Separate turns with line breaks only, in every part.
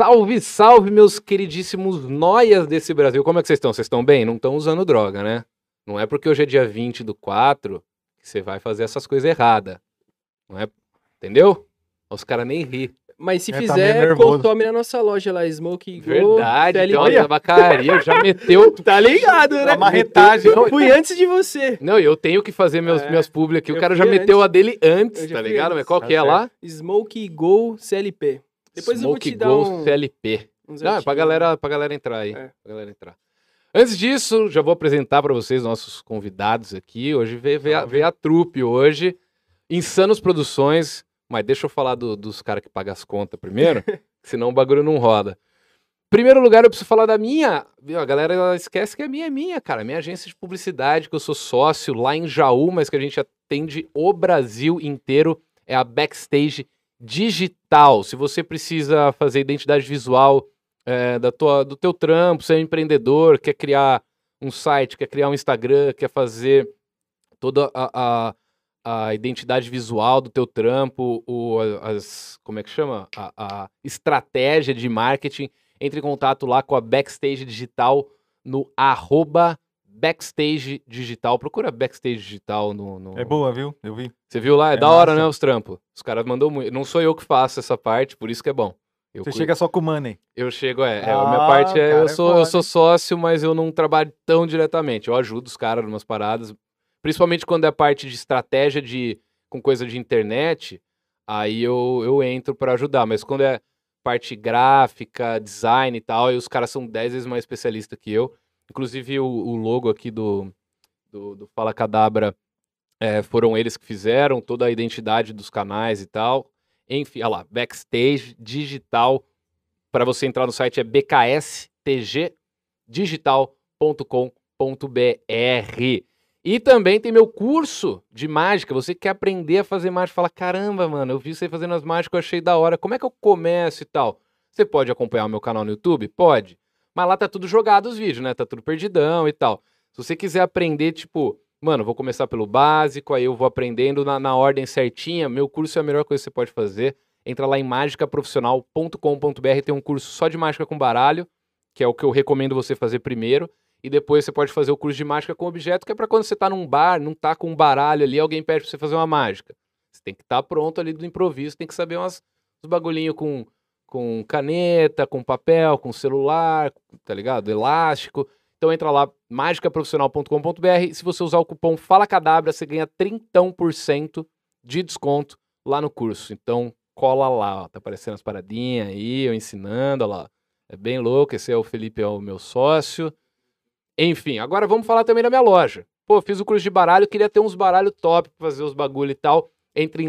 Salve, salve, meus queridíssimos noias desse Brasil. Como é que vocês estão? Vocês estão bem? Não estão usando droga, né? Não é porque hoje é dia 20 do 4 que você vai fazer essas coisas erradas. Não é? Entendeu? Os caras nem ri.
Mas se
É, tá meio
fizer,
nervoso.
consome na nossa loja lá, Smoke Go.
Verdade, então
tá
tem
ligado?
uma tabacaria, já meteu.
Tá ligado, né?
A
Então,
marretagem.
Eu fui antes de você.
Não, eu tenho que fazer meus,
É,
meus publi aqui. O
eu
cara
fui
já
antes.
meteu a dele antes,
Eu já
tá
fui
ligado?
antes.
Mas qual
Tá
que é
certo.
lá?
Smoke Go CLP. Depois eu vou
Smoke
te dar
Go
um,
CLP.
uns
Não, é pra
artigos. né?
galera, pra galera entrar aí.
É.
Pra galera entrar. Antes disso, já vou apresentar pra vocês nossos convidados aqui. Hoje veio, veio, a,
Salve.
veio a trupe hoje. Insanos Produções. Mas deixa eu falar do- dos caras que pagam as contas primeiro, senão o bagulho não roda. Primeiro lugar, eu preciso falar da minha. Viu, A galera ela esquece que a minha é minha, cara. Minha agência de publicidade, que eu sou sócio lá em Jaú, mas que a gente atende o Brasil inteiro, é a Backstage Digital. Se você precisa fazer identidade visual, é, da tua, do teu trampo, você é empreendedor, quer criar um site, quer criar um Instagram, quer fazer toda a, a, a identidade visual do teu trampo, o, a- as, como é que chama? A, a estratégia de marketing, entre em contato lá com a Backstage Digital no arroba Backstage Digital. Procura Backstage Digital no... no-
É boa, viu? Eu vi.
Você viu lá? É,
É
da hora,
massa.
né, os trampos? Os caras mandam muito. Não sou eu que faço essa parte, por isso que é bom. Eu
Você
cuido.
chega só com o money.
Eu chego, é. é, a
Ah,
minha parte é. Eu
cara, é
sou, eu
foda,
sou sócio, mas eu não trabalho tão diretamente. Eu ajudo os caras em umas paradas. Principalmente quando é parte de estratégia de, com coisa de internet, aí eu, eu entro pra ajudar. Mas quando é parte gráfica, design e tal, aí os caras são 10 vezes mais especialistas que eu. Inclusive, o, o logo aqui do, do, do Fala Cadabra é, foram eles que fizeram, toda a identidade dos canais e tal. Enfim, olha lá, backstage digital. Para você entrar no site é bkstgdigital.com.br. E também tem meu curso de mágica. Você que quer aprender a fazer mágica, fala: caramba, mano, eu vi você fazendo as mágicas, eu achei da hora. Como é que eu começo e tal? Você pode acompanhar o meu canal no YouTube? Pode. Mas lá tá tudo jogado os vídeos, né? Tá tudo perdidão e tal. Se você quiser aprender, tipo, mano, vou começar pelo básico, aí eu vou aprendendo na, na ordem certinha. Meu curso é a melhor coisa que você pode fazer. Entra lá em magicaprofissional.com.br, tem um curso só de mágica com baralho, que é o que eu recomendo você fazer primeiro. E depois você pode fazer o curso de mágica com objeto, que é pra quando você tá num bar, não tá com um baralho ali, alguém pede pra você fazer uma mágica. Você tem que estar pronto ali do improviso, tem que saber umas, uns bagulhinho com, com caneta, com papel, com celular, tá ligado? Elástico. Então entra lá, magicaprofissional.com.br. Se você usar o cupom Fala Cadabra, você ganha 30% de desconto lá no curso. Então cola lá, ó. Tá aparecendo as paradinhas aí, eu ensinando, ó lá. É bem louco. Esse é o Felipe, é o meu sócio. Enfim, agora vamos falar também da minha loja. Pô, fiz o curso de baralho, queria ter uns baralho top pra fazer os bagulho e tal. Entre em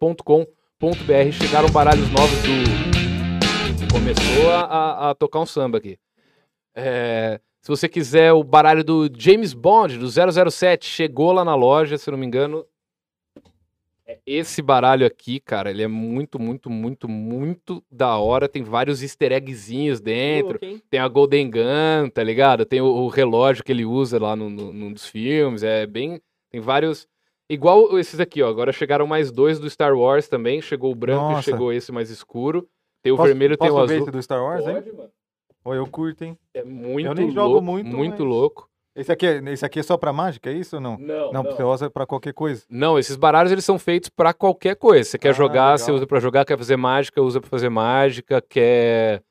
lojademagica.com.br. Chegaram baralhos novos do. Começou a, a- a tocar um samba aqui. É, se você quiser o baralho do James Bond, do 007, chegou lá na loja, se eu não me engano. É Esse baralho aqui, cara, ele é muito, muito, muito, muito da hora. Tem vários easter eggzinhos dentro.
Louco, hein?
Tem a Golden Gun, tá ligado? Tem o, o relógio que ele usa lá no, no- num dos filmes. É bem. Tem vários. Igual esses aqui, ó. Agora chegaram mais dois do Star Wars também. Chegou o branco e
Nossa.
chegou esse mais escuro. Tem o
Posso-
vermelho, tem
posso
o
ver
azul.
esse do Star Wars, hein?
Pode, mano.
Ou eu curto, hein?
É muito
nem
louco.
jogo
muito,
muito, mas-
louco.
Esse aqui, é- esse aqui é só pra mágica, é isso ou não?
Não,
Não, você usa é pra qualquer coisa.
Não, esses baralhos eles são feitos pra qualquer coisa. Você quer
Ah,
jogar, você
legal.
usa pra jogar, quer fazer mágica, usa pra fazer mágica, quer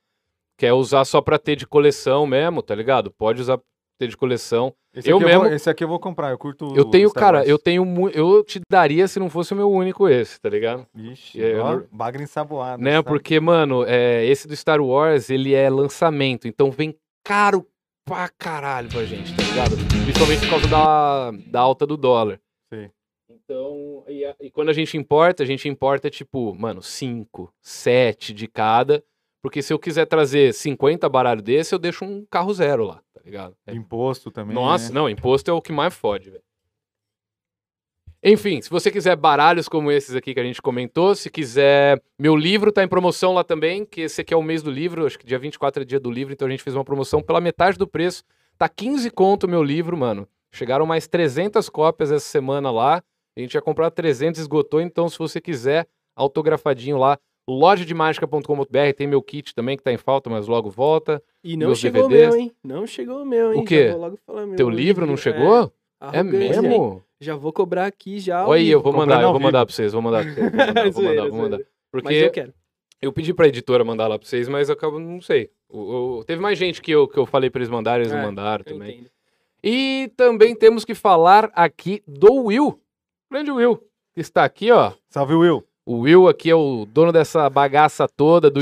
quer usar só pra ter de coleção mesmo, tá ligado? Pode usar pra ter de coleção.
Esse
Eu
aqui
mesmo-
Vou, esse aqui eu vou comprar, eu curto
Eu
o
tenho,
tipo, Star
cara,
Wars.
eu tenho mu- eu te daria se não fosse o meu único esse, tá ligado?
Ixi,
É, eu
ó,
não-
bagra ensaboada.
Né?
sabe?
Porque, mano, é, esse do Star Wars, ele é lançamento, então vem caro pra caralho pra gente, tá ligado? Principalmente por causa da, da alta do dólar.
Sim.
Então, e, a- e quando a gente importa, a gente importa tipo, mano, 5, 7 de cada. Porque se eu quiser trazer 50 baralho desse, eu deixo um carro zero lá, tá ligado? É
Imposto também.
nossa,
né?
não, imposto é o que mais fode, velho. Enfim, se você quiser baralhos como esses aqui que a gente comentou, se quiser. Meu livro tá em promoção lá também, que esse aqui é o mês do livro, acho que dia 24 é dia do livro, então a gente fez uma promoção pela metade do preço. Tá 15 conto o meu livro, mano. Chegaram mais 300 cópias essa semana lá. A gente ia comprar 300, esgotou, então se você quiser, autografadinho lá, lojademagica.com.br, tem meu kit também que tá em falta, mas logo volta.
E não
Meus
chegou o
DVDs.
meu, hein? Não chegou o meu, hein?
O quê?
Já vou logo falar meu.
Teu livro não chegou? É,
arrogância, hein?
mesmo?
Já vou cobrar aqui já. ao
Olha aí, eu vou
Comprando
mandar, eu
ao
vou
vivo.
mandar pra vocês, vou mandar pra vocês, vou mandar, vou mandar,
Zoeira,
vou mandar.
zoeira. Mas
Porque
eu quero.
eu pedi pra editora mandar lá pra vocês, mas eu acabo, não sei. O- o- teve mais gente que eu, que eu falei pra eles mandarem, eles não
É,
mandaram
Eu
também.
entendo.
E também temos que falar aqui do Will. Grande Will, que está aqui, ó.
Salve, Will.
O Will aqui é o dono dessa bagaça toda do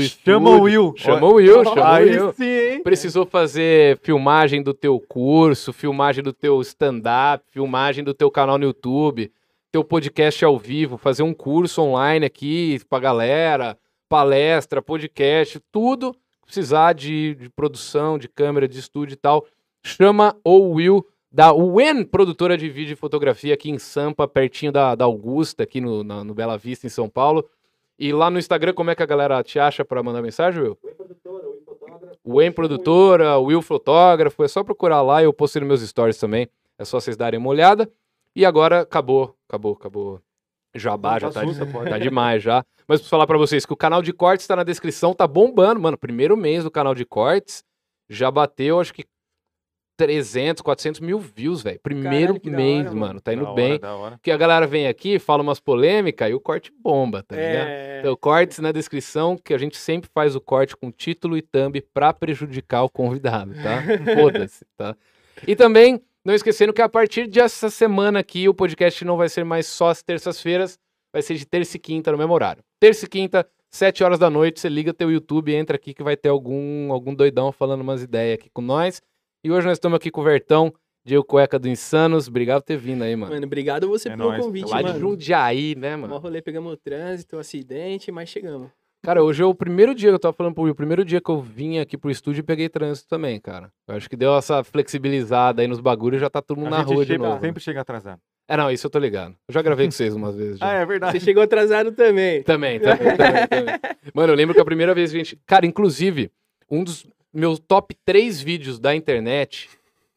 estúdio.
Chama o Will.
Chamou o Will, chamou o
Aí
Will.
sim, hein?
Precisou fazer filmagem do teu curso, filmagem do teu stand-up, filmagem do teu canal no YouTube, teu podcast ao vivo, fazer um curso online aqui pra galera, palestra, podcast, tudo que precisar de, de produção, de câmera, de estúdio e tal. Chama o Will da UEN, produtora de vídeo e fotografia aqui em Sampa, pertinho da, da Augusta, aqui no, na- no Bela Vista, em São Paulo. E lá no Instagram, como é que a galera te acha pra mandar mensagem, Will? Wayne Produtora, Will Fotógrafo, é só procurar lá, eu postei nos meus stories também, é só vocês darem uma olhada. E agora acabou, acabou, acabou. Jabá, já tá,
Assusta, pode.
tá demais já. Mas preciso falar pra vocês que o canal de cortes tá na descrição, tá bombando, mano. Primeiro mês do canal de cortes já bateu, acho que 300, 400 mil views, velho. Primeiro
Caralho, que da
mês,
hora,
mano.
mano.
Tá indo
Da hora,
bem.
da hora.
Porque a galera vem aqui, fala umas polêmicas e o corte bomba, tá ligado?
É.
Então, cortes na descrição, que a gente sempre faz o corte com título e thumb pra prejudicar o convidado, tá? Foda-se, tá? E também, não esquecendo que a partir dessa semana aqui, o podcast não vai ser mais só às terças-feiras, vai ser de terça e quinta no mesmo horário. Terça e quinta, sete horas da noite, você liga teu YouTube e entra aqui que vai ter algum, algum doidão falando umas ideias aqui com nós. E hoje nós estamos aqui com o Vertão, Diego Cueca do Insanos. Obrigado por ter vindo aí, mano.
Mano, obrigado a você
É
pelo
nóis,
convite,
Lá
pela
de
mano.
Jundiaí, né, mano?
Mó rolê, pegamos o trânsito, o acidente, mas chegamos.
Cara, hoje é o primeiro dia, eu tava falando pro Will, o primeiro dia que eu vim aqui pro estúdio e peguei trânsito também, cara. Eu acho que deu essa flexibilizada aí nos bagulhos e já tá todo mundo na
A gente
rua de
chega-
novo. né?
sempre chega atrasado.
É, não, isso eu tô ligado. Eu já gravei com vocês umas vezes. Já.
Ah, é
Você
verdade.
chegou atrasado também.
Também, também, também, também. Mano, eu lembro que a primeira vez que a gente. Cara, inclusive, um dos meus top três vídeos da internet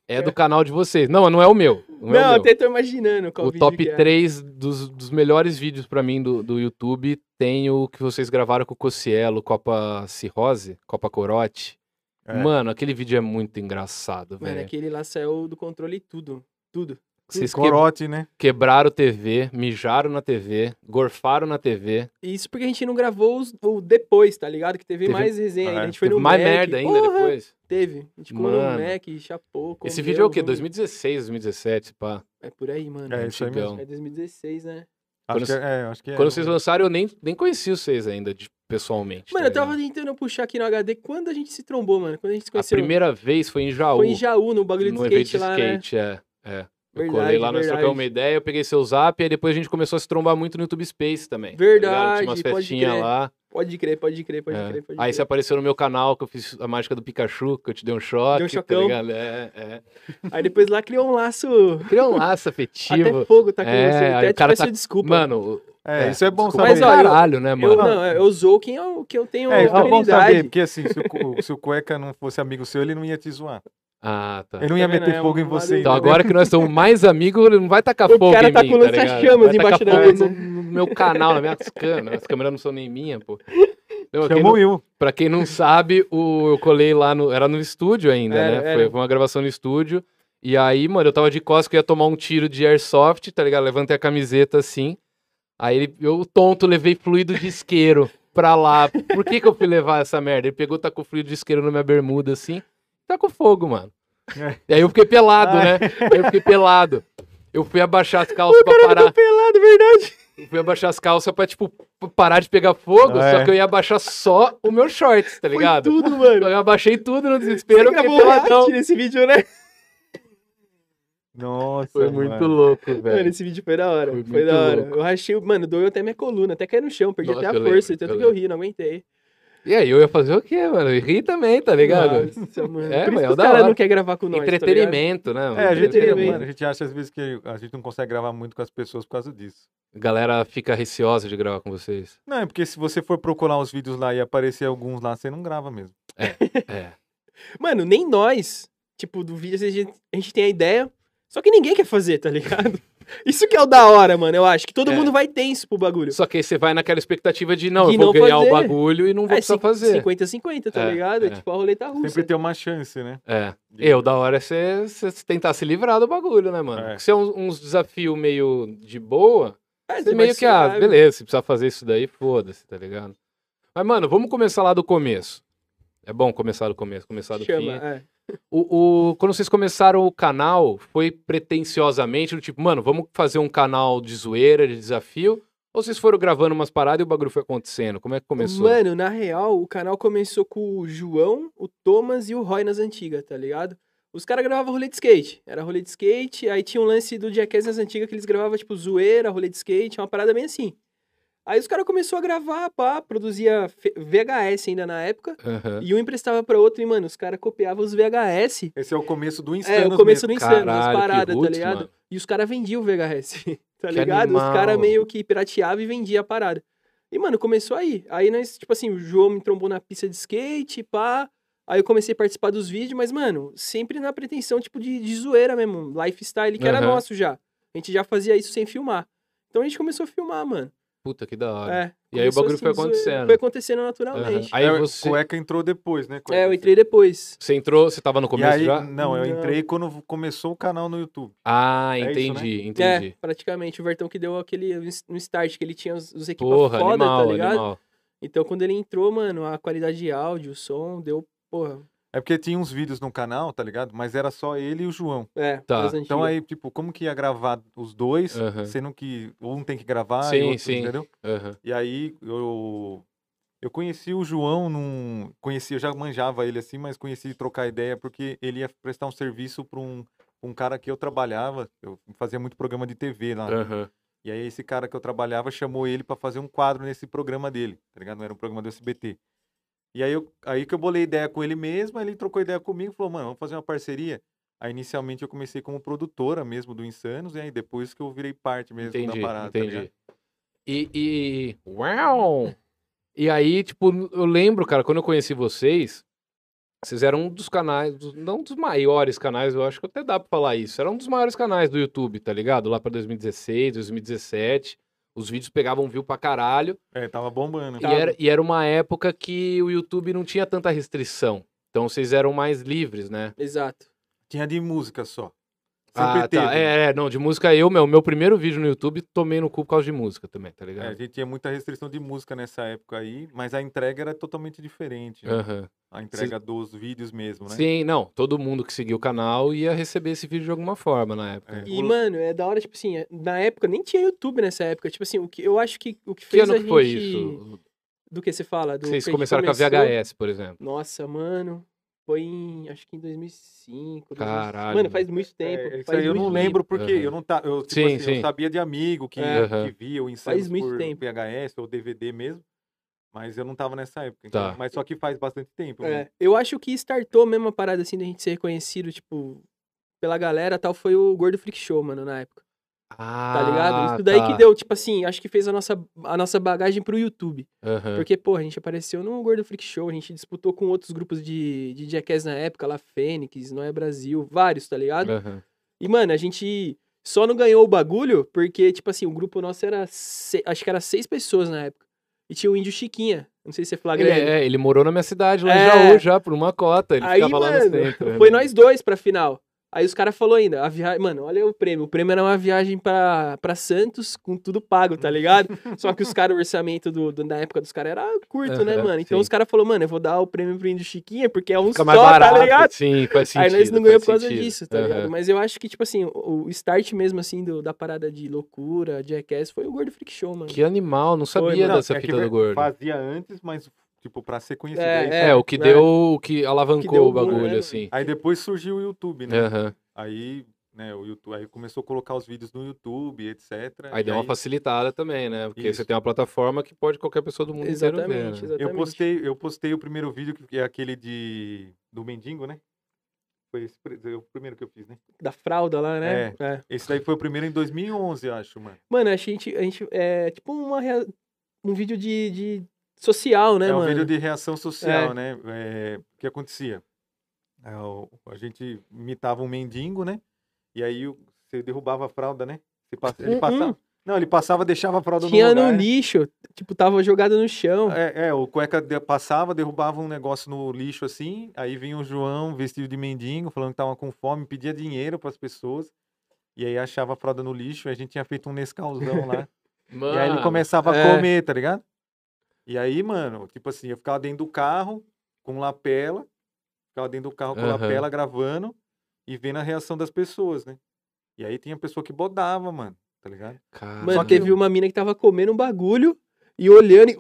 é do canal de vocês. Não, não é o meu. Não, é o
Não,
meu.
até tô imaginando qual
O
vídeo
top
que é.
3 dos, dos melhores vídeos pra mim do, do YouTube tem o que vocês gravaram com o Cocielo, Copa Cirrose, Copa Corote.
É.
Mano, aquele vídeo é muito engraçado,
Mano, é
velho.
aquele lá saiu do controle tudo. Tudo.
Vocês que-
Corote, né?
quebraram TV, mijaram na TV, gorfaram na TV.
E Isso porque a gente não gravou os- o depois, tá ligado? Que teve,
Teve-
mais resenha. ainda.
Ah,
A gente foi
Teve
no
mais
Mac.
merda ainda
Porra,
depois.
Teve. A gente comeu
Mano.
no Mac, chapou.
Esse
comeu,
vídeo é o quê?
vamos-
2016, 2017, pá.
É por aí, mano.
É, isso aí
Hum, Antigão.
mesmo.
É 2016, né?
Quando
Acho que é, é, acho que é.
Quando vocês lançaram, eu nem, nem conheci vocês ainda, de- pessoalmente.
Mano,
tá
eu tava
ligado?
tentando puxar aqui no HD quando a gente se trombou, mano. Quando a gente se
A
conheceu.
primeira vez foi em Jaú.
Foi em Jaú, no bagulho
no
do
evento
skate
de
lá, né?
skate, é. é. Eu
Verdade,
colei lá, nós
verdade.
trocamos uma ideia, eu peguei seu zap, e aí depois a gente começou a se trombar muito no YouTube Space também. tá ligado?
Verdade,
Tinha umas
pode
festinhas
crer,
lá.
Pode crer, pode crer, pode
é.
crer, pode
aí
crer.
você apareceu no meu canal que eu fiz a mágica do Pikachu, que eu te dei um choque.
Dei um
tá
chocão.
ligado? É, é.
Aí depois lá criou um laço.
Criou um laço
Até
afetivo.
fogo tá com
É,
você.
aí
Até
o cara
te peço
tá-
desculpa.
Mano,
É,
É,
isso é bom
desculpa,
saber.
Mas, ó, eu-
caralho, né,
eu,
mano?
não, é, eu usou quem eu, que eu tenho
É, é bom saber,
autoridade.
porque assim, se o, cu- se o cueca não fosse amigo seu, ele não ia te zoar.
Ah, tá.
Ele não ia
Tá vendo?
meter
É
fogo em
um
você.
Então
entendeu?
agora que nós somos mais amigos, ele não vai tacar
O
fogo
cara
em
tá
mim,
com
ligado?
lança-chamas
Vai
embaixo
tacar
da
fogo
mesa.
no, no meu canal, nas minhas câmeras. As câmeras não são nem minha, pô. Não, quem
Chamou eu.
Pra quem não sabe, o, eu colei lá no. Era no estúdio ainda,
Era,
né?
era.
Foi, foi uma gravação no estúdio. E aí, mano, eu tava de costas que eu ia tomar um tiro de airsoft, tá ligado? Levantei a camiseta assim. Aí ele- eu, tonto, levei fluido de isqueiro pra lá. Por que que eu fui levar essa merda? Ele pegou, tacou fluido de isqueiro na minha bermuda assim. Tacou fogo, mano.
É.
E aí eu fiquei pelado,
Ah.
né? Aí eu fiquei pelado. Eu fui abaixar as calças pra parar.
Pelado, é verdade.
Eu fui abaixar as calças pra, tipo, p- parar de pegar fogo,
Ah,
só
é.
que eu ia abaixar só o meu shorts, tá ligado?
Foi tudo, mano.
Eu abaixei tudo no
Você
desespero, eu fiquei
gravou um
peladão.
react nesse vídeo, né?
Nossa,
Foi muito
mano.
louco,
Mano,
velho.
esse vídeo foi da hora.
Foi
Foi,
muito
da hora.
louco.
Eu rachei, o- mano, doeu até minha coluna, até caí no chão, perdi
Nossa,
até a
eu
força,
lembro, Tá
tanto
eu
que eu ri, não aguentei.
E aí, eu ia fazer o quê, mano? E ri também, tá ligado?
Nossa, mano.
É,
Por
mano,
isso
é
que os
da
caras
hora.
não querem gravar com nós. tá ligado?
Entretenimento, né? mano?
É, a gente,
Entretenimento.
mano, a gente acha às vezes que a gente não consegue gravar muito com as pessoas por causa disso.
Galera fica receosa de gravar com vocês.
Não, é porque se você for procurar os vídeos lá e aparecer alguns lá, você não grava mesmo.
É.
Mano, nem nós. Tipo, do vídeo, às vezes, a gente, a gente tem a ideia, Só que ninguém quer fazer, tá ligado? Isso que é o da hora, mano, eu acho. Que todo
É.
mundo vai tenso pro bagulho.
Só que aí você vai naquela expectativa de, não,
De
eu vou
não
ganhar
fazer.
o bagulho e não vou
É
precisar fazer.
50-50, tá
É,
ligado?
é.
É tipo a roleta russa.
Sempre tem uma chance, né?
É. Eu, da hora é você você tentar se livrar do bagulho, né, mano?
É.
Se é uns, uns desafio meio de boa,
É,
você
você
meio
vai
que, ah,
suave.
beleza, se precisar fazer isso daí, foda-se, tá ligado? Mas, mano, vamos começar lá do começo. É bom começar do começo, começar do
Chama,
tá fim.
é.
O, o- quando vocês começaram o canal, foi pretensiosamente do tipo, mano, vamos fazer um canal de zoeira, de desafio? Ou vocês foram gravando umas paradas e o bagulho foi acontecendo? Como é que começou?
Mano, na real, o canal começou com o João, o Thomas e o Roy nas antigas, tá ligado? Os caras gravavam rolê de skate. Era rolê de skate, aí tinha um lance do Jackass nas antigas que eles gravavam, tipo, zoeira, rolê de skate, uma parada bem assim. Aí os caras começaram a gravar, pá, produzia fe- VHS ainda na época,
Aham.
e um emprestava pra outro, e, mano, os caras copiavam os VHS.
Esse é o começo do
É,
Instagram.
o começo do Insano, as
Caralho, que
paradas, tá
roots,
ligado?
mano.
E os caras vendiam o VHS, tá
Que
ligado?
animal.
Os caras meio que pirateavam e vendiam a parada. E, mano, começou aí. Aí nós, tipo assim, o João me trombou na pista de skate, pá. Aí eu comecei a participar dos vídeos, mas, mano, sempre na pretensão, tipo, de, de zoeira mesmo. Lifestyle que era
Aham.
nosso já. A gente já fazia isso sem filmar. Então a gente começou a filmar, mano.
Puta que da hora.
É,
E aí o bagulho foi
começou de zoeira.
acontecendo.
Foi acontecendo
Aham.
naturalmente.
Aí
É,
você,
Cueca entrou depois, né? Cueca.
É, eu entrei depois.
você entrou, você tava no
E
começo
aí,
já?
não, eu
Não.
entrei quando começou o canal no YouTube.
Ah,
É isso,
entendi,
É,
entendi.
praticamente. O Vertão que deu aquele um start, que ele tinha os, os equipamentos
Porra,
Tipo, foda,
animal,
tá ligado?
animal.
Então, quando ele entrou, mano, a qualidade de áudio, o som, deu, porra,
É porque tinha uns vídeos no canal, tá ligado? Mas era só ele e o João.
é,
Tá,
das
Então
antigas.
aí, tipo, como que ia gravar os dois,
Aham.
sendo que um tem que gravar
Sim,
e outro,
sim.
entendeu?
Aham.
E aí eu eu conheci o João num conhecia, já manjava ele assim, mas conheci trocar ideia porque ele ia prestar um serviço para um um cara que eu trabalhava, eu fazia muito programa de TV lá.
Aham.
E aí esse cara que eu trabalhava chamou ele para fazer um quadro nesse programa dele, tá ligado? Não era um programa do SBT. E aí, eu, aí que eu bolei ideia com ele mesmo, aí ele trocou ideia comigo, falou, mano, vamos fazer uma parceria. Aí inicialmente eu comecei como produtora mesmo do Insanos, e aí depois que eu virei parte mesmo
Entendi,
da parada. tá ligado?
entendi. E, e... Uau! E aí, tipo, eu lembro, cara, quando eu conheci vocês, vocês eram um dos canais, dos- não dos maiores canais, eu acho que até dá pra falar isso. Era um dos maiores canais do YouTube, tá ligado? Lá pra 2016, 2017. Os vídeos pegavam view pra caralho.
É, tava bombando.
E era, e era uma época que o YouTube não tinha tanta restrição. Então vocês eram mais livres, né?
Exato.
Tinha de música só. Sempre
ah,
teve.
tá.
né?
É, é, não, de música eu, meu, meu primeiro vídeo no YouTube, tomei no cu por causa de música também, tá
É, a
ligado?
gente tinha muita restrição de música nessa época aí, mas a entrega era totalmente diferente. né?
Aham.
A entrega dos vídeos mesmo, né?
É. Sim, não, todo mundo que seguia o canal ia receber esse vídeo de alguma forma na época.
É.
E,
O-
mano, é da hora, tipo assim, é- na época, nem tinha YouTube nessa época. Tipo assim, o que, eu acho que o que
Que
fez
ano
a
que foi
gente-
isso?
Do que você fala? Do
Que vocês
que a gente
começaram com a
começou?
VHS, por exemplo.
Nossa, mano, foi em, acho que em 2005. 2006.
Caralho,
Mano,
mano.
faz muito tempo.
É, isso
faz
aí eu
muito
não
tempo.
lembro porque
Aham.
eu não tá, eu, tipo
Sim,
assim,
sim.
eu sabia de amigo que,
É.
Aham.
que via o Insanos
muito
por
tempo.
VHS ou DVD mesmo, mas eu não tava nessa época.
Tá.
então- mas só que faz bastante tempo. né?
É, eu acho que startou mesmo a parada assim da gente ser reconhecido, tipo, pela galera tal, foi o Gordo Freak Show, mano, na época.
Ah,
Tá ligado? Isso daí que
tá.
deu, tipo assim, acho que fez a nossa, a nossa bagagem pro YouTube.
Aham.
Porque, pô, a gente apareceu no Gordo Freak Show, a gente disputou com outros grupos de, de jackass na época, lá Fênix, Não é Brasil, vários, tá ligado?
Aham.
E, mano, a gente só não ganhou o bagulho porque, tipo assim, o grupo nosso era, se- acho que era seis pessoas na época. E tinha o Índio Chiquinha, não sei se você flagra
Ele,
ele.
é, ele morou na minha cidade, lá em
É.
Jaú, já, por uma cota. Ele
Aí,
ficava lá no
mano,
centro.
Foi
né?
nós dois pra final. Aí os caras falaram ainda, a viagem. Mano, olha o prêmio. O prêmio era uma viagem pra, pra Santos com tudo pago, tá ligado? Só que os caras, o orçamento do, do- da época dos caras era curto, né,
Aham,
mano? Então
sim.
os caras falaram, mano, eu vou dar o prêmio pro Índio Chiquinha, porque é um
Fica
só,
mais barato.
tá ligado?
Sim, faz sentido.
Aí nós não
faz
ganhamos por causa
sentido.
disso, tá
Aham.
ligado? Mas eu acho que, tipo assim, o, o start mesmo, assim, do- da parada de loucura, Jackass, foi o Gordo Freak Show, mano.
Que animal, não
Foi,
sabia
mano.
dessa
é que
fita
ver-
do gordo.
Fazia antes, mas tipo pra ser conhecido.
É,
isso.
É, o que
é.
deu, o que alavancou
Que deu
o
o boom,
bagulho,
né, mano?
assim.
Aí depois surgiu o YouTube, né?
Aham.
Aí, né, o YouTube, aí começou a colocar os vídeos no YouTube, etc.
Aí
e
deu uma facilitada também, né? Porque você
Isso.
tem uma plataforma que pode qualquer pessoa do mundo inteiro ver.
Exatamente,
né?
exatamente.
Eu postei, eu postei o primeiro vídeo que é aquele de do mendigo, né? Foi esse pri- o primeiro que eu fiz, né?
Da fralda lá, né? É.
Esse daí foi o primeiro em 2011, acho, mano.
Mano, a gente, a gente é tipo uma, rea- um vídeo de, de social, né,
É um
mano?
vídeo de reação social, né? É, o que acontecia? É, o- a gente imitava um mendigo, né? E aí o- você derrubava a fralda, né? Você passa-
Hum,
Ele
hum.
passava. Não, ele passava, deixava a fralda
Tinha
no
no
lugar. né.
lixo, tipo, tava jogado no chão.
É, é, o cueca de- passava, derrubava um negócio no lixo assim, aí vinha o João vestido de mendigo, falando que tava com fome, pedia dinheiro pras pessoas, e aí achava a fralda no lixo, e a gente tinha feito um Nescauzão lá.
Mano,
E aí ele começava
é.
a comer, tá ligado? E aí, mano, tipo assim, eu ficava dentro do carro com lapela, ficava dentro do carro com
Aham.
lapela gravando e vendo a reação das pessoas, né? E aí tinha pessoa que bodava, mano, tá ligado?
cara,
Mano,
só que
teve
eu-
uma mina que tava comendo um bagulho e olhando e.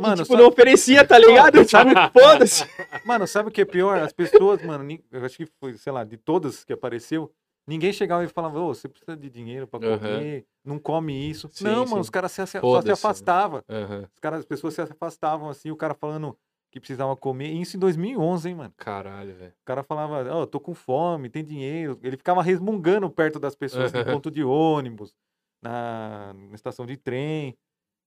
Mano,
e, tipo,
só-
não oferecia, tá ligado? Sabe? Foda-se.
Mano, sabe o que é pior? As pessoas, mano, nin- eu acho que foi, sei lá, de todas que apareceu, ninguém chegava e falava, ô, você precisa de dinheiro pra
Aham.
comer, não come isso.
Sim,
não,
sim.
mano, os caras se, ace- só
Foda-se,
se
né?
afastavam.
Aham.
Os caras, as pessoas se afastavam, assim, o cara falando que precisava comer. Isso em 2011, hein, mano?
Caralho, velho.
O cara falava, ó, eu tô com fome, tem dinheiro. Ele ficava resmungando perto das pessoas, em
Aham.
ponto de ônibus, na, na estação de trem.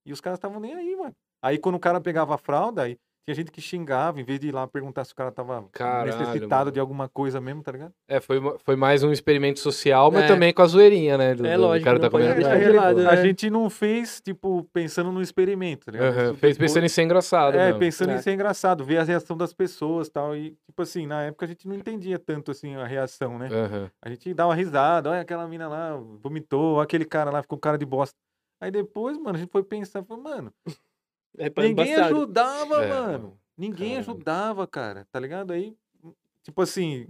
E os caras estavam nem aí, mano. Aí quando o cara pegava a fralda, aí tinha gente que xingava, em vez de ir lá perguntar se o cara tava
Caralho,
necessitado
mano.
de alguma coisa mesmo, tá ligado?
É, foi, ma- foi mais um experimento social, mas
É.
também com a zoeirinha, né? do-
É
do
lógico,
cara tá
não pode
comendo.
deixar
É,
de lado,
tipo,
né?
A gente não fez, tipo, pensando no experimento, tá ligado?
aham,
Isso
Fez
depois-
pensando em ser engraçado,
É,
mesmo.
pensando
É.
em ser engraçado, ver a reação das pessoas e tal. E, tipo assim, na época a gente não entendia tanto, assim, a reação, né?
Aham.
A gente dá uma risada, olha aquela mina lá vomitou, olha aquele cara lá ficou com cara de bosta. Aí depois, mano, a gente foi pensar, falou, mano,
É pra
ninguém
embaçado.
ajudava,
É,
mano. Ninguém
caramba.
ajudava, cara, tá ligado? Aí, tipo assim,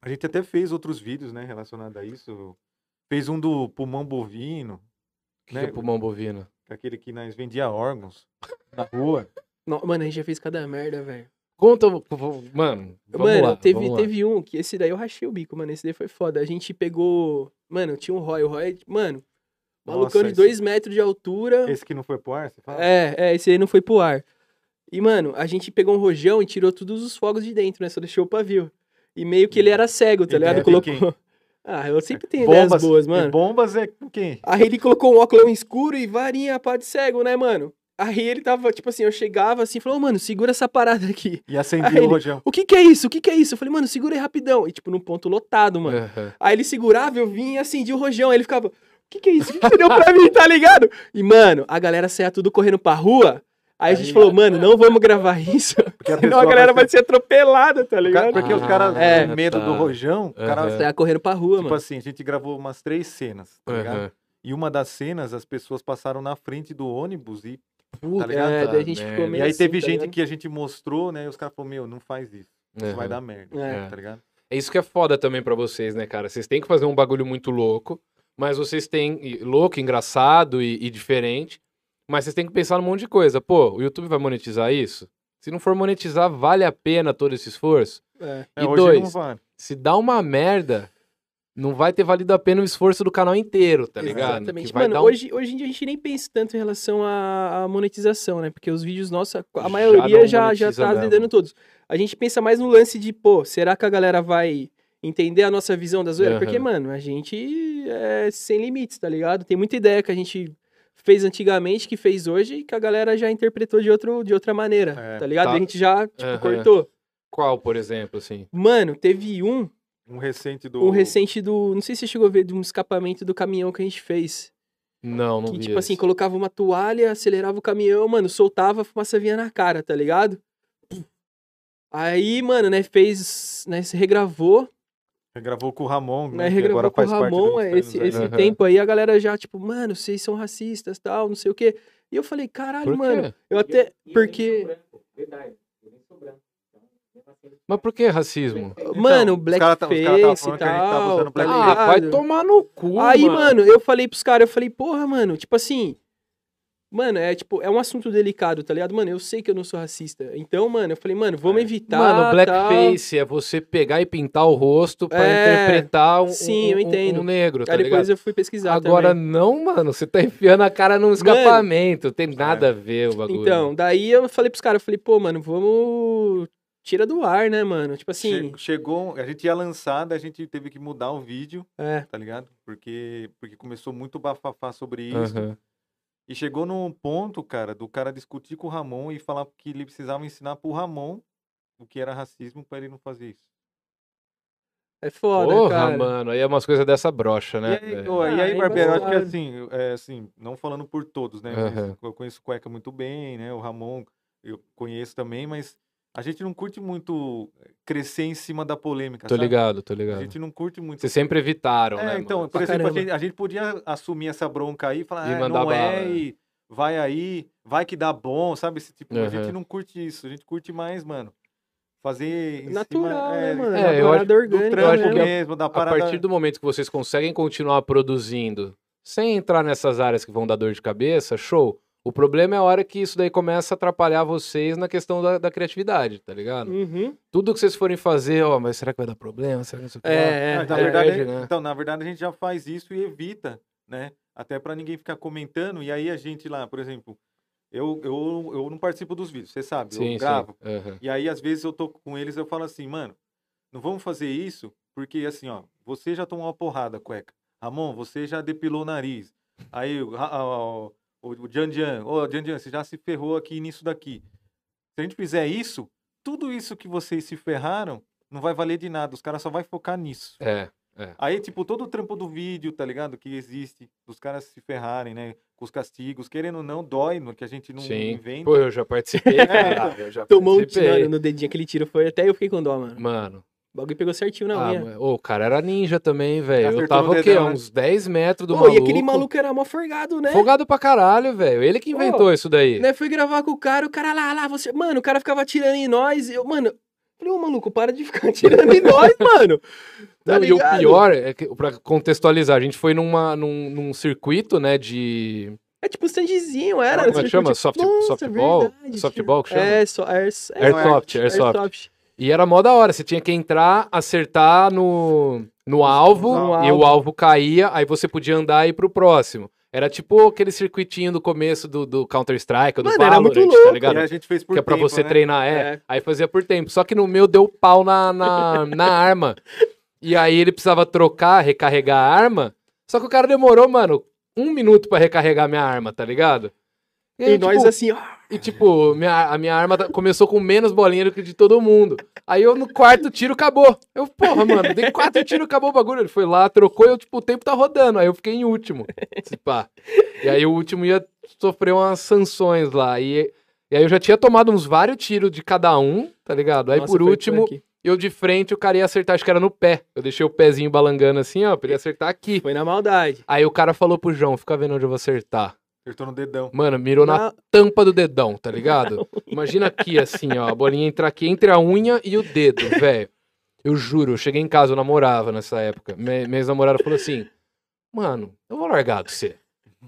a gente até fez outros vídeos, né, relacionado a isso. Fez um do pulmão bovino,
O que que é
né?
pulmão bovino?
que é aquele que nós vendia órgãos na rua.
Não, mano, a gente já fez cada merda, velho.
Conta, v- v- mano. Vamos
Mano,
lá,
teve,
vamos lá.
teve um que esse daí eu rachei o bico, mano. Esse daí foi foda. A gente pegou. Mano, tinha um Roy. O Roy, mano, malucão
Nossa,
de
esse-
2 metros de altura.
Esse que não foi pro ar, você fala?
É, é, esse aí não foi pro ar. E, mano, a gente pegou um rojão e tirou todos os fogos de dentro, né? Só deixou o pavio. E meio que ele era cego, tá
Ideia
ligado?
de
Colocou.
quem?
Ah, eu sempre tenho ideias boas,
e
mano.
bombas é com quem?
Aí ele colocou um óculos escuro e varinha, pá de cego, né, mano? Aí ele tava, tipo assim, eu chegava assim e falou, "Ô, mano, segura essa parada aqui.
E acendia
Aí ele-
o rojão.
O que que é isso? O que que é isso? Eu falei, mano, segura aí rapidão. E, tipo, num ponto lotado, mano.
Aham.
Aí ele segurava, eu vinha e acendia o rojão. Aí ele ficava, o que que é isso? O que que você deu pra mim, tá ligado? E, mano, a galera saia tudo correndo pra rua. Aí a gente
Aí-
falou, mano, não vamos gravar isso.
Porque a
Senão a
pessoa
galera
vai
vai ser atropelada, tá
O cara-
ligado?
Porque os
Ah,
caras,
é,
com medo
tá.
do rojão, o cara,
Aham.
Saia correndo pra rua,
tipo
mano.
assim, a gente gravou umas três cenas, tá ligado?
Aham.
E uma das cenas, as pessoas passaram na frente do ônibus e,
Puta
Tá ligado?
é, daí a gente
merda.
ficou
e
meio
aí
assim,
teve
tá
gente
ligado?
que a gente mostrou, né? E os caras falaram, meu, não faz isso. Isso
Aham.
vai dar merda,
É.
tá ligado?
É isso que é foda também pra vocês, né, cara? Vocês têm que fazer um bagulho muito louco, mas vocês têm e- louco, engraçado e, e diferente, mas vocês têm que pensar num monte de coisa. Pô, o YouTube vai monetizar isso? Se não for monetizar, vale a pena todo esse esforço?
É.
E
É, hoje
dois,
não vale.
Se dá uma merda, não vai ter valido a pena o esforço do canal inteiro, tá ligado?
Exatamente.
Que vai
Mano,
dar um-
hoje, hoje em dia a gente nem pensa tanto em relação à, à monetização, né? Porque os vídeos nossos, a- a
Já
maioria
não
já, já
monetiza
tá
mesmo.
lidando todos. A gente pensa mais no lance de, pô, será que a galera vai entender a nossa visão da zoeira?
Aham.
Porque, mano, a gente é sem limites, tá ligado? Tem muita ideia que a gente fez antigamente, que fez hoje, e que a galera já interpretou de, outro, de outra maneira,
É,
tá ligado?
tá.
E a gente já, tipo,
Aham.
cortou.
Qual, por exemplo, assim?
Mano, teve um
Um recente do...
um recente do. Não sei se você chegou a ver de um escapamento do caminhão que a gente fez.
Não, não
que,
vi
tipo assim,
esse.
colocava uma toalha, acelerava o caminhão, mano, soltava, a fumaça vinha na cara, tá ligado? Aí, mano, né, fez. Né, se regravou,
Gravou com o Ramon, né?
né?
que agora
Regravou com o
faz parte do
Ramon é,
Inferno,
esse,
né?
esse
Aham.
tempo aí, a galera já, tipo, mano, vocês são racistas, tal, não sei o quê. E eu falei, caralho,
Por
mano,
quê?
eu até. Porque.
Mas por que racismo?
mano,
os cara tá- os cara
blackface
tava
e
falando que a gente tava
tal.
usando
tá
blackface.
Ah, vai
ligado?
tomar no cu,
Aí, mano, eu falei pros caras, eu falei, porra, mano, tipo assim. Mano, é tipo, é um assunto delicado, tá ligado? Mano, eu sei que eu não sou racista. Então, mano, eu falei, mano, vamos
É.
evitar.
Mano,
tal.
Tá, blackface é você pegar e pintar o rosto pra
É,
interpretar um,
sim, eu
um- um-
entendo.
um negro, tá
Aí depois
ligado?
eu fui pesquisar.
Agora
também.
não, mano, você tá enfiando a cara num escapamento, tem
É.
nada a ver o é bagulho.
Então, daí eu falei pros caras, eu falei, pô, mano, vamos. Tira do ar, né, mano? Tipo assim.
Che- Chegou, a gente ia lançar, daí a gente teve que mudar o vídeo,
É.
tá ligado? Porque, porque começou muito bafafá sobre isso.
é
Aham.
E chegou num ponto, cara, do cara discutir com o Ramon e falar que ele precisava ensinar pro Ramon o que era racismo pra ele não fazer isso.
É foda,
Porra,
cara.
mano, aí é umas coisas dessa brocha, né?
E aí,
É.
ô, e aí,
Ah,
Barbeiro, eu acho que
embaçado.
assim, é, assim, não falando por todos, né? mas
Aham.
Eu conheço o Cueca muito bem, né? O Ramon eu conheço também, mas a gente não curte muito eh, crescer em cima da polêmica,
Tô
sabe?
ligado, tô
A
ligado.
gente não curte muito.
Vocês sempre evitaram,
É,
né?
então,
mano?
por
Pra
exemplo, a
caramba.
gente, a gente podia assumir essa bronca aí e falar,
E
ah,
mandar
não
bala,
é,
né?
e vai aí, vai que dá bom, sabe? Esse tipo, A gente
Aham.
não curte isso, a gente curte mais, mano. Fazer em
Natural,
cima,
né,
é,
mano?
É, eu acho-
Natural né, da orgânica
do trampo
acho
mesmo.
que é, a-
mesmo, da
A
parada.
partir do momento que vocês conseguem continuar produzindo sem entrar nessas áreas que vão dar dor de cabeça, show. O problema é a hora que isso daí começa a atrapalhar vocês na questão da, da criatividade, tá ligado?
Uhum.
Tudo que vocês forem fazer, ó, mas será que vai dar problema? Será que não sei o que lá?
É, é,
Mas, na
é,
verdade,
perde, né?
Então, na verdade, a gente já faz isso e evita, né? Até pra ninguém ficar comentando. E aí a gente lá, por exemplo, eu, eu, eu não participo dos vídeos, você sabe, eu gravo.
Aham.
E aí, às vezes, eu tô com eles eu falo assim, mano, não vamos fazer isso, porque assim, ó, você já tomou uma porrada, cueca. Ramon, você já depilou o nariz. Aí o, Ra- ah, ó, o, o Jan Jan, ô Jan Jan, você já se ferrou aqui nisso daqui. Se a gente fizer isso, tudo isso que vocês se ferraram não vai valer de nada. Os caras só vai focar nisso.
É.
Aí, tipo, todo o trampo do vídeo, tá ligado? Que existe, dos caras se ferrarem, né? Com os castigos, querendo ou não, dói, no que a gente não
Sim.
inventa.
Pô, eu já participei.
Então É,
cara, eu já
Tomou um
participei.
tiro no dedinho, aquele tiro foi. Até eu fiquei com dó, mano. é?
Mano,
O bagulho pegou certinho na
ah,
unha.
mas- ô, o cara era ninja também, velho. Eu
Acertou
tava
no
o quê?
dedão, né?
Uns 10 metros do
Pô,
maluco.
e aquele maluco era mó forgado, né?
Folgado pra caralho, velho. Ele que
Pô,
inventou isso daí.
Né, fui gravar com o cara, o cara lá, lá, você. Mano, o cara ficava atirando em nós. Eu, mano, falei, ô maluco, para de ficar atirando em nós, mano. Tá
Não, e o
ligado?
pior, é que, pra contextualizar, a gente foi numa, num, num circuito, né, de...
É tipo standzinho, era.
como é que
circuito-
chama? Soft,
Nossa,
softball?
verdade,
softball que
tinha-
chama?
É, só. airs-
Airsoft, airsoft.
airsoft.
E era mó da hora, você tinha que entrar, acertar no, no alvo,
No
e o
alvo.
alvo caía, aí você podia andar e ir pro próximo. Era tipo aquele circuitinho do começo do, do Counter-Strike, ou do
Mano, era tipo
Valorant,
muito
tá
louco.
ligado?
E a gente fez por
que é pra
tempo,
você
né?
treinar, é.
É.
Aí fazia por tempo. Só que no meu deu pau na, na, na arma. E aí ele precisava trocar, recarregar a arma. Só que o cara demorou, mano, um minuto pra recarregar minha arma, tá ligado?
E,
aí, tipo,
nós assim, ó.
e tipo, minha, a minha arma tá- começou com menos bolinha do que de todo mundo. Aí eu no quarto tiro acabou. Eu, porra, mano, dei quatro tiros, acabou o bagulho. Ele foi lá, trocou e eu, tipo, o tempo tá rodando. Aí eu fiquei em último. Se pá. E aí o último ia sofrer umas sanções lá. E, e aí eu já tinha tomado uns vários tiros de cada um, tá ligado? Aí
Nossa,
por
foi
último,
punk.
eu de frente, o cara ia acertar, acho que era no pé. Eu deixei o pezinho balangando assim, ó, pra ele acertar aqui.
Foi na maldade.
Aí o cara falou pro João, fica vendo onde eu vou acertar.
Acertou no dedão.
Mano, mirou na tampa do dedão, tá ligado? Imagina aqui, assim, ó, a bolinha entrar aqui entre a unha e o dedo, velho. Eu juro, eu cheguei em casa, eu namorava nessa época. Me- Minha ex-namorada falou assim: Mano, eu vou largar do você.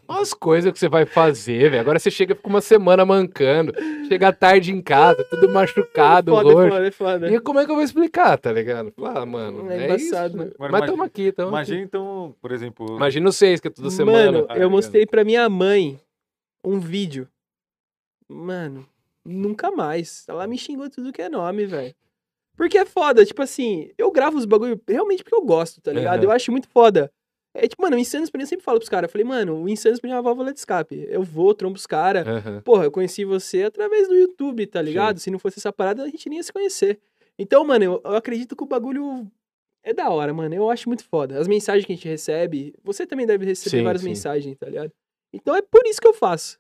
Olha as coisas que você vai fazer, velho. Agora você chega e fica uma semana mancando. Chega tarde em casa, tudo machucado,
foda, é
roxo.
foda, foda.
E como é que eu vou explicar, tá ligado? Ah, mano,
É
é,
embaçado,
isso, né?
né?
Mano,
Mas
imagi-
tamo aqui, tamo
Imagina então, por exemplo,
aqui. Imagina vocês que é toda semana.
Mano,
tá
eu
ligado?
mostrei pra minha mãe um vídeo. Mano, nunca mais. Ela me xingou tudo que é nome, velho. Porque é foda, tipo assim, eu gravo os bagulho realmente porque eu gosto, tá ligado?
Aham.
Eu acho muito foda. É tipo, mano, o Insanos pra mim, eu sempre falo pros caras. Eu falei, mano, o Insanos pra mim é uma válvula de escape. Eu vou, trombo os caras.
Aham.
Porra, eu conheci você através do YouTube, tá ligado? Se não fosse essa parada, a gente nem ia se conhecer. Então, mano, eu, eu acredito que o bagulho é da hora, mano. Eu acho muito foda. As mensagens que a gente recebe, você também deve receber
Sim,
várias
sim.
mensagens, tá ligado? Então é por isso que eu faço,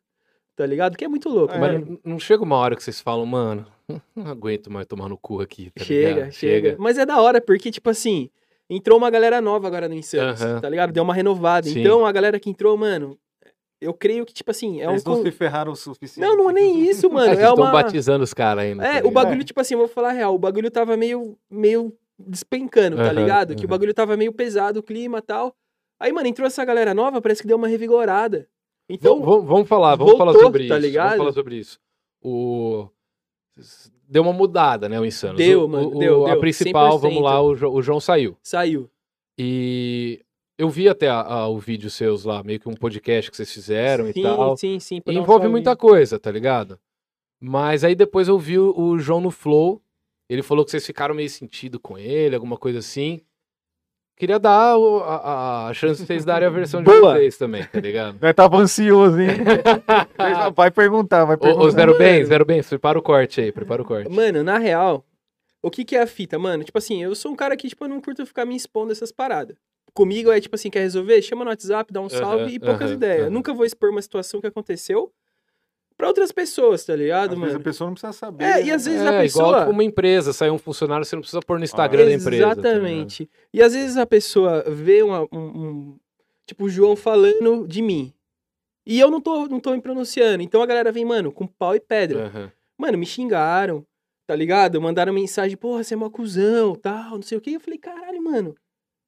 tá ligado? Que é muito louco,
É,
Mas
mano.
não- não chega uma hora que vocês falam, mano, não aguento mais tomar no cu aqui. tá
Chega,
ligado?
chega, Mas é da hora, porque, tipo assim, entrou uma galera nova agora no Insanos,
Aham.
tá ligado? Deu uma renovada.
Sim.
Então, a galera que entrou, mano, eu creio que, tipo assim, é
eles
um.
não
con-
se ferraram o suficiente.
Não, não é nem isso,
É,
mano.
vocês
É,
estão
uma.
batizando os caras ainda.
É,
tá
o
ligado?
bagulho, tipo assim, eu vou falar a real, o bagulho tava meio, meio despencando, tá
Aham,
ligado? Que o
aham.
bagulho tava meio pesado, o clima e tal. Aí, mano, entrou essa galera nova, parece que deu uma revigorada. Então,
Vamos, vamos- vamos falar, vamos
voltou,
falar sobre
tá
isso.
ligado?
Vamos falar sobre isso. O... Deu uma mudada, né, o Insanos?
Deu,
O-
mano,
o-
deu,
A
deu,
principal, vamos
100%.
lá, o, Jo- o João saiu.
saiu.
E eu vi até a- a- o vídeo seus lá, meio que um podcast que vocês fizeram
sim,
e tal.
sim, sim, pra dar um
Envolve
salve.
muita coisa, tá ligado? Mas aí depois eu vi o, o João no Flow. Ele falou que vocês ficaram meio sentido com ele, alguma coisa assim. Queria dar o- a, a- a chance de vocês darem a versão de
Boa.
vocês também, tá ligado?
Nós tava ansioso, hein? vai perguntar, vai
ô, ô,
perguntar.
Zero Bem, Zero Bem, prepara o corte aí, prepara o corte.
Mano, na real, O que que é a fita, mano? Tipo assim, eu sou um cara que, tipo, eu não curto ficar me expondo essas paradas. Comigo é, tipo assim, quer resolver? Chama no WhatsApp, dá um salve e poucas
aham,
ideias.
aham.
Nunca vou expor uma situação que aconteceu pra outras pessoas, tá ligado,
Às
mano?
vezes a pessoa não precisa saber.
É, e
né?
às vezes a
É,
pessoa...
igual tipo, uma empresa, sair um funcionário, você não precisa pôr no Instagram da empresa. tá ligado?
Exatamente. e às vezes a pessoa vê uma- um, um- Tipo, o João falando de mim. E eu não tô, não tô me pronunciando. Então a galera vem, mano, com pau e pedra.
Aham.
Mano, me xingaram, tá ligado? Mandaram mensagem, porra, você é mó cuzão, tal, não sei o quê. Eu falei, caralho, mano,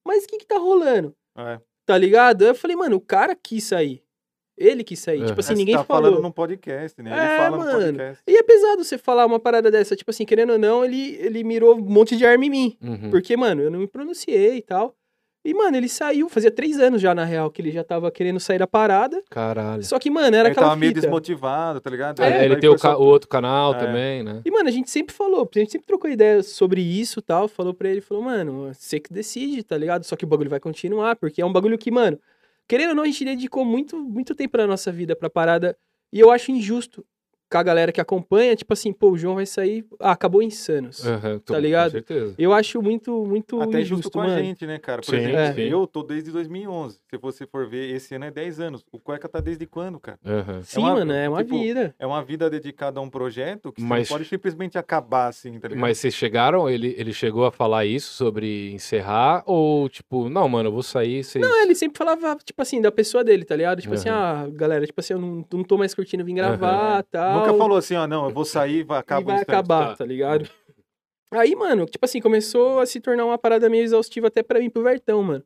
mas o que que tá rolando?
É.
Tá ligado? Aí Eu falei, mano, o cara quis sair. Ele quis sair.
Uhum.
Tipo assim,
Mas
ninguém
tá
falou.
falando num podcast, né?
É,
Ele fala
mano.
no podcast.
E é pesado você falar uma parada dessa. Tipo assim, querendo ou não, ele, ele mirou um monte de arma em mim.
Uhum.
Porque, mano, eu não me pronunciei e tal. E, mano, ele saiu. Fazia três anos já, na real, que ele já tava querendo sair da parada.
Caralho.
Só que, mano, era
ele
aquela
tava meio
fita.
desmotivado, tá ligado?
É,
Aí
ele
foi
tem o,
só-
ca- o outro canal
É.
também, né?
E, mano, a gente sempre falou, a gente sempre trocou ideia sobre isso e tal. Falou pra ele, falou, mano, você que decide, tá ligado? Só que o bagulho vai continuar, porque é um bagulho que, mano, querendo ou não, a gente dedicou muito, muito tempo na nossa vida pra parada. E eu acho injusto com a galera que acompanha, tipo assim, pô, o João vai sair. Ah, acabou insanos.
Aham, com-
ligado?
Com certeza.
Eu acho muito, muito
Até
injusto,
justo com
mano.
a gente, né, cara? Por
Sim,
exemplo,
é.
eu tô desde 2011. Se você for ver, esse ano é 10 anos. O Cueca tá desde quando, cara?
Aham.
Sim,
uma-
mano, é uma
tipo,
vida.
É uma vida dedicada a um projeto que
Mas-
você não pode simplesmente acabar assim, tá ligado?
Mas vocês chegaram, ele, ele chegou a falar isso sobre encerrar? Ou tipo, não, mano, eu vou sair, vocês.
Não, ele sempre falava, tipo assim, da pessoa dele, tá ligado? Tipo assim,
Aham.
ah, galera, tipo assim, eu não, não tô mais curtindo vir gravar, tal.
Uhum. Nunca falou assim, ó, não, eu vou sair, vai
e
acabar
Ah, vai acabar,
tá.
tá ligado? Aí, mano, tipo assim, começou a se tornar uma parada meio exaustiva até pra mim e pro Vertão, mano.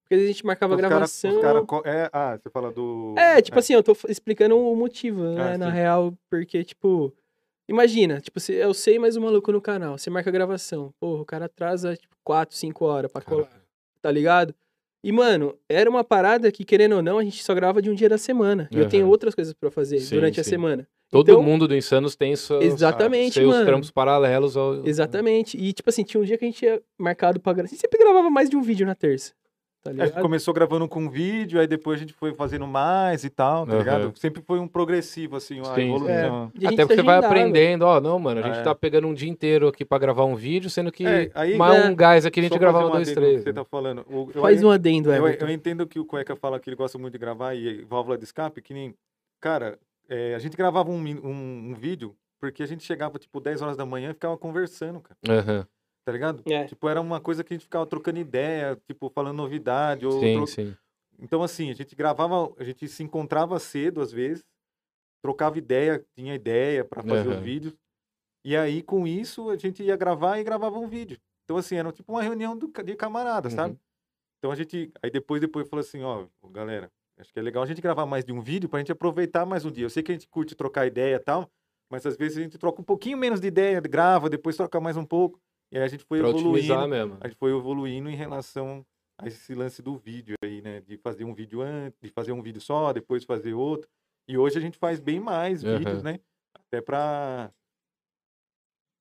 Porque às vezes a gente marcava
Os cara, os
gravação.
cara, co- é, ah, você fala do.
É, tipo assim, eu tô f- explicando o motivo, né,
Ah,
na
sim.
real, porque, tipo, imagina, tipo, se- eu sei mais um maluco no canal, você marca a gravação, porra, o cara atrasa, tipo, 4, 5 horas pra colar,
Cara,
tá ligado? E, mano, era uma parada que, querendo ou não, a gente só grava de um dia da semana. E eu
Aham.
tenho outras coisas pra fazer
Sim,
durante a
sim.
semana.
Todo
Então-
mundo do Insanos tem seus,
Exatamente,
seus
mano.
trampos paralelos ao.
Exatamente. E, tipo assim, tinha um dia que a gente tinha marcado pra gravar. A gente sempre gravava mais de um vídeo na terça. Tá
É que
ligado?
começou gravando com vídeo, aí depois a gente foi fazendo mais e tal, tá
Aham.
ligado? Sempre foi um progressivo, assim, uma
Sim,
evolução.
E a gente
Até porque
se
você vai
agendava.
aprendendo, ó, não, mano, a gente
É.
tá pegando um dia inteiro aqui pra gravar um vídeo, sendo que
É, aí-
mais
É.
um gás aqui a gente
Só
gravava
fazer um
dois,
adendo no que
três.
Você tá falando. O- eu-
Faz um adendo,
Eu,
Everton.
eu entendo que o Cueca fala que ele gosta muito de gravar e válvula de escape, que nem. Cara, é, a gente gravava um, min- um- um vídeo porque a gente chegava tipo 10 horas da manhã e ficava conversando, cara,
Aham,
tá ligado?
É.
Tipo, era uma coisa que a gente ficava trocando ideia, tipo, falando novidade. Ou
Sim,
tro-
sim.
Então, assim, a gente gravava, a gente se encontrava cedo às vezes, trocava ideia, tinha ideia para fazer
Aham.
os vídeos. E aí, com isso, a gente ia gravar e gravava um vídeo. Então, assim, era tipo uma reunião do ca- de camarada,
Uhum.
sabe? Então a gente. Aí depois, depois falou assim, ó, galera, acho que é legal a gente gravar mais de um vídeo pra gente aproveitar mais um dia. Eu sei que a gente curte trocar ideia e tal, mas às vezes a gente troca um pouquinho menos de ideia, grava, depois troca mais um pouco. E aí a gente foi
Pra
evoluindo.
otimizar mesmo.
A gente foi evoluindo em relação a esse lance do vídeo aí, né? De fazer um vídeo antes, de fazer um vídeo só, depois fazer outro. E hoje a gente faz bem mais
Aham.
vídeos, né? Até pra,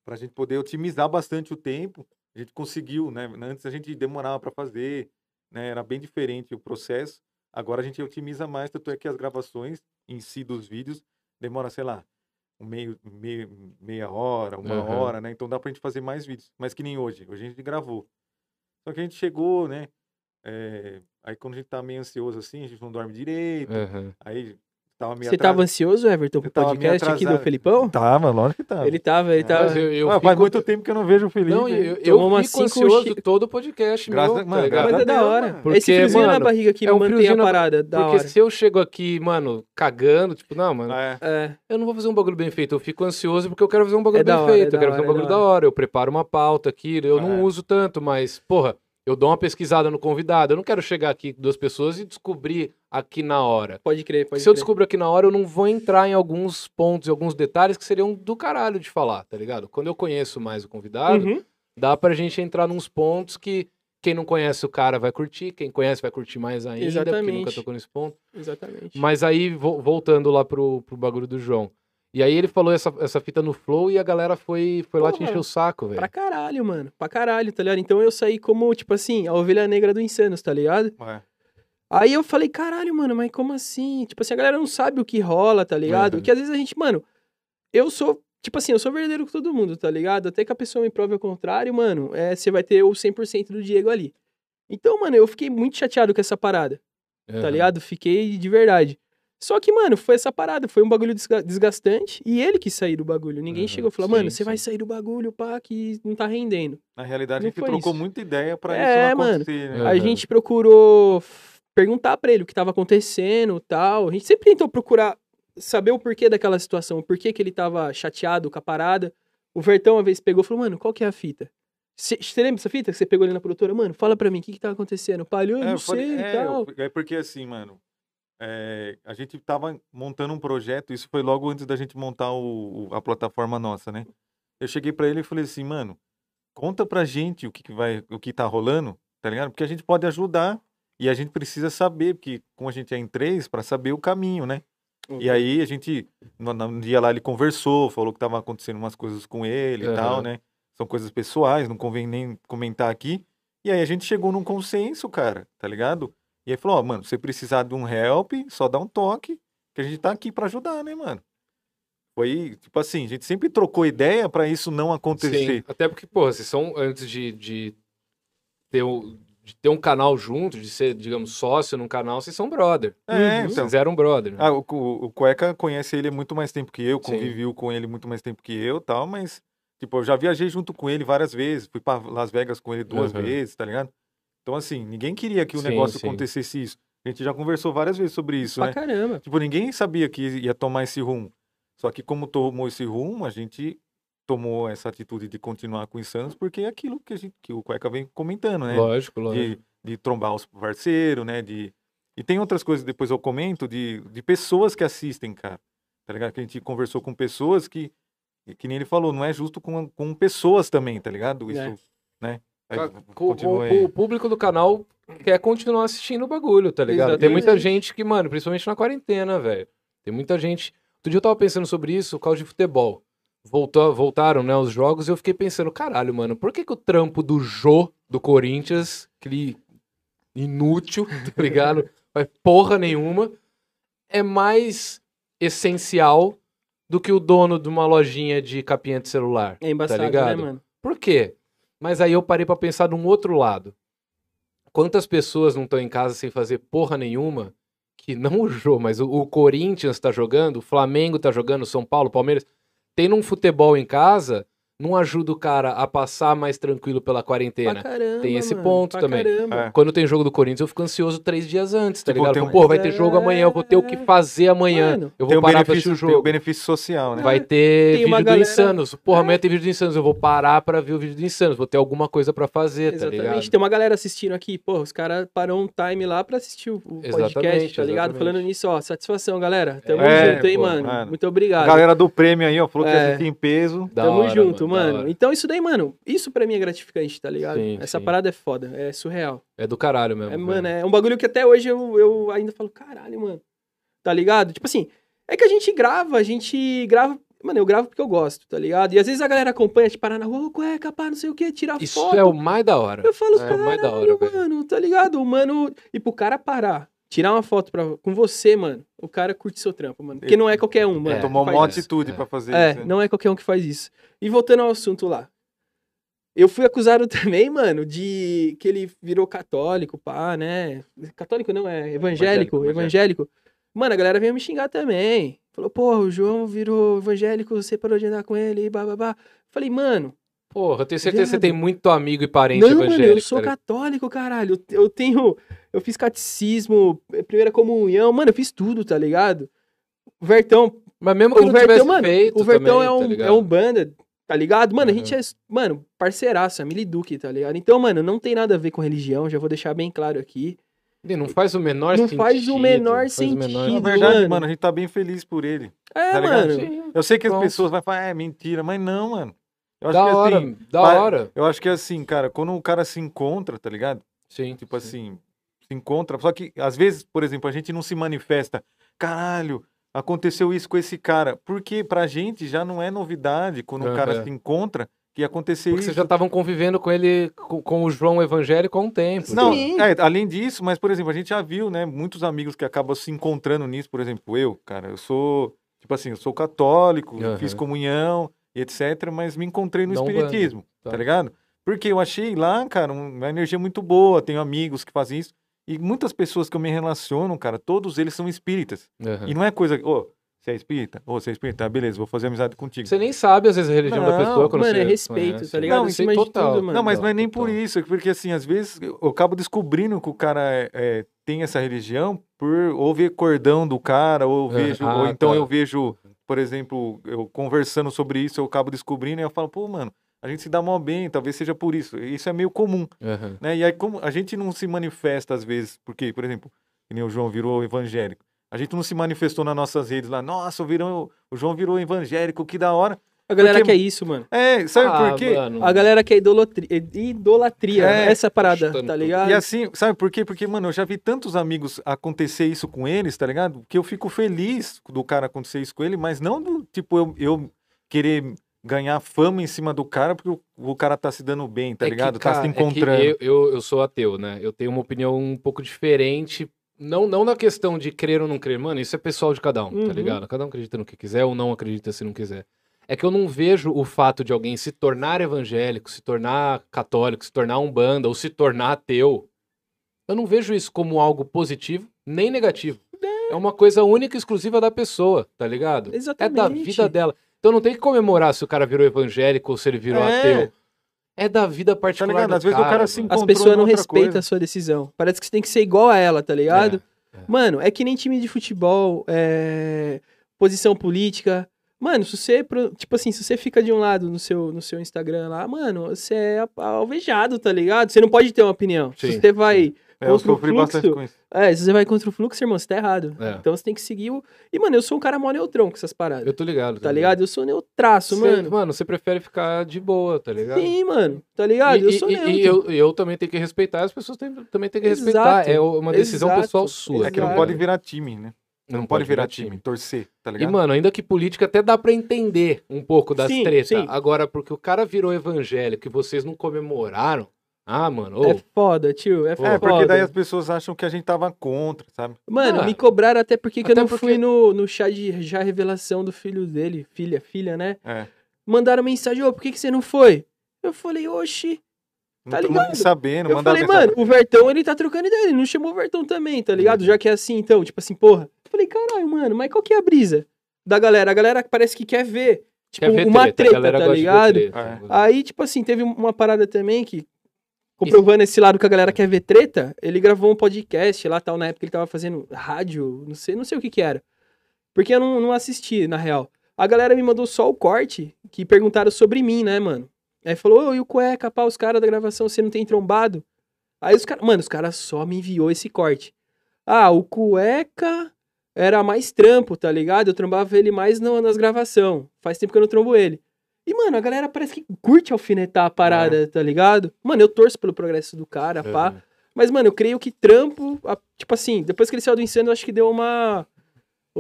pra gente poder otimizar bastante o tempo. A gente conseguiu, né? Antes a gente demorava para fazer, né? Era bem diferente o processo. Agora a gente otimiza mais, tanto é que as gravações em si dos vídeos demora, sei lá, um meio, meio, meia hora, uma
Aham.
hora, né? Então dá pra gente fazer mais vídeos. Mas que nem hoje. Hoje a gente gravou. Só que a gente chegou, né? É, Aí quando a gente tá meio ansioso assim, a gente não dorme direito.
Aham.
Aí tava
É.
meio
Você tava
atrasado.
ansioso, Everton, pro
Eu tava meio
podcast aqui do
atrasado.
Felipão?
Tava, lógico que tava.
Ele tava, ele
Ah,
tava.
Mas eu, eu
Ah, Faz
fico-
muito tempo que eu não vejo o Felipe.
Não,
hein?
eu, eu
Tomou umas
fico
Tá. cinco
ansioso
chi-
todo o podcast
Graças-
meu, tá
mano,
ligado?
Mas é
Graças a
da
Deus,
hora.
mano.
Esse
Porque,
friozinho na
mano,
barriga que
é um
mantém a
friozinho na-
parada, da
Porque
hora.
se eu chego aqui, mano, cagando, tipo, não, mano,
Ah, é.
É,
eu não vou fazer um bagulho bem feito. Eu fico ansioso porque eu quero fazer um bagulho
É da
bem
hora, é
feito.
da
eu quero fazer um
hora, é
bagulho
da
da hora. Eu preparo uma pauta aqui. Eu não
É.
uso tanto, mas, porra, eu dou uma pesquisada no convidado. Eu não quero chegar aqui com duas pessoas e descobrir aqui na hora.
pode crer, pode
Se eu
crer.
descubro aqui na hora, eu não vou entrar em alguns pontos, em alguns detalhes que seriam do caralho de falar, tá ligado? Quando eu conheço mais o convidado,
Uhum.
dá pra gente entrar nos pontos que quem não conhece o cara vai curtir, quem conhece vai curtir mais ainda, porque nunca
Exatamente.
tocou nesse ponto.
Exatamente.
Mas aí, vo- voltando lá pro, pro bagulho do João. E aí ele falou essa, essa fita no Flow e a galera foi, foi lá te
Porra.
encher o saco, velho.
Pra caralho, mano. Pra caralho, tá ligado? Então eu saí como, tipo assim, a ovelha negra do Insanos, tá ligado?
Ah, é.
Aí eu falei, caralho, mano, mas como assim? Tipo assim, a galera não sabe o que rola, tá ligado?
Uhum.
Que às vezes a gente, mano, eu sou Tipo assim, eu sou verdadeiro com todo mundo, tá ligado? Até que a pessoa me prove o contrário, mano, é, você vai ter o 100% do Diego ali. Então, mano, eu fiquei muito chateado com essa parada, tá
Aham.
ligado? Fiquei de verdade. Só que, mano, foi essa parada, foi um bagulho desga- desgastante e ele que saiu do bagulho. Ninguém
Aham,
chegou e falou,
Uhum, sim,
mano, você
sim.
vai sair do bagulho, pá, que não tá rendendo.
Na realidade,
Não
a gente
foi
trocou
isso.
muita ideia pra
É,
isso não
mano.
acontecer, né?
É.
A
Aham.
gente procurou f- perguntar pra ele o que tava acontecendo tal. A gente sempre tentou procurar saber o porquê daquela situação, o porquê que ele tava chateado com a parada. O Vertão uma vez pegou e falou, mano, qual que é a fita? Você lembra dessa fita que você pegou ali na produtora? Mano, fala pra mim, o que que tá acontecendo? Palhou,
É,
não
eu falei-
sei e
é, eu
tal.
fui- é porque assim, mano, é, a gente tava montando um projeto, isso foi logo antes da gente montar o, o- a plataforma nossa, né? Eu cheguei pra ele e falei assim, mano, conta pra gente o que, que vai, o que tá rolando, tá ligado? Porque a gente pode ajudar e a gente precisa saber, porque como a gente é em três, pra saber o caminho, né? E
Uhum.
aí a gente, no, no dia lá ele conversou, falou que tava acontecendo umas coisas com ele e tal,
Aham.
né? São coisas pessoais, não convém nem comentar aqui. E aí a gente chegou num consenso, cara, tá ligado? E aí falou, ó, mano, se você precisar de um help, só dá um toque, que a gente tá aqui pra ajudar, né, mano? Foi, tipo assim, a gente sempre trocou ideia pra isso não acontecer.
Sim, até porque, porra, vocês são, antes de, de ter o- de ter um canal junto, de ser, digamos, sócio num canal, vocês são brother.
É,
Uhum.
então.
Vocês eram brother, né?
Ah, o, o, o Cueca conhece ele muito mais tempo que eu,
Sim.
conviviu com ele muito mais tempo que eu tal, mas, tipo, eu já viajei junto com ele várias vezes, fui pra Las Vegas com ele duas
Aham.
vezes, tá ligado? Então, assim, ninguém queria que o
Sim,
negócio
sim.
acontecesse isso. A gente já conversou várias vezes sobre isso,
pra
né?
caramba.
Tipo, ninguém sabia que ia tomar esse rumo. Só que como tomou esse rumo, a gente tomou essa atitude de continuar com o Insanos, porque é aquilo que, a gente, que o Cueca vem comentando, né?
Lógico, lógico.
de, de trombar os parceiros, né? De... E tem outras coisas, depois eu comento, de, de pessoas que assistem, cara. Tá ligado? Que a gente conversou com pessoas que, e que nem ele falou, não é justo com, com pessoas também, tá ligado? Isso,
É.
né? Aí,
Ca- co-
continua
o,
aí.
o público do canal quer continuar assistindo o bagulho, tá ligado? Tem
Exatamente.
muita gente que, mano, principalmente na quarentena, velho. Tem muita gente. Outro dia eu tava pensando sobre isso, o causa de futebol. Voltou, voltaram, né, os jogos, e eu fiquei pensando, caralho, mano, por que, que o trampo do Jô, do Corinthians, aquele inútil, tá ligado? Faz porra nenhuma, é mais essencial do que o dono de uma lojinha de capinha de celular.
É embaçado,
ligado?
né, mano?
Por quê? Mas aí eu parei pra pensar num outro lado. Quantas pessoas não estão em casa sem fazer porra nenhuma? Que não o Jô, mas o, o Corinthians tá jogando, o Flamengo tá jogando, o São Paulo, o Palmeiras. Tendo um futebol em casa, não ajuda o cara a passar mais tranquilo pela
Pra
quarentena.
caramba,
Tem esse
mano,
ponto
pra
também.
Caramba.
É.
Quando tem jogo do Corinthians, eu fico ansioso três dias antes, tá
Tipo,
ligado?
tem
Falo,
um-
Pô, vai ter jogo amanhã, eu vou ter o que fazer amanhã.
Mano,
eu vou
Tem o
parar pra assistir
benefício,
o
tem um
jogo.
o benefício social, né?
Vai ter
Tem
vídeo
uma
do
galera-
Insanos. Porra,
É.
amanhã tem vídeo do Insanos. Eu vou parar pra ver o vídeo do Insanos. Vou ter alguma coisa pra fazer, tá
Exatamente.
ligado?
Tem uma galera assistindo aqui, pô, os caras parou um time lá pra assistir o o podcast,
Exatamente,
tá ligado?
exatamente.
Falando nisso, ó, satisfação, galera. Tamo
É,
junto, hein,
pô,
mano?
mano.
Muito obrigado.
A galera do prêmio aí, ó, falou que
É.
a gente tem peso.
Da
Tamo
hora,
junto,
da
mano.
hora.
Então isso daí, mano, isso pra mim é gratificante, tá ligado?
Sim,
Essa
sim.
parada é foda, é surreal.
É do caralho mesmo.
É,
velho.
mano, é um bagulho que até hoje eu, eu ainda falo, caralho, mano. Tá ligado? Tipo assim, é que a gente grava, a gente grava. Mano, eu gravo porque eu gosto, tá ligado? E às vezes a galera acompanha, te parar na rua, ô, cueca, pá, não sei o quê, tira
Isso
foto.
é o mais da hora.
Eu falo,
É,
caralho,
mais da hora, velho."
mano, tá ligado? O mano. E pro cara parar, tirar uma foto pra, com você, mano, o cara curte seu trampo, mano. Porque não é qualquer um, mano.
É,
que
Tomou
faz
uma
isso.
atitude
É.
pra fazer
é,
isso. né?
não é qualquer um que faz isso. E voltando ao assunto lá. Eu fui acusado também, mano, de que ele virou católico, pá, né? Católico não, é evangélico, evangélico.
Evangélico,
Mano, a galera veio me xingar também. Falou, porra, o João virou evangélico, você parou de andar com ele, e bababá. Falei, mano,
Porra, eu tenho certeza que você
Viado.
tem muito amigo e parente
não,
evangélico.
mano, eu sou
tá ligado?
católico, caralho. Eu eu tenho. Eu fiz catecismo, primeira comunhão, mano, eu fiz tudo, tá ligado? O Vertão,
Mas mesmo que
o
não
Vertão,
tivesse
mano,
feito
o Vertão
também,
é,
tá
um,
ligado?
é um banda, tá ligado? Mano, a gente
Uhum.
é, mano, parceiraço, é Miliduque, tá ligado? Então, mano, não tem nada a ver com religião, já vou deixar bem claro aqui.
Ele Não faz o menor
Não
sentido.
faz o menor
não faz o menor-
Na
sentido.
verdade,
mano.
mano, a gente tá bem feliz por ele.
É,
Tá ligado?
mano.
Sim,
Eu sei que as
Pronto.
pessoas vão falar, é mentira, mas não, mano. Eu acho
Da
que
hora,
assim,
da
vai-
hora.
eu acho que assim, cara, quando o cara se encontra, tá ligado?
Sim.
Tipo
sim.
assim, se encontra. Só que, às vezes, por exemplo, a gente não se manifesta. Caralho, aconteceu isso com esse cara. Porque pra gente já não é novidade quando o cara
Aham.
se encontra que acontecer
Porque
isso.
vocês já estavam convivendo com ele, com, com o João evangélico há um tempo.
Não,
Sim.
é, além disso, mas, por exemplo, a gente já viu, né? Muitos amigos que acabam se encontrando nisso. Por exemplo, eu, cara, eu sou. Tipo assim, eu sou católico,
Aham.
fiz comunhão, etc., mas me encontrei no
Na Umbanda,
espiritismo,
tá.
tá. ligado? Porque eu achei lá, cara, um- uma energia muito boa, tenho amigos que fazem isso. E muitas pessoas que eu me relaciono, cara, todos eles são espíritas.
Aham.
E não é coisa, ô, você é espírita? Ô, você é espírita? Ah, beleza, vou fazer amizade contigo.
Você nem sabe, às vezes, a religião da
Não,
pessoa quando
mano,
você
é respeito,
conhece. né?
tá ligado?
Não,
Acima
isso é
de
total.
tudo, mano.
Não, mas não é nem
Então.
por isso, é porque assim, às vezes eu acabo descobrindo que o cara é- é, tem essa religião por ou ver cordão do cara, ou
Ah,
vejo,
ah,
ou então
tá.
eu vejo, por exemplo, eu conversando sobre isso, eu acabo descobrindo e eu falo, pô, mano, a gente se dá mal bem, talvez seja por isso. Isso é meio comum,
Aham.
né? E aí como a gente não se manifesta às vezes, porque, por exemplo, que nem o João virou evangélico. A gente não se manifestou nas nossas redes lá, nossa, virou, o João virou evangélico, que da hora.
A galera
Porque-
quer isso, mano.
É, sabe
Ah,
Ah,
por quê?
mano.
A galera quer idolatria, idolatria
É.
essa parada,
Chutando
tá
tudo.
ligado?
E assim, sabe por quê? Porque, mano, eu já vi tantos amigos acontecer isso com eles, tá ligado? Que eu fico feliz do cara acontecer isso com ele, mas não do tipo eu, eu querer ganhar fama em cima do cara porque o, o cara tá se dando bem, tá
É que,
ligado? tá
cara,
se
é que
encontrando.
eu, eu, eu sou ateu, né? Eu tenho uma opinião um pouco diferente. Não, não na questão de crer ou não crer, mano, isso é pessoal de cada um,
Uhum.
tá ligado? Cada um acredita no que quiser ou não acredita se não quiser. É que eu não vejo o fato de alguém se tornar evangélico, se tornar católico, se tornar umbanda ou se tornar ateu. Eu não vejo isso como algo positivo nem negativo.
Né?
É uma coisa única e exclusiva da pessoa, tá ligado? É
Exatamente.
da vida dela. Então não tem que comemorar se o cara virou evangélico ou se ele virou
É.
ateu. É da vida
Tá
particular
ligado?
do
Às vezes o cara se
mano. Assim,
encontrou
As pessoas
em
não
outra
respeitam
coisa.
a sua decisão. Parece que você tem que ser igual a ela, tá ligado? Mano, é que nem time de futebol, é, posição política. Mano, se você, pro- tipo assim, se você fica de um lado no seu, no seu Instagram lá, mano, você é a- alvejado, tá ligado? Você não pode ter uma opinião.
Sim,
se você vai,
É, eu
contra o
sofri bastante
fluxo.
com isso.
é, se você vai contra o fluxo, irmão, você tá errado.
É.
Então você tem que seguir o... E, mano, eu sou um cara mó neutrão com essas paradas,
Eu tô ligado.
tá ligado? Eu sou neutraço,
Cê-
mano.
Mano, você prefere ficar de boa, tá ligado?
Sim, mano, tá ligado?
E,
eu sou
e-
neutro.
e eu, e eu também tenho que respeitar, as pessoas têm- também têm que respeitar.
Exato.
É uma decisão
Exato.
pessoal sua.
É que não
Exato.
pode virar time, né?
Não
Não pode virar time, torcer, tá
E,
ligado?
mano, ainda que política até dá pra entender um pouco das
Sim,
tretas.
sim.
Agora, porque o cara virou evangélico e vocês não comemoraram. Ah, mano, ô,
É foda, tio, é foda.
é, porque daí as pessoas acham que a gente tava contra, sabe?
Mano,
Ah.
me cobraram até porque que
Até
eu não
porque-
fui no, no chá de já revelação do filho dele, filha, filha, né?
É.
Mandaram mensagem, ô, por que, que você não foi? Eu falei, oxi.
Não
Tá
tô
ligado?
nem sabendo,
eu
mandar
falei,
mensagem. Uhum.
mano, o Vertão, ele tá trocando ideia, ele não chamou o Vertão também, tá ligado? Já que é assim, então, tipo assim, porra. Eu falei, caralho, mano, mas qual que é a brisa da galera? A galera parece que quer ver, tipo,
quer ver
uma
treta, a
treta,
galera
tá
gosta de ver
ligado?
treta. né?
É.
Aí, tipo assim, teve uma parada também que, comprovando esse lado que a galera quer ver treta, ele gravou um podcast lá, tal, na época ele tava fazendo rádio, não sei, não sei o que que era. Porque eu não, não assisti, na real. A galera me mandou só o corte, que perguntaram sobre mim, né, mano? Aí falou, ô, e o cueca, pá, os caras da gravação, você não tem trombado? Aí os caras, mano, os caras só me enviou esse corte. Ah, o cueca era mais trampo, tá ligado? Eu trombava ele mais na- nas gravação. Faz tempo que eu não trombo ele. E, mano, a galera parece que curte alfinetar a parada,
É.
tá ligado? Mano, eu torço pelo progresso do cara, pá.
Aham.
Mas, mano, eu creio que trampo. a- tipo assim, depois que ele saiu do insano, eu acho que deu uma.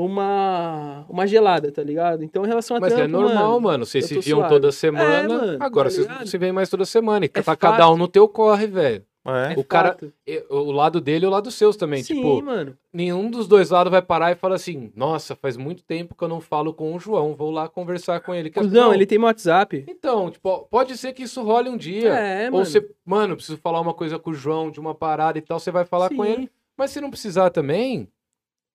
Uma. Uma gelada, tá ligado? Então, em relação a
Mas
trampo.
é normal, mano. Vocês
eu
se
tô
viam
suave.
toda semana.
mano, tá
agora vocês não
ligado?
se veem mais toda semana. E
É
tá cada
fato.
um no teu corre, velho.
É.
é
o cara-
fato.
E- O lado dele e o lado seus também.
Sim,
tipo,
mano.
nenhum dos dois lados vai parar e falar assim: Nossa, faz muito tempo que eu não falo com o João, vou lá conversar com ele. Que- é-
Cusão, ele tem meu WhatsApp.
Então, tipo, ó, pode ser que isso role um dia.
É,
Ou
mano.
você, mano, preciso falar uma coisa com o João de uma parada e tal, você vai falar com
Sim. é
ele. Mas se não precisar também,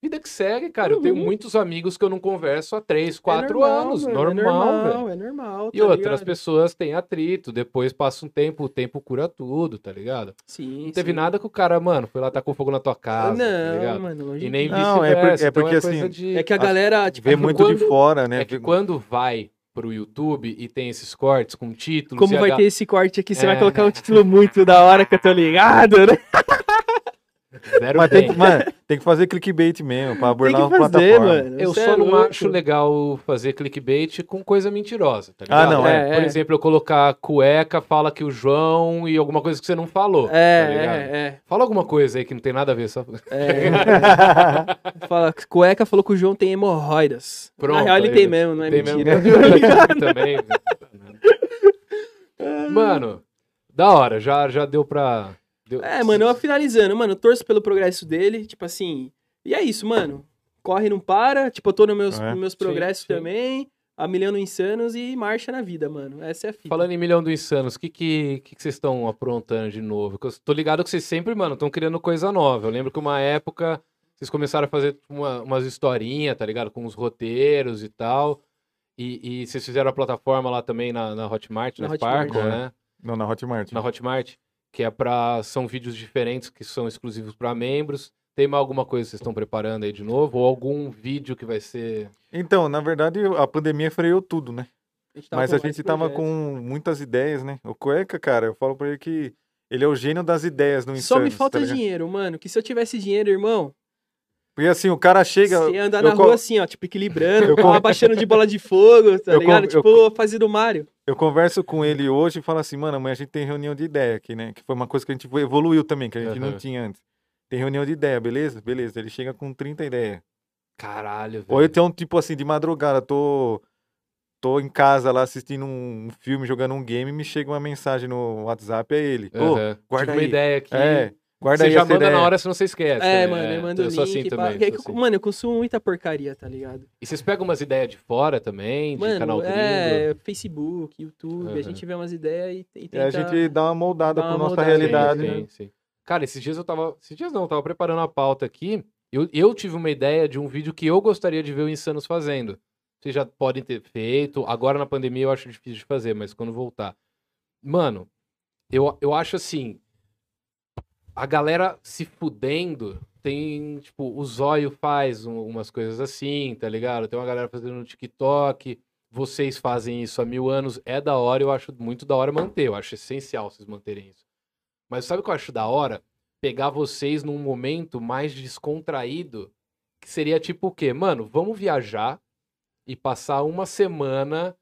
vida que segue, cara. Eu tenho
Uhum. É
muitos amigos que eu não converso há três, quatro
normal,
anos.
mano,
normal,
é
velho.
normal, É normal,
E
tá
outras
ligado?
pessoas têm atrito, depois passa um tempo, o tempo cura tudo, tá ligado?
Sim,
Não teve
sim.
nada que o cara, mano, foi lá tacou fogo na tua casa, tá
Não,
ligado?
mano. Longe
E nem
disso. Não, é por-
vice-versa,
é
então
porque,
coisa
assim,
de-
É que a galera, tipo,
Vê
que
muito de
quando-
fora, né?
é que
Vê-
quando vai pro YouTube e tem esses cortes com títulos
como
e a
vai
ga-
ter esse corte aqui, você
É.
vai colocar um título muito da hora que eu tô ligado, né?
zero
Mas
bem.
tem, que, mano, tem que fazer clickbait mesmo, pra
Tem
burlar
que
uma
fazer,
plataforma.
mano.
Eu
Cê é
só não
louco.
acho legal fazer clickbait com coisa mentirosa, tá
Ah,
ligado?
não,
é,
Por
é.
exemplo, eu colocar cueca, fala que o João e alguma coisa que você não falou. tá ligado?
É,
Fala alguma coisa aí que não tem nada a ver, só.
é, é, é. Fala, cueca falou que o João tem hemorroidas.
Pronto,
Na real, ele
aí,
tem mesmo, não é
Tem mesmo.
mentira.
Também. Mano, da hora, já, já deu pra. deu-
É, mano, eu finalizando, mano, eu torço pelo progresso dele, tipo assim. E é isso, mano. corre não para. Tipo, eu tô nos meus,
É.
nos meus
Sim,
progressos
sim.
também. A milhão no Insanos e marcha na vida, mano. Essa é a fita.
Falando em Milhão dos Insanos, o que, que, que que vocês estão aprontando de novo? Que Eu tô ligado que vocês sempre, mano, estão criando coisa nova. Eu lembro que uma época vocês começaram a fazer uma- umas historinhas, tá ligado? Com uns roteiros e tal. E, e vocês fizeram a plataforma lá também na, na Hotmart, na,
Na é.
Sparkle,
Hotmart.
né?
Não, na Hotmart.
Na Hotmart. Que é pra. São vídeos diferentes que são exclusivos pra membros. Tem mais alguma coisa que vocês estão preparando aí de novo? Ou algum vídeo que vai ser.
Então, na verdade, a pandemia freou tudo, né?
A gente tava
Mas
Tá com
a
vários
gente tava
projetos.
com muitas ideias, né? O Cueca, cara, eu falo pra ele que ele é o gênio das ideias no
Só me
Insanos, tá
falta
ligado?
dinheiro, mano. Que se eu tivesse dinheiro, irmão,
Porque assim, o cara chega.
você ia andar
eu
na
co-
rua assim, ó, tipo, equilibrando,
Eu com-
abaixando de bola de fogo, tá
Eu com-
ligado?
eu
tipo, fazendo o Mario.
Eu converso com ele hoje e falo assim, mano, amanhã a gente tem reunião de ideia aqui, né? Que foi uma coisa que a gente evoluiu também, que a gente
Aham.
não tinha antes. Tem reunião de ideia, beleza? Beleza. Ele chega com 30 ideias.
Caralho, velho.
Ou então, tipo assim, de madrugada, tô. Tô em casa lá assistindo um filme, jogando um game, me chega uma mensagem no WhatsApp, é ele. Ô,
Aham.
guarda
Tive uma
aí.
ideia aqui.
é, guarda
você
aí
já
essa
manda
ideia.
na hora, senão você esquece. né?
É, mano, eu mando o
eu
link.
sou assim
pá.
também.
Que é
sou
que eu-
assim.
Mano, eu consumo muita porcaria, tá ligado?
E vocês pegam umas ideias de fora também, de
Mano,
canal gringo?
é Facebook, YouTube,
Aham.
a gente vê umas ideias e, e
É, a
tenta...
gente dá uma moldada
dá
pra
uma
nossa
moldada,
realidade.
Sim,
né?
sim, sim. Cara, esses dias eu tava. Esses dias não, eu tava preparando a pauta aqui. Eu, eu tive uma ideia de um vídeo que eu gostaria de ver o Insanos fazendo. Vocês já podem ter feito. Agora na pandemia eu acho difícil de fazer, mas quando voltar. Mano, eu, eu acho assim. A galera se fudendo. Tem, tipo, o Zóio faz um- umas coisas assim, tá ligado? Tem uma galera fazendo no TikTok. vocês fazem isso há mil anos, é da hora, eu acho muito da hora manter, eu acho essencial vocês manterem isso. Mas sabe o que eu acho da hora? Pegar vocês num momento mais descontraído, que seria tipo o quê? Mano, vamos viajar e passar uma semana,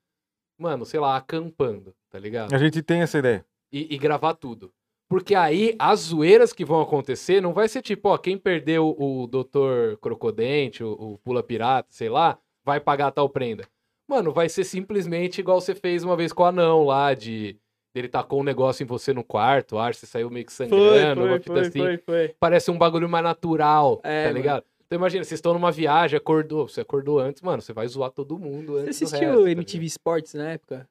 mano, sei lá, acampando, tá ligado?
A gente tem essa ideia.
e, e gravar tudo. Porque aí as zoeiras que vão acontecer não vai ser tipo, ó, quem perdeu o Dr. Crocodente, o, o Pula Pirata, sei lá, vai pagar tal prenda. Mano, vai ser simplesmente igual você fez uma vez com o anão lá, de ele tacou um negócio em você no quarto, acho, você saiu meio que
Foi,
sangrando, uma
foi,
fita
foi,
assim.
foi, foi.
Parece um bagulho mais natural,
É,
tá
mano.
ligado? Então imagina, vocês estão numa viagem, acordou, você acordou antes, mano, você vai zoar todo mundo
Você
antes do
assistiu
resto, tá
MTV Sports na época?
ligado?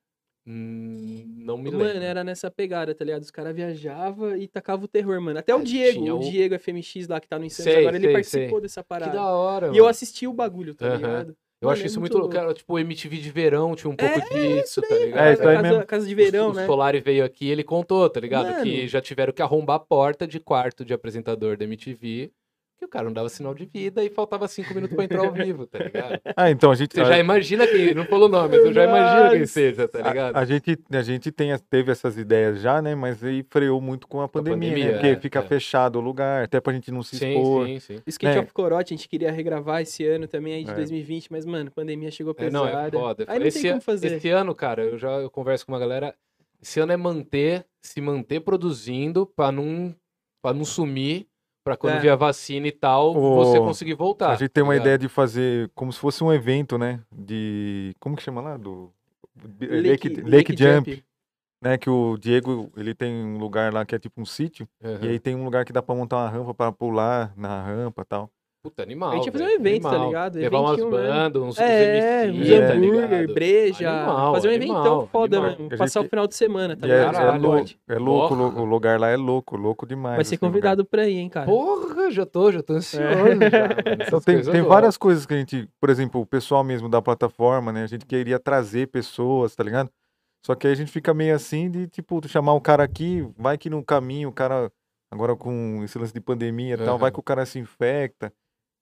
Hum, não me lembro.
Mano, era nessa pegada, tá ligado? Os caras viajavam e tacavam o terror, mano. Até o
É,
Diego,
tinha
o
o-
Diego FMX lá que tá no Insanos
Sei,
agora, ele
sei,
participou dessa
Que
parada.
da hora,
E eu
mano.
assisti o bagulho, tá
Aham.
ligado?
Eu
Mano,
acho
é
isso
muito É,
muito louco. Cara, tipo, MTV de verão tinha um pouco disso, tá ligado?
É, isso aí
casa,
mesmo.
casa de então verão,
o,
né?
O Solari veio aqui e ele contou, tá ligado?
Mano.
Que já tiveram que arrombar a porta de quarto de apresentador da MTV, que o cara não dava sinal de vida e faltava cinco minutos pra entrar ao vivo, tá ligado?
Ah, então a gente.
Você
a-
já imagina quem, não falou o nome, mas eu já imagino quem
Nossa.
seja, tá
A-
ligado?
A, gente, a gente tem, as- teve essas ideias já, né? Mas aí freou muito com a pandemia,
pandemia,
né? Porque
é,
fica
é.
fechado o lugar, até pra gente não se
sim,
expor.
sim, sim.
Skate
É.
of Corote, a gente queria regravar esse ano também, aí de
É.
2020, mas, mano, pandemia chegou
É,
pesada.
não, é foda. é
Aí
foda.
não
esse,
tem
an-
como fazer.
esse ano, cara, eu já eu converso com uma galera. Esse ano é manter, se manter produzindo pra não, pra não sumir, pra quando
É.
vier a vacina e tal,
Ô,
você conseguir voltar. tá
a gente tem uma
ligado?
ideia de fazer como se fosse um evento, né? De. Como que chama lá? Do. de- é, Lake, Lake, Jump, né? Que o Diego, ele tem um lugar lá que é tipo um sítio.
Aham.
E aí tem um lugar que dá pra montar uma rampa pra pular na rampa e tal.
Puta, animal.
A gente ia fazer um
velho,
evento, tá
animal.
ligado?
Levar umas
Eventinho mesmo.
bandas, uns, uns
É,
MC,
uns
tá
hambúrguer,
ligado?
breja,
Animal,
fazer um
animal,
eventão foda,
animal.
mano.
A gente-
Passar o final de semana, tá
E é,
ligado?
Caralho,
é louco,
ótimo.
é louco,
Porra.
louco, o lugar lá é louco, louco demais.
Vai ser
assim, o lugar.
convidado pra ir, hein, cara.
Porra, já tô, já tô
É.
ansioso. já, mano.
Então
Essas
tem,
coisas é
tem
eu
várias coisas que a gente, por exemplo, o pessoal mesmo da plataforma, né? A gente queria trazer pessoas, tá ligado? Só que aí a gente fica meio assim de, tipo, tu chamar o cara aqui, vai que no caminho o cara, agora com esse lance de pandemia e tal,
Aham. É
vai que o cara se infecta.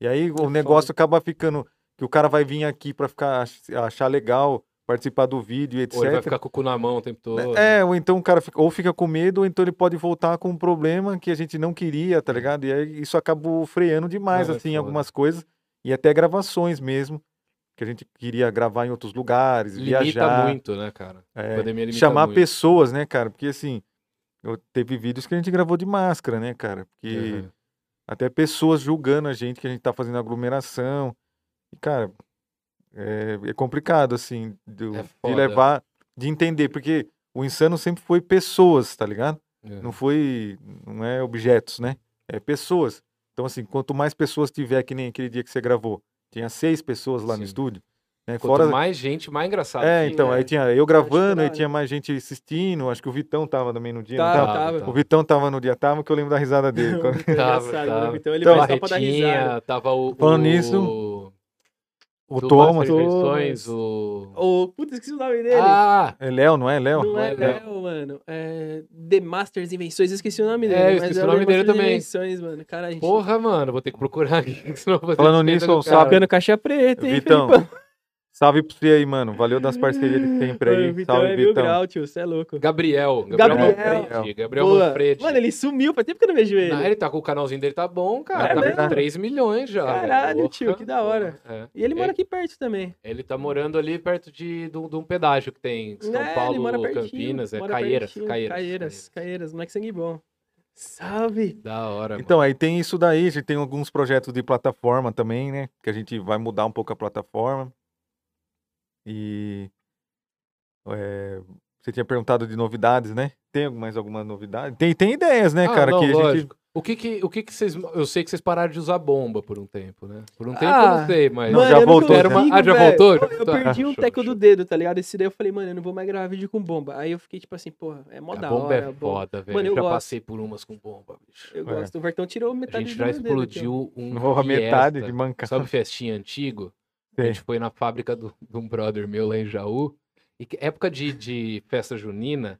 E aí o
foda.
negócio acaba ficando, que o cara vai vir aqui pra ficar, achar legal, participar do vídeo, etc.
gosto. Ou ele vai ficar com o cu na mão o tempo todo.
É, ou então o cara fica, ou fica com medo, ou então ele pode voltar com um problema que a gente não queria, tá ligado? E aí isso acabou freando demais,
Ah, é
assim,
foda.
algumas coisas. E até gravações mesmo, que a gente queria gravar em outros lugares,
Limita
viajar.
muito, né, cara?
é,
A pandemia limita
chamar
muito.
pessoas, né, cara? Porque assim, eu, teve vídeos que a gente gravou de máscara, né, cara? Porque
Aham.
até pessoas julgando a gente que a gente tá fazendo aglomeração. E, cara, é, é complicado, assim, do-
É
de
foda.
levar, de entender, porque o insano sempre foi pessoas, tá ligado?
Aham.
Não foi, não é objetos, né? É pessoas. Então, assim, quanto mais pessoas tiver, que nem aquele dia que você gravou, Tinha seis pessoas lá
Sim.
no estúdio. Né?
Quanto
Fora...
mais assim, gente, mais engraçado.
É,
Sim,
então,
é.
aí tinha eu gravando, aí
trabalho.
tinha mais gente assistindo, acho que o Vitão tava também no dia, não
Tava,
tava?
tava.
tava.
O Vitão tava no dia, tava, que eu lembro da risada
O
dele.
Vitor é
Tava,
engraçado,
tava.
né? O Vitão, ele
Então,
vai só pra dar risada.
Barretinha, tava o.
Falando
o-
nisso, o
do
Thomas,
Master
Thomas.
Versões, o.
Ô, puta, esqueci o nome dele.
Ah!
é Léo, não é Léo?
Não é,
não é.
Léo, mano. É The Masters Invenções, eu esqueci o nome
É,
dele.
eu
mas
esqueci
é
o nome
The
dele
Masters
também.
Invenções, mano. Cara, a gente
Porra, mano, vou ter que procurar aqui, que senão eu vou fazer
Falando
desfeita
nisso,
do
o
cara.
sapiando tá caixa preta, hein,
Vitão,
Felipão?
salve pra você aí, mano. Valeu das parcerias de sempre aí.
Mano, o Vitão
salve,
é mil
Vitão.
grau, tio, cê é louco.
Gabriel.
Gabriel.
Manfredi, Gabriel
Boa.
Manfredi.
Mano, ele sumiu, faz tempo que eu não vejo ele.
Ah, ele tá com o canalzinho dele, tá bom, cara.
É
tá
mesmo?
com 3 milhões já. velho.
Caralho, tio,
Porra.
que da hora.
É.
E ele mora aqui perto também.
Ele tá morando ali perto de, de, um, de um pedágio que tem em São
É,
Paulo,
ele mora pertinho,
Campinas, é
mora
Caieiras,
pertinho.
Caieiras.
Caieiras, Caieiras, moleque sangue bom. Salve!
Da hora, mano.
Então, aí tem isso daí, a gente tem alguns projetos de plataforma também, né? Que a gente vai mudar um pouco a plataforma. E. é, você tinha perguntado de novidades, né? Tem mais alguma novidade? Tem, tem ideias, né,
Ah,
cara?
não,
que a gente.
lógico. O que que, o que que vocês... Eu sei que vocês pararam de usar bomba por um tempo, né? Por um tempo eu
Ah,
não sei, mas...
Não, já
eu nunca
voltou,
Era uma-
consigo,
Ah, já
velho.
voltou? Já
Eu, eu
voltou?
perdi
Ah,
um
show,
teco
show.
do dedo, tá ligado? Esse daí eu falei, mano, eu não vou mais gravar vídeo com bomba. Aí eu fiquei tipo assim, porra, é mó
A
da
bomba
hora.
é foda, velho.
Mano, eu
já
gosto. tá
passei por umas com bomba, bicho.
Eu gosto. O Vertão tirou
A
metade
gente
do
já
meu dedo aqui, ó.
explodiu um
Ou a metade
Fiesta.
de mancar.
Sabe festinha antigo? A
Sei.
gente foi na fábrica do- de um brother meu lá em Jaú. E que- época de, de festa junina,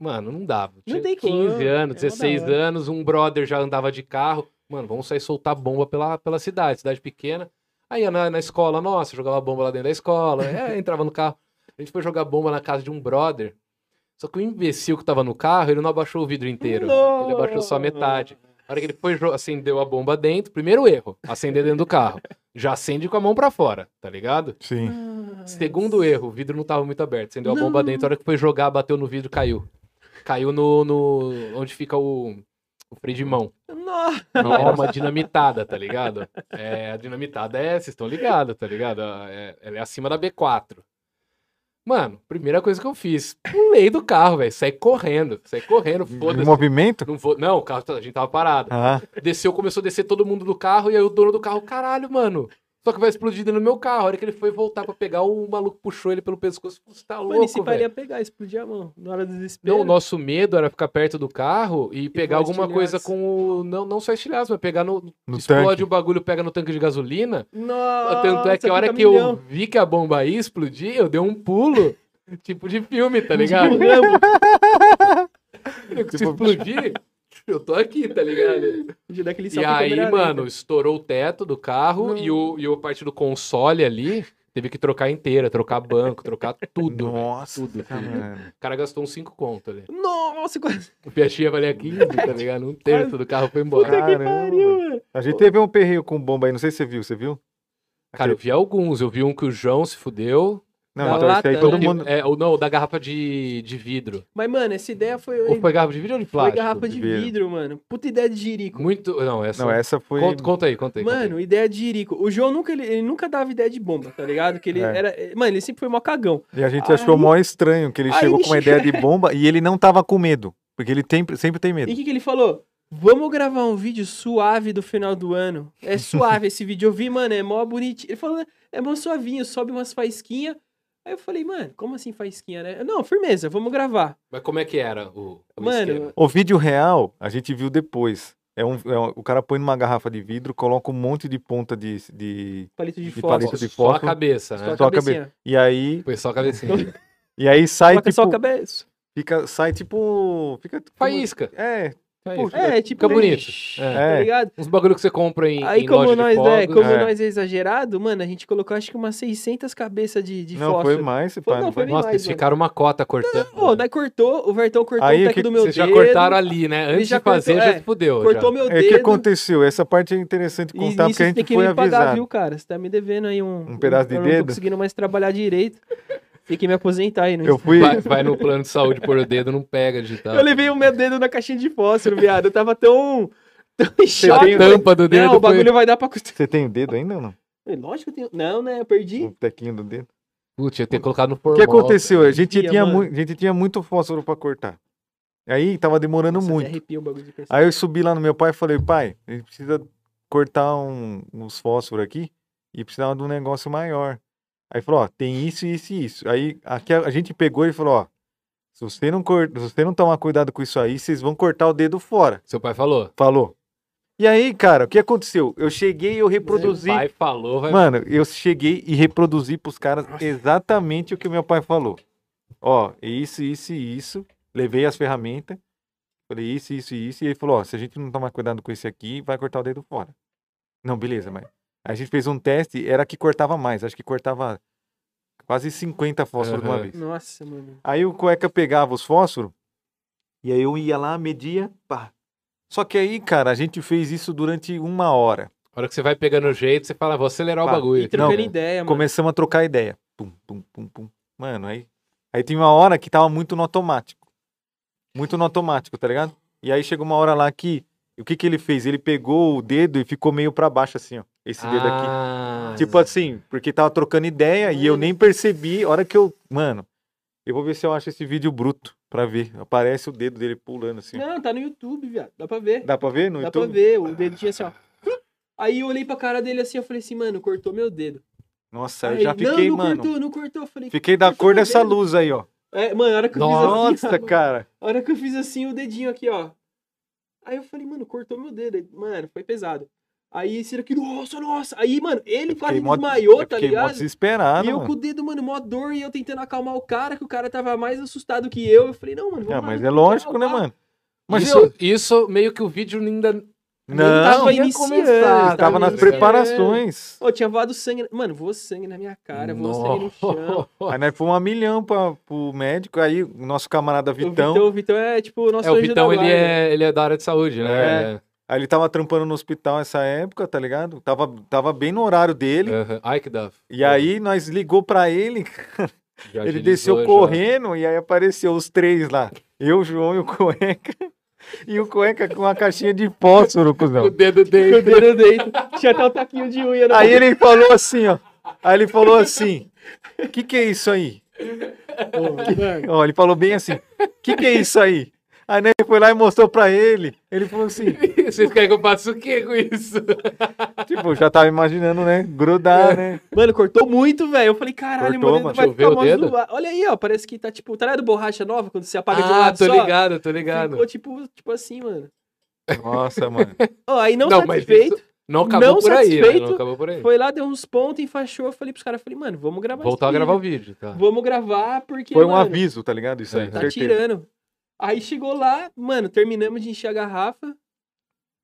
mano, não dava. Tinha
tem
15
como, é mó
anos, 16
da hora.
anos, um brother já andava de carro. Mano, vamos sair soltar bomba pela, pela cidade, cidade pequena. Aí ia na, na escola, nossa, jogava bomba lá dentro da escola, é, entrava no carro. A gente foi jogar bomba na casa de um brother. Só que o imbecil que tava no carro, ele não abaixou o vidro inteiro. Ele abaixou só a metade. Na hora que ele foi, jo- acendeu a bomba dentro, primeiro erro, acender dentro do carro. Já acende com a mão pra fora, tá ligado?
Sim.
Segundo erro, o vidro não tava muito aberto, acendeu a bomba dentro, a hora que foi jogar, bateu no vidro, caiu. Caiu no, no- onde fica o, o freio de mão.
Ah, Nossa,
Não era uma dinamitada, tá ligado? É, a dinamitada é, vocês estão ligados, tá ligado? É, ela é acima da B4. Mano, primeira coisa que eu fiz, pulei do carro, velho, saí correndo, saí correndo,
Em
foda-se.
movimento?
Não, vou, não, o carro, tá- a gente tava parado.
Ah,
Desceu, começou a descer todo mundo do carro, e aí o dono do carro, caralho, mano. Só que vai explodir dentro do meu carro. A hora que ele foi voltar pra pegar, o maluco puxou ele pelo pescoço. Você tá
mano, e
louco,
se pai é
velho.
ia pegar, explodir a mão na hora do desespero.
Não, o nosso medo era ficar perto do carro e pegar
com
alguma coisa
estilhaço.
com o... Não, não só estilhaço, mas pegar no...
No
explode
tanque.
o bagulho, pega no tanque de gasolina.
Nossa,
Tanto é que a
fica
hora que eu
milhão.
vi que a bomba ia explodir, eu dei um pulo, tipo de filme, tá ligado?
Tipo
Se
Tipo,
explodir, eu tô aqui, tá ligado?
Já dá aquele
E
salto em
aí,
câmera
mano,
lenta.
estourou o teto do carro e, o, e a parte do console ali teve que trocar inteira, trocar banco, trocar tudo. velho.
Nossa,
Tudo, tudo.
mano.
O cara gastou uns 5 conto ali.
Nossa, quase.
O Piachinha valia 15, tá ligado? Um terço do carro foi
Puta
embora.
que
Caramba,
pariu,
mano.
mano.
A gente teve um perreio com bomba aí, não sei se você viu, você viu?
Cara, eu vi alguns. Eu vi um que o João se fudeu.
Na
Não, então esse
lata,
aí
né?
todo
Que-
mundo.
É, ou não, o da garrafa de, de vidro.
Mas, mano, essa ideia foi.
Ou foi garrafa de vidro ou de
Foi
plástico?
garrafa de
de vidro.
vidro, mano. Puta ideia de jirico.
Muito. Não, essa.
Não, essa foi.
Conta, conta aí, conta aí. conta
Mano, ideia de jirico. O João nunca, ele, ele nunca dava ideia de bomba, tá ligado? Que ele
É.
era. Mano, ele sempre foi mó cagão.
E a gente
Aí-
achou mó estranho que ele
Aí
chegou
ele
com uma
chega-
ideia de bomba e ele não tava com medo. Porque ele tem- sempre tem medo.
E o que, que ele falou? Vamos gravar um vídeo suave do final do ano. É suave esse vídeo. Eu vi, mano, é mó bonitinho. Ele falou, é mó suavinho, sobe umas faisquinhas. Aí eu falei, mano, como assim faisquinha, né? Não, firmeza, vamos gravar.
aí. Mas como é que era o. o esquema?
Mano,
O vídeo real, a gente viu depois. É um, é um- o cara põe numa garrafa de vidro, coloca um monte de ponta de. de-
palito de
De
fósforo.
palito de
só a
fósforo.
cabeça,
Só
né?
a
Só a
cabecinha.
e aí.
Foi só a cabecinha.
E aí sai
Coloca só a
tipo.
cabeça.
Fica, sai tipo. Fica. tipo-
Faísca.
É,
faísca.
É, tipo...
Fica bonito. É.
Tá
é.
ligado?
Uns bagulho que você compra em,
Aí,
em
como,
loja
nós
de fogos.
é, como
É.
nós é exagerado, mano, a gente colocou acho que umas 600 cabeças de, de
Não,
fósforo.
foi mais,
Foi-
pá,
não,
não
foi
foi
bem
Nossa,
mais,
eles
mano.
ficaram uma cota cortando.
Ô, daí cortou, o Vertão cortou
Aí,
o
o
teco
que-
do meu
Vocês já
dedo.
cortaram ali, né? Antes
já
de fazer,
cortou,
já
é.
se fudeu. já.
Cortou meu
É
dedo.
que aconteceu, essa parte é interessante
E
contar,
nisso
porque a
você tem
gente
que
foi
me pagar,
avisado.
viu, cara? Você tá me devendo aí um...
Um pedaço de
eu não tô
dedo?
conseguindo mais trabalhar direito. Tem que me aposentar aí. No
Eu fui.
Vai, vai no plano de saúde pôr o dedo, não pega digital.
Eu levei o meu dedo na caixinha de fósforo, viado. Eu tava tão... Tão em
a
choque.
tampa do dedo.
Não, o
foi-
bagulho vai dar pra... costura.
Você tem o dedo ainda ou não?
Lógico que eu tenho... Não, né? Eu perdi.
O um tequinho do dedo.
Putz, eu ter colocado no
O
formal.
que aconteceu? A gente,
Dia,
tinha
mano.
mui- a gente tinha muito fósforo pra cortar. Aí tava demorando
Nossa,
muito.
até arrepia o bagulho de pensar.
Aí eu subi lá no meu pai e falei, pai, a gente precisa cortar um- uns fósforos aqui e precisava de um negócio maior. Aí falou, ó, tem isso, isso e isso. Aí aqui a, a gente pegou e falou, ó, se você, não cor... se você não tomar cuidado com isso aí, vocês vão cortar o dedo fora.
Seu pai falou.
Falou. E aí, cara, o que aconteceu? Eu cheguei e eu reproduzi.
Seu pai falou, vai.
Mano, eu cheguei e reproduzi pros caras exatamente o que meu pai falou. Ó, isso, isso e isso. Levei as ferramentas. Falei isso, isso e isso. E ele falou, ó, se a gente não tomar cuidado com esse aqui, vai cortar o dedo fora. Não, beleza, mas... A gente fez um teste, era que cortava mais. Acho que cortava quase 50 fósforos de uma
Aham.
vez.
Nossa, mano.
Aí o cueca pegava os fósforos, e aí eu ia lá, media, pá. Só que aí, cara, a gente fez isso durante uma hora.
A hora que você vai pegando o jeito, você fala, vou acelerar o
Pá,
bagulho.
E
aqui.
trocando
Não,
ideia, mano.
Começamos a trocar ideia. Pum, pum, pum, pum. Mano, aí. Aí tem uma hora que tava muito no automático. Muito no automático, tá ligado? E aí chegou uma hora lá que. O que que ele fez? Ele pegou o dedo e ficou meio pra baixo, assim, ó. Esse dedo aqui.
Ah,
Tipo assim, porque tava trocando ideia e eu nem percebi. A hora que eu. Mano, eu vou ver se eu acho esse vídeo bruto pra ver. Aparece o dedo dele pulando assim.
Não, tá no YouTube, viado. Dá pra ver.
Dá pra ver no
Dá
YouTube?
pra ver. O dedinho assim, ó. Aí eu olhei pra cara dele assim, eu falei assim, mano, cortou meu dedo.
Nossa, eu
Aí,
já fiquei,
não, não
mano.
cortou, não cortou. Eu falei,
Fiquei da
Cortou meu
cor dessa
dedo.
luz aí, ó.
é, mano, a hora que eu fiz assim.
Nossa,
ó,
cara.
A hora que eu fiz assim, o dedinho aqui, ó. Aí eu falei, mano, cortou meu dedo. Aí, Mano, foi pesado. Aí esse aqui, nossa, nossa. Aí, mano, ele quase
É Fiquei mó-
desmaiou,
eu
tá
Fiquei mó
ligado?
desesperado,
e eu
mano.
com o dedo, mano, mó dor, e eu tentando acalmar o cara, que o cara tava mais assustado que eu. Eu falei, não, mano, vamos
Ah,
lá,
mas
não
é
tem
lógico,
tchau,
né,
tá?
mano? Mas
isso,
eu
isso meio que o vídeo ainda
não,
tava
ah,
tava tá
ia
iniciando,
começar,
tava
tava nas
iniciando.
preparações.
Ô, tinha voado sangue. na- Mano, voou sangue na minha cara, voou sangue no chão.
Aí nós fomos a milhão pra, pro médico, aí o nosso camarada
O Vitão,
Vitão,
o Vitão é tipo o nosso
É, o
anjo
Vitão,
da
ele
guarda.
é, ele é da área de saúde, né? É.
aí ele tava trampando no hospital nessa época, tá ligado? Tava, tava bem no horário
É.
dele,
É. Aham. Ai, que dá.
e aí nós ligou pra ele,
Já
ele
agilizou,
desceu
já.
correndo e aí apareceu os três lá, eu, o João e o Cueca, e o Cueca com uma caixinha de fósforo, cuzão.
O dedo
Com
dele.
o dedo dentro. Tinha até o taquinho de unha na
Aí ele falou assim, ó. Aí ele falou assim: O que, que é isso aí?
Ô, mano.
Ó, ele falou bem assim: O que, que é isso aí? Aí né, foi lá e mostrou pra ele. Ele falou assim:
Vocês querem que eu faça o quê com isso?
Tipo, já tava imaginando, né? Grudar, né?
Mano, cortou muito, velho. Eu falei, caralho,
Cortou,
mano,
mano.
vai
Deixa eu ver
ficar
o
mó
dedo.
zoado. Olha aí, ó, parece que tá tipo, tá ligado borracha nova quando você apaga de um
Ah,
lado
tô
só?
ligado, tô ligado.
Ficou tipo, tipo assim, mano.
Nossa, mano.
Ó, aí não,
Não, mas
satisfeito,
Não acabou
Não
por aí, né?
satisfeito,
Não acabou por aí.
foi lá, deu uns pontos, enfaixou, eu falei pros caras, falei, mano, vamos gravar
Voltar a
isso aqui,
gravar o
né?
vídeo, tá?
Vamos gravar porque,
Foi um
mano,
aviso, tá ligado? Isso aí,
É.
tá
certeza.
tirando. Aí chegou lá, mano, terminamos de encher a garrafa,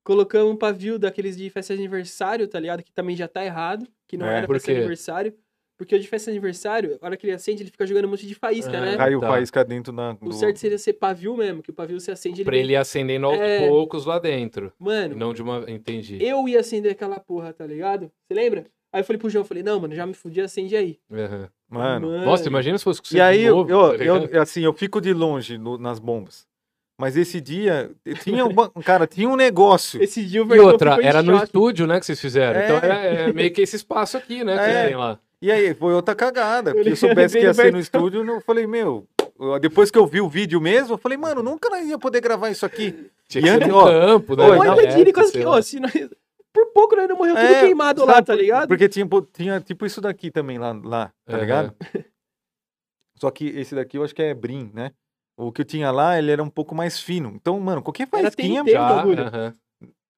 colocamos um pavio daqueles de festa de aniversário, tá ligado? Que também já tá errado, que não
É,
era
por
festa
quê?
de aniversário. Porque o de festa de aniversário, a hora que ele acende, ele fica jogando um monte de faísca,
Ah,
né?
Caiu
Tá.
faísca dentro na.
O
do-
certo seria ser pavio mesmo, que o pavio se acende
Pra ele ir acendendo aos
É.
poucos lá dentro. E
Mano,
Não de uma. Entendi.
eu ia acender aquela porra, tá ligado? Você lembra? Aí eu falei pro João, eu falei, não, mano, já me fudi, acende aí.
Aham.
Mano.
É.
Nossa, imagina se fosse com você
E aí,
de
eu,
novo. tá
eu,
ligado?
eu- assim, eu fico de longe no- nas bombas. Mas esse dia, tinha uma, cara, tinha um negócio.
Esse dia o
E
Verdão
outra,
ficou em
era no
choque.
estúdio, né, que vocês fizeram.
É.
Então era é, meio que esse espaço aqui, né, que
É.
vocês têm lá.
E aí, foi outra cagada.
Eu
Porque eu
lembrei
soubesse que ia
do
ser no
Bertão.
estúdio, eu não- falei, meu. eu- Depois que eu vi o vídeo mesmo, eu falei, mano, nunca nós ia poder gravar isso aqui.
Tinha que
E
ser
antes-
no
ó,
campo, né?
ó,
na
não,
Olha,
época,
ele quase
sei
que,
lá.
ó, se nós- por pouco nós não morreu tudo
É,
queimado lá,
sabe,
tá ligado?
Porque tinha, po- tinha tipo isso daqui também lá, lá tá
Aham.
ligado? Só que esse daqui eu acho que é Brim, né? O que eu tinha lá, ele era um pouco mais fino. Então, mano, qualquer
Era
faísquinha.
TNT. Tem um
Já,
bagulho.
aham.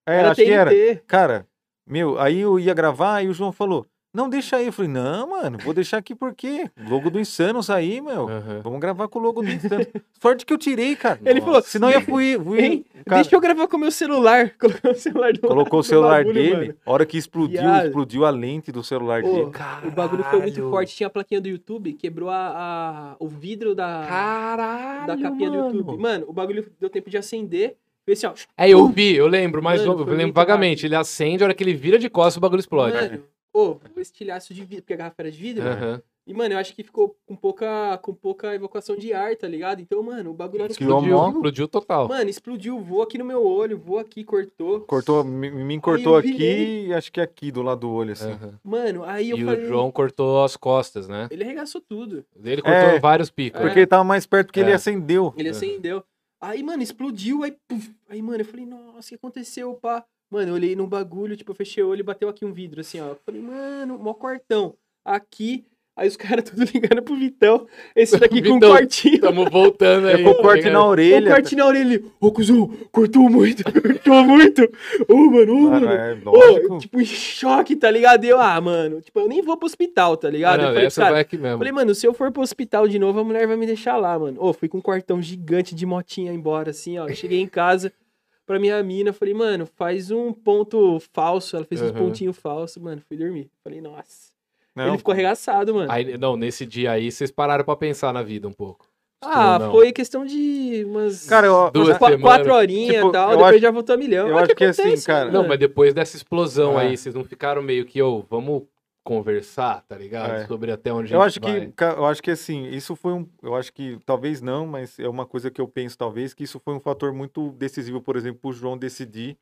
É,
Era
acho que era.
TNT.
Cara, meu, aí eu ia gravar e o João falou: não, deixa aí. Eu falei: não, mano, vou deixar aqui porque logo do Insanos aí, meu.
aham.
Vamos gravar com o logo do Insanos. Sorte que eu tirei, cara.
Ele falou,
Senão ia fui. fui
Hein?
cara,
Deixa eu gravar com o meu celular. Colocou o celular do
Colocou o
do
celular
bagulho,
dele,
mano.
a hora que explodiu,
Viado.
explodiu a lente do celular
Ô,
dele.
O bagulho foi muito forte. Tinha a plaquinha do YouTube, quebrou a, a- o vidro da,
Caralho,
da capinha
mano.
do YouTube. Mano, o bagulho deu tempo de acender. Foi assim, ó.
É, eu vi, eu lembro, mas
Mano,
eu, eu
foi
lembro
muito
vagamente.
rápido.
Ele acende, a hora que ele vira de costas, o bagulho explode.
Mano, ô, um estilhaço de vidro, porque a garrafa era de vidro.
Aham.
E, mano, eu acho que ficou com pouca, com pouca evocação de ar, tá ligado? Então, mano, o bagulho era
Esquilou
explodiu.
Explodiu,
mó.
explodiu total.
Mano, explodiu, voou aqui no meu olho, voou aqui, cortou.
Cortou, me, me cortou
eu vi
aqui e acho que é aqui do lado do olho, assim.
Aham.
Mano, aí
E,
eu
o
falei.
João cortou as costas, né?
Ele arregaçou tudo.
Ele cortou
É,
vários picos.
Porque ele tava mais perto porque ele
É.
acendeu.
Ele
Aham.
acendeu. Aí, mano, explodiu, aí. puf. Aí, mano, eu falei, nossa, o que aconteceu, pá? Mano, eu olhei num bagulho, tipo, eu fechei o olho e bateu aqui um vidro, assim, ó. Eu falei, mano, mó cortão. Aqui. Aí os caras tudo ligando pro Vitão. Esse daqui com
Vitão,
um cortinho.
Tamo voltando aí. tá
É com corte na
Um
orelha.
corte na orelha. ele, Ô, cuzão, cortou muito, cortou muito. Ô, mano, ô,
Cara,
mano.
é
Ô,
lógico.
tipo, em choque, tá ligado? E eu, ah, mano, tipo, eu nem vou pro hospital, tá
Ah,
ligado?
não,
eu falei,
essa
cara,
vai aqui mesmo.
falei, mano, se eu for pro hospital de novo, a mulher vai me deixar lá, mano. Ô, fui com um quartão gigante de motinha embora, assim, ó. Cheguei em casa pra minha mina, falei, mano, faz um ponto falso. Ela fez um
Aham.
pontinho falso, mano, fui dormir. Falei, nossa.
Não,
Ele ficou arregaçado, mano.
Aí, não, nesse dia aí vocês pararam pra pensar na vida um pouco.
ah,
Ou não?
foi questão de umas...
Cara, eu,
Duas
Qua-
semanas.
quatro horinhas e
Tipo,
tal,
eu
depois
acho-
já voltou a milhão.
eu
Olha o
acho que assim,
acontece,
cara-
Não, mas depois dessa explosão
É.
aí, vocês não ficaram meio que, ô, vamos conversar, tá ligado?
É.
Sobre até onde
eu
a
acho
gente
que,
vai.
ca- eu acho que assim, isso foi um, eu acho que talvez não, mas é uma coisa que eu penso talvez que isso foi um fator muito decisivo, por exemplo, o João decidir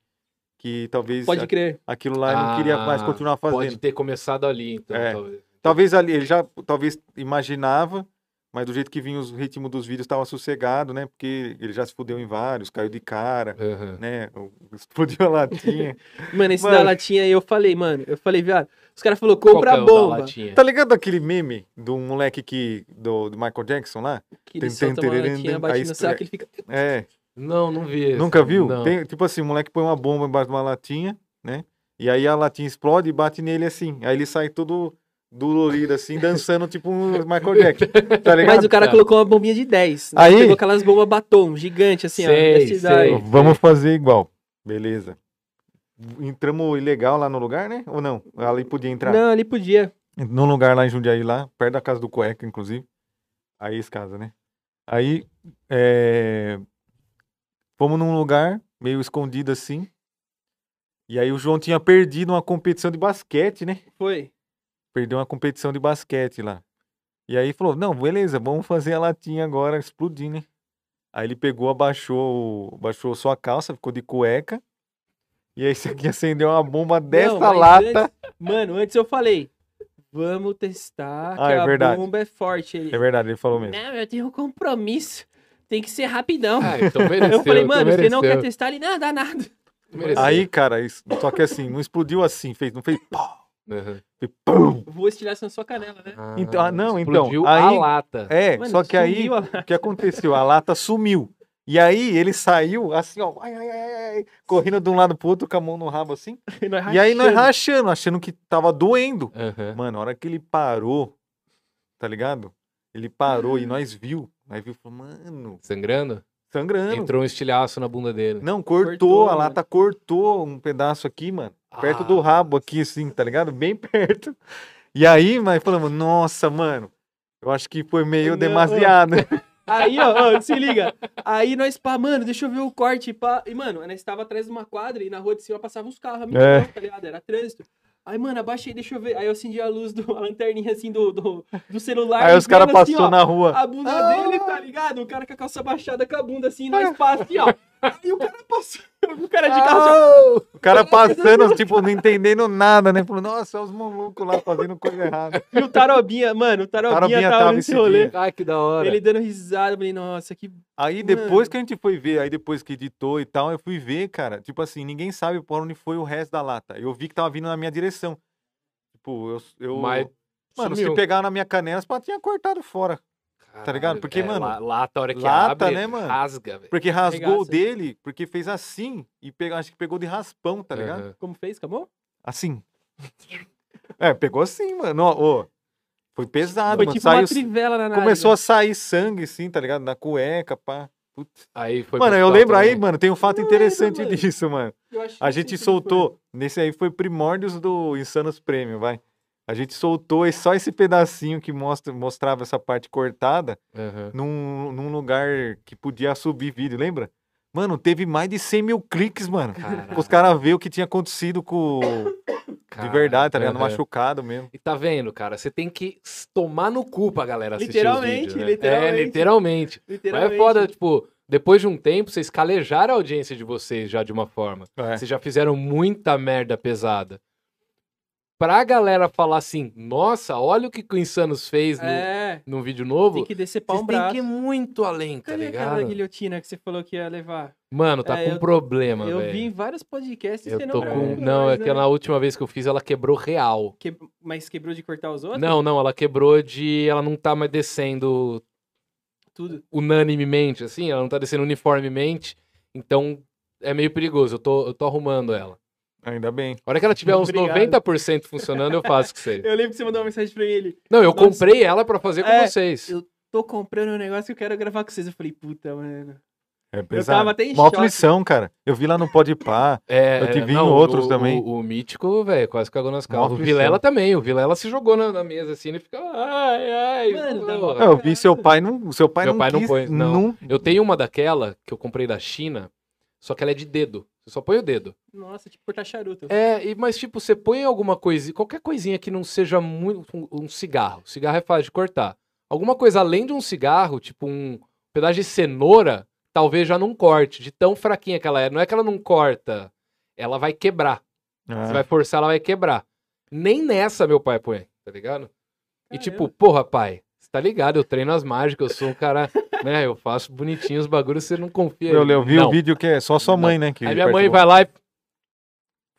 que talvez
Pode
é.
a-
crer.
aquilo lá ele não queria mais
Ah,
continuar fazendo.
Pode ter começado ali, então,
É.
talvez.
Talvez ali ele já talvez imaginava, mas do jeito que vinha os- o ritmo dos vídeos estava sossegado, né? Porque ele já se fudeu em vários, caiu de cara,
Aham.
né? Explodiu a latinha.
Mano, esse
Mano.
da latinha aí eu falei, mano. Eu falei, viado. Os caras falaram,
Qual que
compra
é
a
o da
bomba.
latinha?
tá ligado aquele meme do moleque que do, do Michael Jackson lá?
Que ele
Tem-
solta
tem-
uma
tem-
latinha,
tem-
bate
aí
no
isso
saco,
é-
ele fica...
É.
Não, não vi esse.
Nunca viu?
Não.
Tem- tipo assim, o moleque põe uma bomba embaixo de uma latinha, né? E aí a latinha explode e bate nele assim. Aí ele sai todo dolorido assim, dançando tipo um Michael Jackson. Tá ligado?
Mas o cara
Tá.
colocou uma bombinha de 10. né?
Aí-
Pegou aquelas bombas batom, gigante, assim, ó.
Sei,
desse daí.
sei.
Vamos fazer igual. Beleza. Entramos ilegal lá no lugar, né? Ou não? Ali podia entrar.
Não, ali podia.
Num lugar lá em Jundiaí, lá, perto da casa do cueca, inclusive. Aí esse casa, né? Aí é... fomos num lugar meio escondido assim. E aí o João tinha perdido uma competição de basquete, né?
Foi.
Perdeu uma competição de basquete lá. E aí falou: não, beleza, vamos fazer a latinha agora explodir, né? Aí ele pegou, abaixou, o- abaixou sua calça, ficou de cueca. E aí isso aqui acendeu uma bomba
Não,
dessa
mas
lata.
antes- mano, antes eu falei, vamos testar que
Ah, é
a
verdade.
bomba é forte. Ele,
É verdade, ele falou mesmo.
não, eu tenho um compromisso. Tem que ser rapidão.
Ah, então mereceu.
eu falei, mano,
então
você não quer
mereceu,
testar? Ele, não, dá nada.
mereceu.
Aí, cara, isso- só que assim, não explodiu assim, fez, não fez pó,
Aham.
fez pum.
Vou estilar isso na sua canela, né?
Então, ah, não, então,
explodiu
aí-
a lata.
É,
Mano,
só que aí
sumiu a-
o que aconteceu? A lata sumiu. E aí ele saiu assim, ó, ai, ai, ai, ai, ai, correndo de um lado pro outro com a mão no rabo assim.
nós
E aí nós
rachando.
rachando, achando que tava doendo.
Aham.
Mano, a hora que ele parou, tá ligado? Ele parou e nós viu. Nós viu, falou, mano,
Sangrando?
sangrando.
Entrou um estilhaço na bunda dele.
Não, cortou,
Cortou,
a
mano.
lata cortou um pedaço aqui, mano. Perto do
Ah.
rabo aqui, assim, tá ligado? Bem perto. E aí, mas falamos, nossa, mano, eu acho que foi meio
Não.
demasiado.
Aí, ó, ó, se liga. Aí nós, pá, mano, deixa eu ver o corte. Pá. E, mano, nós estava atrás de uma quadra e na rua de cima passavam uns carros, amigo
É.
meu, tá ligado? Era trânsito. Aí, mano, abaixei, deixa eu ver. Aí eu acendi a luz, do, a lanterninha assim do, do, do celular.
Aí
e
os caras
vendo assim,
passaram
ó,
na rua.
A bunda
Ah!
dele, tá ligado? O cara com a calça baixada, com a bunda assim, nós passa assim, ó. Aí o cara passou, o cara de calça.
O cara passando, tipo, não entendendo nada, né? Falou, nossa, olha os malucos lá fazendo coisa errada.
E o Tarobinha, mano, o Tarobinha,
Tarobinha
tava,
tava
nesse
esse
rolê.
dia.
Ai, que da hora.
Ele dando risada, eu falei, nossa, que
Aí depois que a gente foi ver, aí depois que editou e tal, eu fui ver, cara. Tipo assim, ninguém sabe por onde foi o resto da lata. Eu vi que tava vindo na minha direção. Tipo, eu. eu...
Mas
Mano,
sumiu.
se pegar na minha canela, as patinhas cortado fora. tá ligado? Porque,
Caralho,
mano,
la- Lata, a hora que
lata,
abre,
né, mano?
rasga, velho.
Porque rasgou o
Arregaça.
dele, porque fez assim e pegou, acho que pegou de raspão, tá ligado?
Aham.
como fez, acabou?
Assim. É, pegou assim, mano. Ó, ó. foi pesado,
Foi
Ah, mano.
tipo uma né?
Saiu,
trivela na nave.
começou a sair sangue, assim, tá ligado? Na cueca, pá. Putz.
Aí foi
Mano,
pro
eu
hospital
lembro aí,
também.
mano, tem um fato
Mano,
interessante
mano.
disso, mano.
Eu acho que
A
não sei
gente
se ele foi.
soltou, nesse aí foi primórdios do Insanos Prêmio, vai. A gente soltou e só esse pedacinho que mostra, mostrava essa parte cortada
Aham.
num, num lugar que podia subir vídeo, lembra? Mano, teve mais de 100 mil cliques, mano.
Caralho.
Os caras vê o que tinha acontecido com. De verdade, tá ligado?
Aham.
Machucado mesmo.
E tá vendo, cara? Você tem que s- tomar no cu pra galera assistir os
Literalmente,
vídeos, né?
literalmente.
É, literalmente. Mas
Literalmente.
é foda, tipo, depois de um tempo, vocês calejaram a audiência de vocês já de uma forma.
É.
Vocês já fizeram muita merda pesada. pra galera falar assim, nossa, olha o que o Insanos fez no,
É,
num vídeo
tem
novo,
que
Tipo,
decepar
vocês
um
têm
braço.
que ir muito além, tá
Cadê aquela
ligado?
guilhotina que você falou que ia levar?
Mano, tá
É,
com um
eu-
problema,
eu vi
velho.
em vários podcasts
Eu
você
tô
pra
com.
gravou
Não, é
mais,
que
né?
na última vez que eu fiz, ela quebrou real.
Que... Mas quebrou de cortar os outros?
Não, não, ela quebrou de. Ela não tá mais descendo
Tudo.
unanimemente, assim, ela não tá descendo uniformemente. Então é meio perigoso. Eu tô, eu tô arrumando ela.
Ainda bem.
A hora que ela tiver uns
Obrigado.
90% funcionando, eu faço com você.
Eu lembro que você mandou uma mensagem pra ele.
Não, eu
Nossa.
comprei ela pra fazer com
É,
vocês.
eu- Tô comprando um negócio que eu quero gravar com vocês. Eu falei, puta, mano.
É
Eu
pesado.
tava até em
Mó
choque.
aflição, cara. Eu vi lá no Podpah.
É,
eu te vi em
não,
outros
o-
também.
O, o Mítico, velho, quase cagou nas calças. O
aflição.
Vilela também. O Vilela se jogou na, na mesa assim e ficava. Ai, ai.
Mano,
pô."
dá uma-
É, eu vi seu pai não, seu pai
Meu
não
pai não
quis,
põe, não.
não-
Eu tenho uma daquela que eu comprei da China, só que ela é de dedo. Você só põe o dedo.
Nossa, tipo cortar charuto.
É, e- mas tipo, você põe alguma coisinha, qualquer coisinha que não seja muito. Um, um cigarro. Cigarro é fácil de cortar. Alguma coisa além de um cigarro, tipo um pedaço de cenoura, talvez já não corte, de tão fraquinha que ela é. Não é que ela não corta, ela vai quebrar.
Ah,
Você vai forçar, ela vai quebrar. Nem nessa meu pai põe, tá ligado? E
Caramba.
tipo, porra, pai, você tá ligado? Eu treino as mágicas, eu sou um cara, né? Eu faço bonitinho os bagulhos, você não confia.
eu, eu vi
Não.
o vídeo que é só sua
Não.
mãe, né? Que
Aí minha mãe
participou.
vai lá e.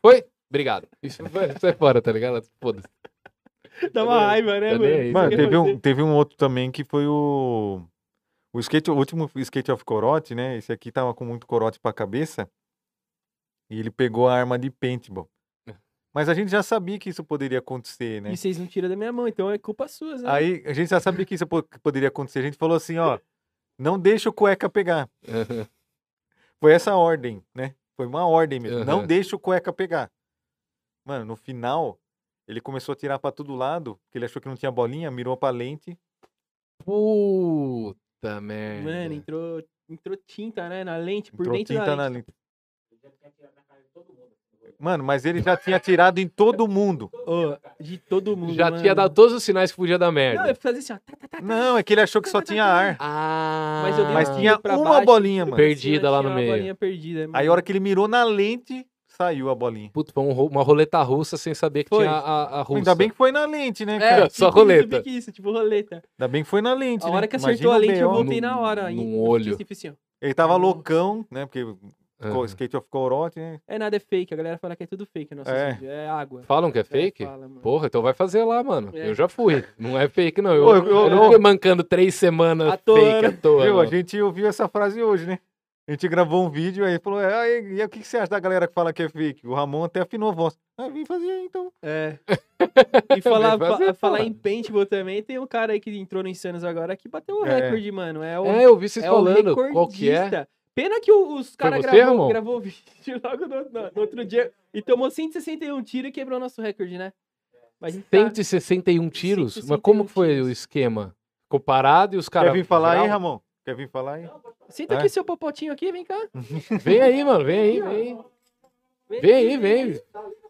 Foi? Obrigado. Isso foi- sai fora, tá ligado? Foda-se.
Dá uma raiva, né,
Tá nem aí.
mano?
Mano,
Isso assim, que
teve um,
aconteceu.
teve um outro também que foi o. O, skate, o último skate of corote, né? Esse aqui tava com muito corote pra cabeça. E ele pegou a arma de paintball. Mas a gente já sabia que isso poderia acontecer, né?
E vocês não tiram da minha mão, então é culpa sua, né?
Aí a gente já sabia que isso po- que poderia acontecer. A gente falou assim, ó, não deixa o cueca pegar. Foi essa a ordem, né? Foi uma ordem mesmo. Não
Aham.
deixa o cueca pegar. Mano, no final, ele começou a tirar pra todo lado, porque ele achou que não tinha bolinha, mirou pra lente.
Puta merda.
Mano, entrou, entrou tinta, né? Na lente, por
entrou
dentro
tinta
da
na
lente.
lente. Mano, mas ele já tinha atirado em todo mundo.
Ô, de todo mundo.
Já
então, mano.
tinha dado todos os sinais que podia dar merda.
Não, eu fazia assim, ó. tá, tá, tá, tá.
Não, é que ele achou que só tinha ar.
Ah,
Mas eu dei
Mas
Ah.
tinha
Pra
uma
baixo.
bolinha, mano.
Perdi. perdida
Tinha
lá no
uma
meio.
bolinha perdida.
Aí a hora que ele mirou na lente, saiu a bolinha.
Puta, foi um ro- uma roleta russa sem saber que
Foi.
tinha a, a russa.
Ainda bem que foi na lente, né,
É,
cara?
só
tipo
roleta. um
Isso, pique isso, tipo roleta.
Ainda bem que foi na lente.
A
né?
hora que acertou
Imagina
a
o
lente, eu
B.O.
voltei na
num-
hora.
num
e-
olho.
fiz assim, ó.
Ele tava
Nossa.
loucão, né? Porque co-
Ah.
skate of corote, né?
É nada, é fake. A galera fala que é tudo fake. Nossa,
É.
é. é água.
Falam que é
A galera
fake?
fala, mano.
Porra, então vai fazer lá, mano.
É.
Eu já fui. Não é fake, não. Eu,
Ô, eu-
eu não
eu-
fiquei mancando três semanas
À toa, né?
fake à toa.
Viu?
não.
A gente ouviu essa frase hoje, né? A gente gravou um vídeo aí falou: "Ah, e, e o que que você acha da galera que fala que é fake? O Ramon até afinou a voz. Ah, vim fazer aí, então.
É. E falar,
Vai fazer,
fa- falar
porra.
em paintball também, tem um cara aí que entrou no Insanos agora que bateu o
É.
recorde, mano. É o
É, eu vi vocês
é o
falando qual que é.
recordista. Pena que o- os caras
você,
gravou,
irmão?
gravou o vídeo logo no, no- no outro dia e tomou 161 tiros e quebrou nosso recorde, né? Mas a gente tá-
161 tiros? Mas
161
como que foi
tiros.
o esquema? Ficou parado e os caras.
Quer vir falar aí,
Geral?
Ramon? Quer vir falar aí?
Senta
É.
aqui seu popotinho aqui, vem cá.
Vem aí, mano. Vem aí, vem. Vem aí, vem.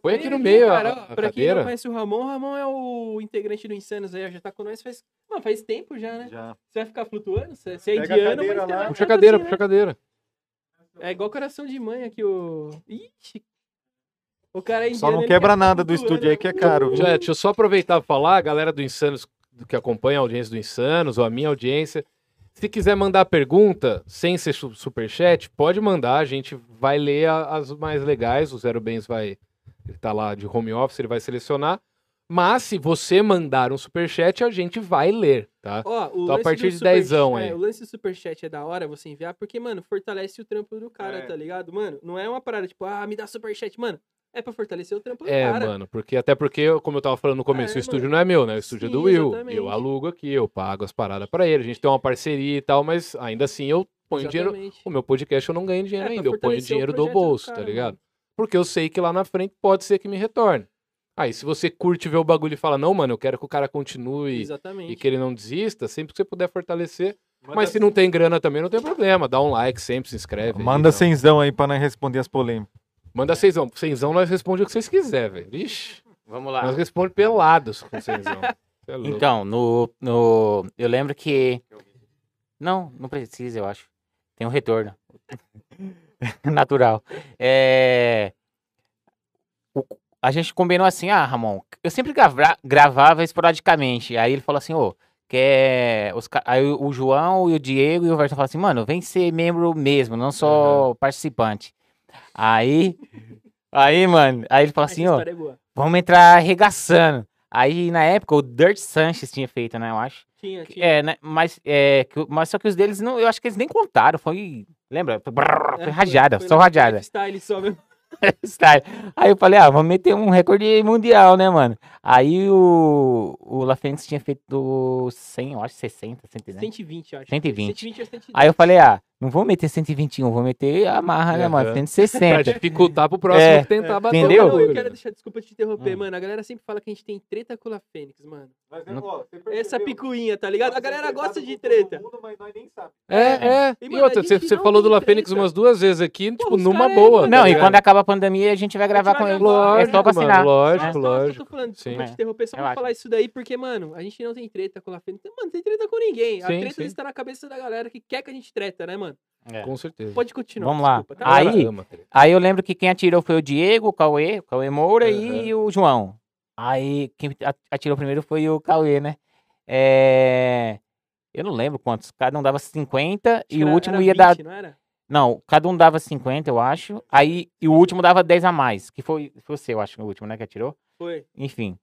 Põe aqui no meio a,
cara, ó,
a
pra quem não
cadeira.
conhece o Ramon, o Ramon é o integrante do Insanos aí, ó, já tá com nós faz... Mano, faz tempo já, né?
Já.
Você vai ficar flutuando? Você você é
Pega a
indiano,
cadeira
mas você
lá.
vai
Puxa a
ficando
cadeira,
assim, né?
puxa a cadeira.
É igual coração de mãe aqui, o. Ixi! O cara é
Só
indiano,
não
ele
quebra
quer
nada do
tudo,
estúdio
né?
aí que é caro, viu?
Já, deixa eu só aproveitar e falar, a galera do Insanos, que acompanha a audiência do Insanos, ou a minha audiência. Se quiser mandar pergunta, sem ser su- superchat, pode mandar. A gente vai ler a- as mais legais. O Zero Bens vai. Ele tá lá de home office, ele vai selecionar. Mas se você mandar um superchat, a gente vai ler, tá?
Ó, o
Então, a
lance
partir
do
de
super-
dezão
é,
aí.
o lance do superchat é da hora você enviar, porque, mano, fortalece o trampo do cara,
É.
tá ligado? Mano, não é uma parada tipo, ah, me dá superchat. Mano, é pra fortalecer o trampo do
É,
cara.
mano, porque até porque, como eu tava falando no começo, o
É,
estúdio
mano.
não é meu, né? O estúdio é do
Sim,
Will.
exatamente.
Eu alugo aqui, eu pago as paradas pra ele, a gente tem uma parceria e tal, mas ainda assim eu ponho dinheiro.
Exatamente.
O meu podcast eu não ganho dinheiro
É, pra
ainda, eu ponho
fortalecer o
dinheiro do
projeto
bolso,
cara, né?
tá
mano.
ligado? Porque eu sei que lá na frente pode ser que me retorne. Aí, se você curte ver o bagulho e fala, não, mano, eu quero que o cara continue
Exatamente.
e que ele não desista, sempre que você puder fortalecer. Mas se não tem grana também, não tem problema. Dá um like sempre, se inscreve. aí,
Manda
tá?
cenzão aí pra nós responder as polêmicas.
Manda seisão. Seisão nós respondemos o que vocês quiserem, velho. Ixi.
Vamos
Tá.
lá.
Nós respondemos pelados com seisão. Cê é louco.
Então, no, no. Eu lembro que. Não, não precisa, eu acho. Tem um retorno. Natural. É. O, a gente combinou assim, ah, Ramon, eu sempre gravra- gravava esporadicamente. Aí ele falou assim, ô, quer. Os, ca- aí o o João e o Diego e o Everton falaram assim, mano, vem ser membro mesmo, não só participante. Aí. Aí, mano, aí ele falou
Essa
assim, ó,
história é boa.
vamos entrar arregaçando. Aí, na época, o Dirt Sanchez tinha feito, né, eu acho.
Tinha, tinha.
É, né? Mas, é, que o- mas só que os deles, não, eu acho que eles nem contaram. Foi. Lembra? Foi, brrr, Tá, foi
É,
rajada,
foi
só Né?
no
rajada.
freestyle só mesmo.
Style. Aí eu falei, ah, vamos meter um recorde mundial, né, mano? Aí o, o La Fênix tinha feito 100, eu acho, 60, 110.
120, eu acho.
120.
120 ou 110.
Aí eu falei, ah, não vou meter 121, vou meter a marra, né, mano?
Aham. Tá Pra
160.
dificultar pro próximo
É,
que tentar
é.
bater
Entendeu?
o
Não, é. eu
bagulho.
quero deixar desculpa te interromper,
Hum.
mano. A galera sempre fala que a gente tem treta com o La Fênix, mano.
Mas, é,
Não-
ó, você
Essa
percebeu?
picuinha, tá ligado? A galera
Você
gosta
sabe
de
com todo
treta.
mundo, mas nós nem sabe.
É, é.
E,
E,
mano, a
outra, você
gente
você
não
falou do
tem
La Fênix
treta.
umas duas vezes aqui, tipo,
os
numa
cara é
boa. tá
Não, e
ligado? Tá
quando acabar a pandemia, a gente vai gravar
vai
com ele.
gravar,
É só pra
Lógico, mano,
Só-
assinar.
lógico,
só- Só
lógico.
tô falando, desculpa
Sim.
te interromper, só pra
Relaxa.
falar isso daí, porque, mano, a gente não tem treta com o La Fênix. Mano, não tem treta com ninguém. a
Sim,
treta
sim.
está na cabeça da galera que quer que a gente treta, né, mano?
É.
Com certeza.
Pode continuar.
Vamos lá.
desculpa, tá?
Aí-
Cara, ama, cara.
Aí eu lembro que quem atirou foi o Diego, o Cauê, o Cauê Moura e o João. Aí quem a- atirou primeiro foi o Cauê, né? É, Eu não lembro quantos. Cada um dava 50
Acho que
e o
era-
último
era né?
ia dar.
20, Não era?
Não, cada um dava 50, eu acho. Aí e o último dava 10 a mais, que foi foi você, eu acho, o último, né, que atirou.
Foi.
Enfim.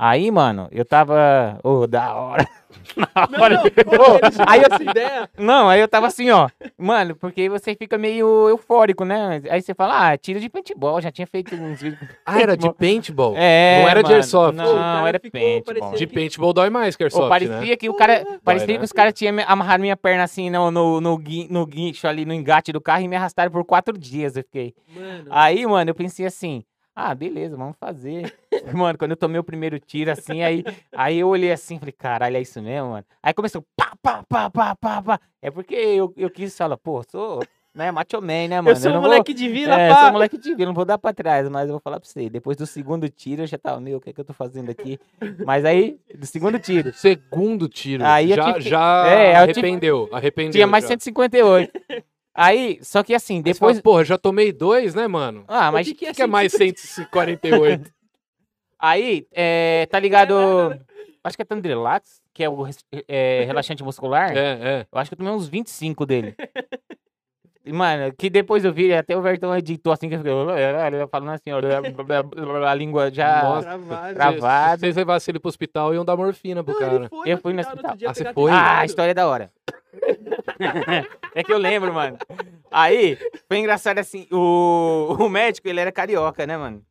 Aí, mano, eu tava. Ô, da hora.
Não,
Olha,
não,
pegou.
ele já
Aí eu-
deu essa ideia.
Não, aí eu tava assim, ó. Mano, porque você fica meio eufórico, né? Aí você fala, ah, tiro de paintball, já tinha feito uns vídeos.
Ah, era de paintball.
É,
Não era de
mano,
airsoft.
O
Não,
cara
era
ficou
paintball.
parecendo
De paintball dói mais que
Pô,
airsoft,
é, parecia
né?
que o cara. parecia
né?
que os caras tinham me- amarrado minha perna assim no, no, no, gui- no guincho ali, no engate do carro e me arrastaram por quatro dias. Eu fiquei.
Mano,
Aí, mano, eu pensei assim. Ah, beleza, vamos fazer. mano, quando eu tomei o primeiro tiro, assim, aí, aí eu olhei assim, falei, caralho, é isso mesmo, mano? Aí começou, pá, pá, pá, pá, pá, pá. É porque eu, eu quis falar, pô, sou, né, macho man, né, mano?
eu sou um
não
moleque de
vou,
vila,
é,
pá.
sou um moleque de vila, não vou dar pra trás, mas eu vou falar pra você. Depois do segundo tiro, eu já tava, meu, o que é que eu tô fazendo aqui? Mas aí, do segundo tiro,
Segundo tiro.
Aí eu
já
tive que-
já
É, eu tive-
arrependeu. Arrependeu.
Tinha mais
já.
158. Aí, só que assim,
Aí você fala,
depois.
Porra, já tomei dois, né, mano?
Ah,
o
mas.
que, que é,
O que é mais 148?
Aí, é, tá ligado. Acho que é Tandrilax, que é o res- é, relaxante muscular.
é, é.
Eu acho que eu tomei uns 25 dele. E, Mano, que depois eu vi, até o Vertão editou assim, que eu fiquei falando assim, ó, a língua já.
Nossa,
Travado.
Tra- Travado.
Se vocês levassem ele pro hospital, iam dar morfina pro
Não,
cara.
ele foi
Eu
no
fui no hospital.
outro dia
Ah, você
pegar
foi?
atestado.
Ah, a história é da hora. é que eu lembro, mano. Aí, foi engraçado assim, o, o médico, ele era carioca, né, mano?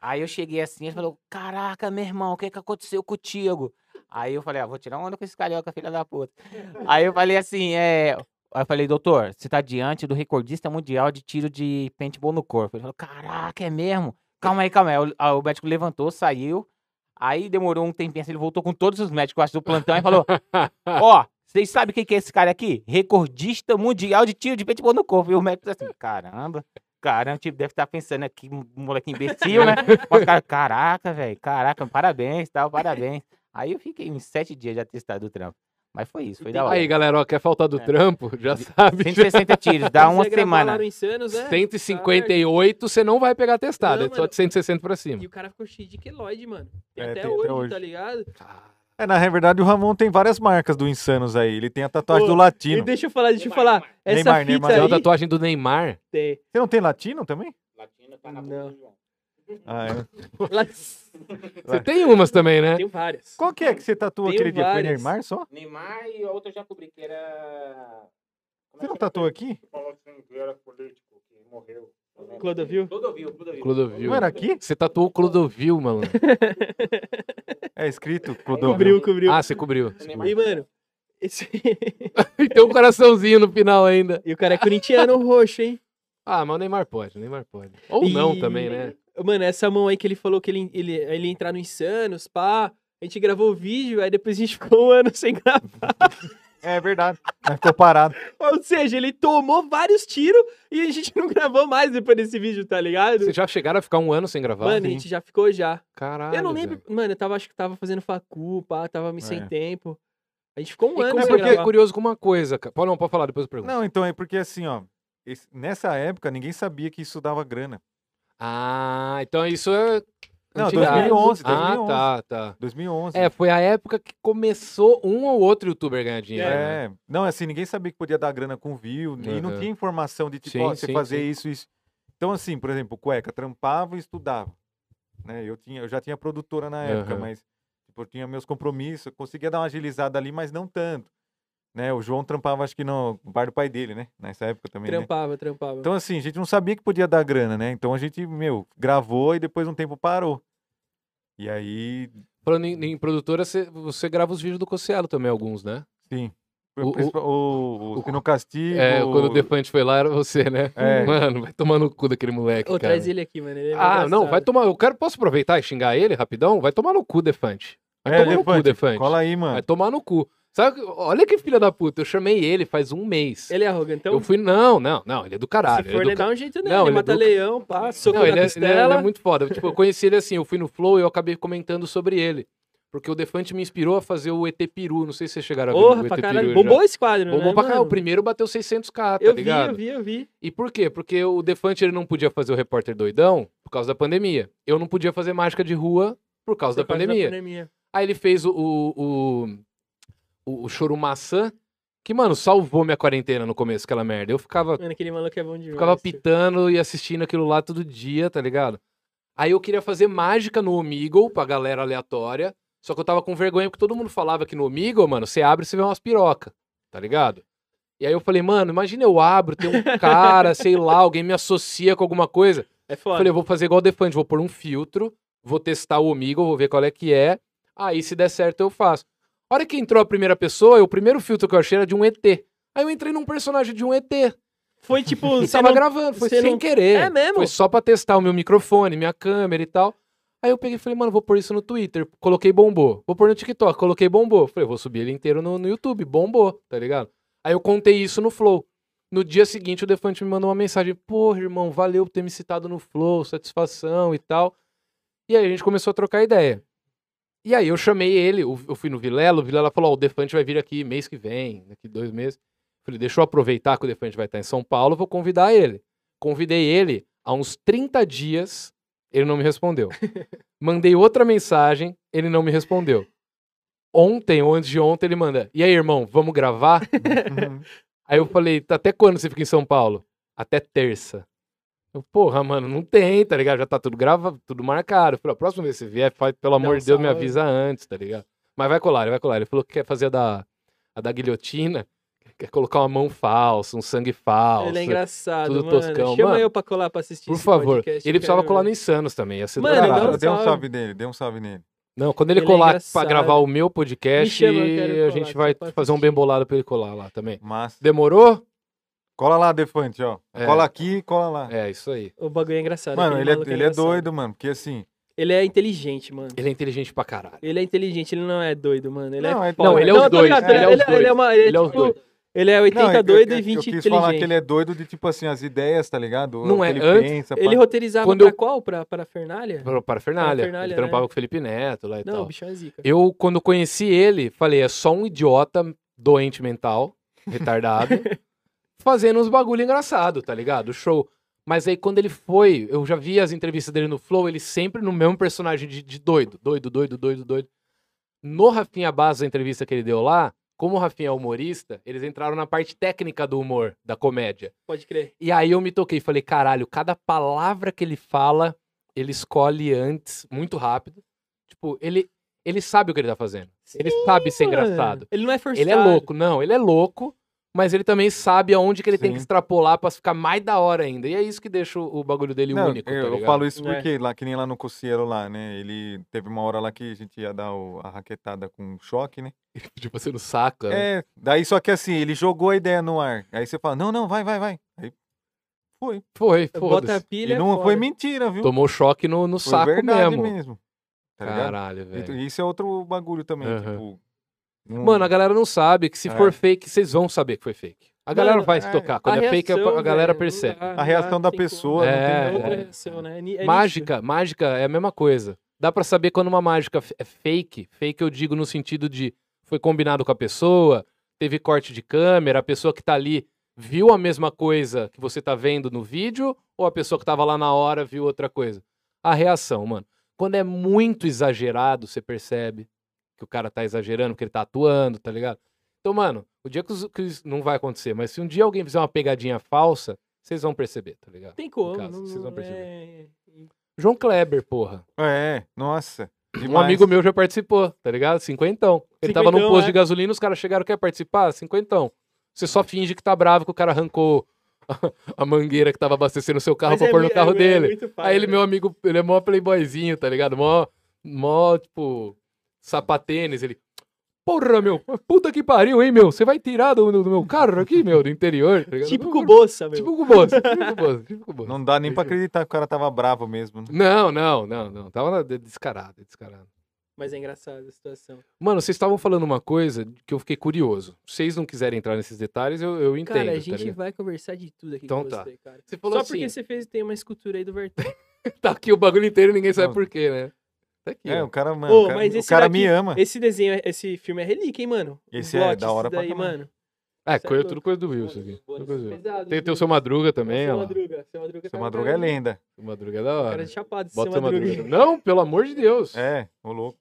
Aí eu cheguei assim, ele falou, caraca, meu irmão, o que que aconteceu contigo? Aí eu falei, ah, vou tirar onda com esse carioca, filha da puta. Aí eu falei assim, é... Aí eu falei, doutor, você tá diante do recordista mundial de tiro de paintball no corpo. Ele falou, caraca, é mesmo? Calma aí, calma aí. Aí o- aí o médico levantou, saiu. Aí demorou um tempinho, assim, ele voltou com todos os médicos, eu acho, do plantão e falou, Ó, vocês sabem quem que é esse cara aqui? Recordista mundial de tiro de paintball no corpo. E o médico assim, caramba. Caramba, tipo, deve estar pensando aqui, um moleque imbecil, né? Mas o cara, caraca, velho, caraca, parabéns, tal, parabéns. Aí eu fiquei uns sete dias já testado do trampo. Mas foi isso, foi da hora.
Aí, galera, ó, quer faltar do
É.
trampo? Já sabe.
160 tiros, dá
Você
uma
gravar lá
semana.
no Insanos, né?
158, você não vai pegar testado.
Não,
é só
mano.
de 160 pra cima.
Tá, E o cara ficou cheio de queloide, mano. Tem
É,
até,
tem até
hoje,
hoje.
tá ligado?
É, na verdade, o Ramon tem várias marcas do Insanos aí. Ele tem a tatuagem
Ô,
do
E
Latino.
deixa eu falar, deixa eu falar. Essa
Neymar,
fita
Neymar.
Tem uma
aí...
tatuagem do Neymar.
Tem.
Você não tem Latino também?
tá
Não.
Ah, é.
Lá-
Você tem umas também, né?
Tem várias.
Qual que é que você tatuou
Tenho
aquele dia? Foi
várias.
Neymar só?
Neymar e a outra eu já cobri, que era...
Você não tatuou aqui?
Clodovil?
Clodovil, um Clodovil.
Clodovil.
Não era aqui?
Você tatuou o Clodovil, mano.
É escrito Clodovil.
Cobriu, cobriu.
Ah, você cobriu.
E, mano, esse...
E tem um coraçãozinho no final ainda.
e o cara é corintiano roxo, hein?
Ah, mas o Neymar pode, o Neymar pode. Ou não
Ih.
também, né?
Mano, essa mão aí que ele falou que ele, ele, ele ia entrar no Insanos, pá... A gente gravou o vídeo, aí depois a gente ficou um ano sem gravar.
É verdade. Mas ficou parado.
Ou seja, ele tomou vários tiros e a gente não gravou mais depois desse vídeo, tá ligado?
Vocês já chegaram a ficar um ano sem gravar?
Mano, a
sim.
gente já ficou já.
Caralho.
eu não lembro.
é.
Mano, eu tava, acho que tava fazendo facu, pá, tava me sem
É.
tempo. A gente ficou um
Velho. E
ano
como é
sem
eu fiquei
gravar.
curioso com uma coisa, cara. Pode, não, pode falar, depois eu pergunto.
Não, então é porque assim, ó. esse- nessa época, ninguém sabia que isso dava grana.
Ah, então isso é
Não,
Antiga-
2011, 2011.
Ah, tá, tá.
2011.
É, foi a época que começou um ou outro youtuber ganhar dinheiro. né?
É, não, assim, ninguém sabia que podia dar grana com view, e não
Aham.
tinha informação de tipo,
Sim,
ó, você
sim,
fazer
sim.
isso, isso. Então, assim, por exemplo, cueca, trampava e estudava. Né? Eu, tinha, eu já tinha produtora na época,
Aham.
mas tipo, eu tinha meus compromissos, eu conseguia dar uma agilizada ali, mas não tanto. Né? O João trampava, acho que no bar do pai dele, né? Nessa época também. né?
Trampava, trampava.
Então, assim, a gente não sabia que podia dar grana, né? Então a gente, meu, gravou e depois um tempo parou. E aí,
Falando em, em produtora, você, você grava os vídeos do Cossielo também, alguns, né?
sim.
O- o-
O, o, o,
o-
Sino Castigo.
É, quando o Defante foi lá, era você, né?
É.
Mano, vai tomar no cu daquele moleque,
Ô,
cara.
traz ele aqui, mano. ele é
Ah, não,
engraçado.
vai tomar. Eu quero, posso aproveitar e xingar ele rapidão? Vai tomar no cu, Defante. Vai tomar no cu, é Defante.
É, Cola aí, mano.
Vai tomar no cu. Sabe, olha que filha da puta, eu chamei ele faz um mês.
Ele é arrogantão?
Eu fui, não, não, não, ele é do caralho.
Se
ele
for,
é do
ele dá um jeito nele.
Não,
ele
ele é
mata
do-
leão, pá, soco
Não,
na
ele é, ele é- ele
costela.
é muito foda. Tipo, eu conheci ele assim, eu fui no Flow e eu acabei comentando sobre ele. Porque o Defante me inspirou a fazer o ET Peru. Não sei se vocês chegaram a ver o
Porra,
ET
pra
Peru.
caralho.
já.
Bombou esse quadro, né?
é Bombou pra caralho. O
mano?
primeiro bateu 600k, tá
Eu vi,
ligado?
eu vi, eu vi.
E por quê? Porque o Defante ele não podia fazer o repórter doidão por causa da pandemia. Eu não podia fazer mágica de rua por causa da
Por causa
pandemia. Aí ele fez o, o, o, o Choro Maçã, que, mano, salvou minha quarentena no começo, aquela merda. Eu ficava
Mano, aquele maluco é bom demais.
Ficava pitando e assistindo aquilo lá todo dia, tá ligado? Aí eu queria fazer mágica no Omegle pra galera aleatória. Só que eu tava com vergonha porque todo mundo falava que no Omegle, mano, você abre e você vê umas piroca, tá ligado? E aí eu falei, mano, imagina eu abro, tem um cara, sei lá, alguém me associa com alguma coisa.
É
Eu
foda.
falei, eu vou fazer igual o Defante, vou pôr um filtro, vou testar o Omegle, vou ver qual é que é. Aí se der certo eu faço. A hora que entrou a primeira pessoa, o primeiro filtro que eu achei era de um ET. Aí eu entrei num personagem de um ET,
Foi tipo...
eu
você
tava
não-
gravando, foi
você
sem
não-
querer.
É mesmo?
Foi só pra testar o meu microfone, minha câmera e tal. Aí eu peguei e falei, mano, vou pôr isso no Twitter, coloquei bombou. Vou pôr no TikTok, coloquei bombou. Falei, vou subir ele inteiro no, no YouTube, bombou, tá ligado? Aí eu contei isso no Flow. No dia seguinte, o Defante me mandou uma mensagem. Porra, irmão, valeu por ter me citado no Flow, satisfação e tal. E aí a gente começou a trocar ideia. E aí eu chamei ele, eu eu fui no Vilela, o Vilela falou, ó, o Defante vai vir aqui mês que vem, daqui dois meses. Falei, deixa eu aproveitar que o Defante vai estar em São Paulo, vou convidar ele. Convidei ele há uns 30 dias, ele não me respondeu. Mandei outra mensagem, ele não me respondeu. Ontem, ou antes de ontem, ele manda, e aí, irmão, vamos gravar?
Uhum.
Aí eu falei, tá até quando você fica em São Paulo? Até terça. Eu, porra, mano, não tem, tá ligado? Já tá tudo gravado, tudo marcado. Eu falei, a próxima vez que você vier, faz, pelo amor
um
de Deus, me
salve.
avisa antes, tá ligado? Mas vai colar, ele vai colar. Ele falou que quer fazer a da, a da guilhotina, quer colocar uma mão falsa, um sangue falso.
Ele é engraçado,
tudo
mano.
toscão,
Chama
mano.
eu pra colar pra assistir
Por
esse
favor.
podcast, eu
ele precisava
quero
colar no
ver.
Insanos também, ia ser do
Mano,
caralho.
dá um
dê um
salve.
salve nele, dê um salve nele.
Não, quando ele
Ele é
colar pra
engraçado.
gravar o meu podcast,
Me chama, eu quero
a
colar,
gente
só
vai
pra
fazer um
assistir.
bem bolado pra ele colar lá também.
Mas
Demorou?
cola lá, Defante, ó.
É.
Cola aqui, cola lá.
É, isso aí.
O bagulho é engraçado.
Mano,
aquele
ele é,
maluco
ele é
engraçado.
doido, mano, porque assim,
Ele é inteligente, mano.
Ele é inteligente pra caralho.
Ele é inteligente, ele não é doido, mano. Ele
Não,
é
ele-
foda.
não, ele é os
eu tô
dois,
ligado,
ele é os
Ele é,
dois.
uma, ele é,
Ele é os
tipo-
dois.
ele é 80
não, eu-
doido
eu,
e 20
eu, eu quis falar
inteligente.
que ele é doido de tipo assim, as ideias, tá ligado?
Não
O
é,
que ele
antes-
pensa,
Ele
pá.
roteirizava
Quando
pra
eu-
qual? Pra, pra Fernália?
Pra Parafernália.
Parafernália,
Ele trampava
né?
com o Felipe Neto lá e
Não, o
tal.
bicho é zica.
Eu, quando conheci ele, falei, é só um idiota doente mental, retardado, fazendo uns bagulho engraçado, tá ligado? Show. Mas aí, quando ele foi, eu já vi as entrevistas dele no Flow, ele sempre no mesmo personagem de, de doido. Doido, doido, doido, doido. No Rafinha Bass, a entrevista que ele deu lá, como o Rafinha é humorista, eles entraram na parte técnica do humor, da comédia.
Pode crer.
E aí eu me toquei, falei, caralho, cada palavra que ele fala, ele escolhe antes, muito rápido. Tipo, ele, ele sabe o que ele tá fazendo. Ele sabe ser
Mano,
engraçado.
Ele não é forçado.
Ele é louco, não, ele é louco, mas ele também sabe aonde que ele tem que
Sim.
extrapolar pra ficar mais da hora ainda. E é isso que deixa o o bagulho dele
Não,
único, tá
eu, eu
ligado?
falo isso
É.
porque lá que nem lá no Coceiro lá, né? Ele teve uma hora lá que a gente ia dar o- a raquetada com choque, né?
Tipo, você não saca. né?
É, daí só que assim, ele jogou a ideia no ar. Aí você fala: "Não, não, vai, vai, vai". Aí foi.
Foi,
Bota a
foda
pilha.
E não foi
é foda.
mentira, viu?
Tomou choque no, no
um foi
saco
verdade
mesmo.
mesmo. Tá ligado?
Caralho,
E tu-
velho.
Isso é outro bagulho também,
Aham.
tipo. não-
Mano, a galera não sabe que se
É.
for fake, vocês vão saber que foi fake. A galera
Mano,
vai se
é,
tocar.
A
Quando é fake, a-
reação,
a galera
velho,
percebe.
não dá,
A
não
reação
dá,
da
tem
pessoa
como.
não tem
É,
como.
outra reação, né? É ni- é nítido.
Mágica, mágica é a mesma coisa. Dá pra saber quando uma mágica f- é fake. Fake eu digo no sentido de foi combinado com a pessoa, teve corte de câmera, a pessoa que tá ali viu a mesma coisa que você tá vendo no vídeo ou a pessoa que tava lá na hora viu outra coisa? A reação, mano. Quando é muito exagerado, você percebe que o cara tá exagerando, que ele tá atuando, tá ligado? Então, mano, o dia que, os- que isso não vai acontecer, mas se um dia alguém fizer uma pegadinha falsa, vocês vão perceber, tá ligado?
Tem como.
caso,
não-
vocês vão
é-
João Kleber, porra.
É, nossa.
Um
demais.
amigo meu já participou, tá ligado? Cinquentão. Ele tava num
Cinquentão,
posto
é.
de gasolina, os caras chegaram, quer participar? Cinquentão. Você só finge que tá bravo que o cara arrancou a, a mangueira que tava abastecendo o seu carro
Mas
pra
é
pôr no
mui-
carro
é- é
dele.
muito pai,
Aí ele,
né?
meu amigo, ele é mó playboyzinho, tá ligado? Mó, mó tipo, sapatênis. Ele, porra, meu, puta que pariu, hein, meu? Você vai tirar do, do meu carro aqui, meu, do interior, tá ligado?
Típico bolsa, meu.
Tipo Cuboso, tipo Cuboso, tipo Cuboso.
Não dá nem pra acreditar que o cara tava bravo mesmo. né?
Não, não, não, não. Tava na- descarado, descarado.
Mas é engraçada a situação.
Mano, vocês estavam falando uma coisa que eu fiquei curioso. Se vocês não quiserem entrar nesses detalhes, eu, eu entendo.
cara, a
tá
gente
ligado?
vai conversar de tudo aqui
Então
com
tá.
você, cara.
Você
Só
falou
porque
assim,
você fez tem uma escultura aí do Vertão.
tá aqui o bagulho inteiro e ninguém sabe
Não.
por quê, né? Tá aqui,
É,
ó.
o cara, mano,
Ô,
o cara,
mas
o
esse
cara
daqui-
me ama.
Esse desenho, é- esse filme é relíquia, hein, mano?
Esse é da hora pra
pra
caramba.
mano.
É,
Você é
coisa,
louco.
tudo coisa do Will, isso aqui.
Boa,
Tudo coisa do
isso é
Will.
pesado,
Tem, tem o
viu?
Seu Madruga também,
Seu
ó. lá.
Madruga. Seu Madruga,
Seu
cara,
Madruga é
cara,
lenda.
Seu Madruga é da
Cara
hora.
de chapado,
Bota o
seu
Seu
Madruga.
Madruga. Não, pelo amor de Deus.
É, ô louco.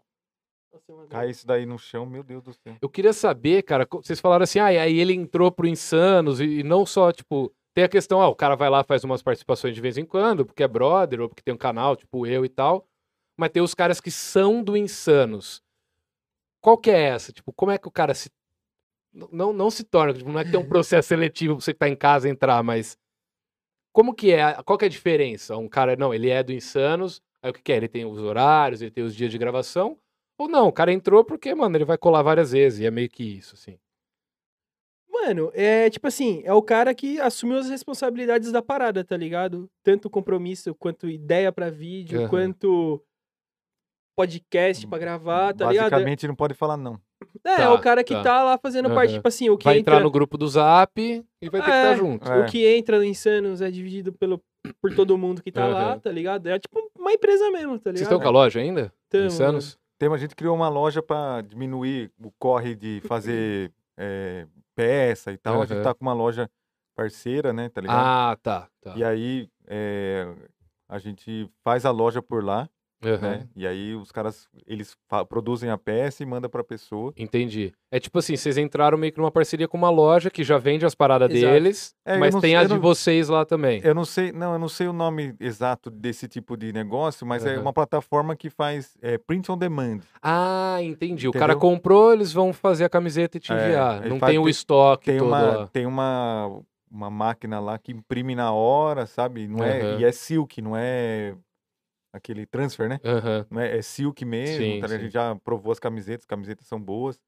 Nossa, Seu Madruga.
Cai isso daí no chão, meu Deus do céu.
Eu queria saber, cara, co- vocês falaram assim, ah, e aí ele entrou pro Insanos e, e não só, tipo, tem a questão, ah, o cara vai lá, faz umas participações de vez em quando, porque é brother ou porque tem um canal, tipo eu e tal, mas tem os caras que são do Insanos. Qual que é essa? Tipo, como é que o cara se... n- Não, não se torna, tipo, não é que tem um processo seletivo pra você que tá em casa entrar, mas como que é? a- Qual que é a diferença? Um cara, não, ele é do Insanos, aí o que que é? Ele tem os horários, ele tem os dias de gravação, ou não, o cara entrou porque, mano, ele vai colar várias vezes. E é meio que isso, assim.
Mano, é tipo assim, é o cara que assumiu as responsabilidades da parada, tá ligado? Tanto compromisso, quanto ideia pra vídeo,
Aham.
quanto podcast pra gravar, tá ligado?
Basicamente não pode falar não.
É, é
Tá,
o cara que
tá.
tá, lá fazendo parte,
Aham.
tipo assim, o que
vai
entra...
entrar no grupo do Zap e vai ter que
É.
estar junto.
É.
O que entra no Insanos é dividido pelo, por todo mundo que tá lá,
Aham.
tá ligado? É tipo uma empresa mesmo, tá
Vocês
ligado? Então,
estão com a loja ainda?
Tamo, né?
Insanos?
Tem, a gente criou uma loja pra diminuir o corre de fazer é, peça e tal. A gente
Aham.
tá com uma loja parceira, né? Tá ligado?
Ah, tá. tá.
E aí é, a gente faz a loja por lá,
Aham.
né? E aí os caras eles fa- produzem a peça e mandam pra pessoa.
Entendi. É tipo assim, vocês entraram meio que numa parceria com uma loja que já vende as paradas
Exato.
deles,
É, eu
mas
não-
tem
eu
as de
não-
vocês lá também.
Eu não sei, não, eu não sei o nome exato desse tipo de negócio, mas é
Aham.
uma plataforma que faz é, print on demand.
Ah, entendi. O
Entendeu?
cara comprou, eles vão fazer a camiseta e te
É,
enviar.
ele
não
faz-
tem o
tem-
estoque
Tem
todo
uma,
lá.
tem uma, uma máquina lá que imprime na hora, sabe? Não é,
Aham.
e é silk, não é aquele transfer, né?
Aham.
Não é, é silk mesmo,
Sim,
tá ligado? a
sim.
gente já provou as camisetas, as camisetas são boas.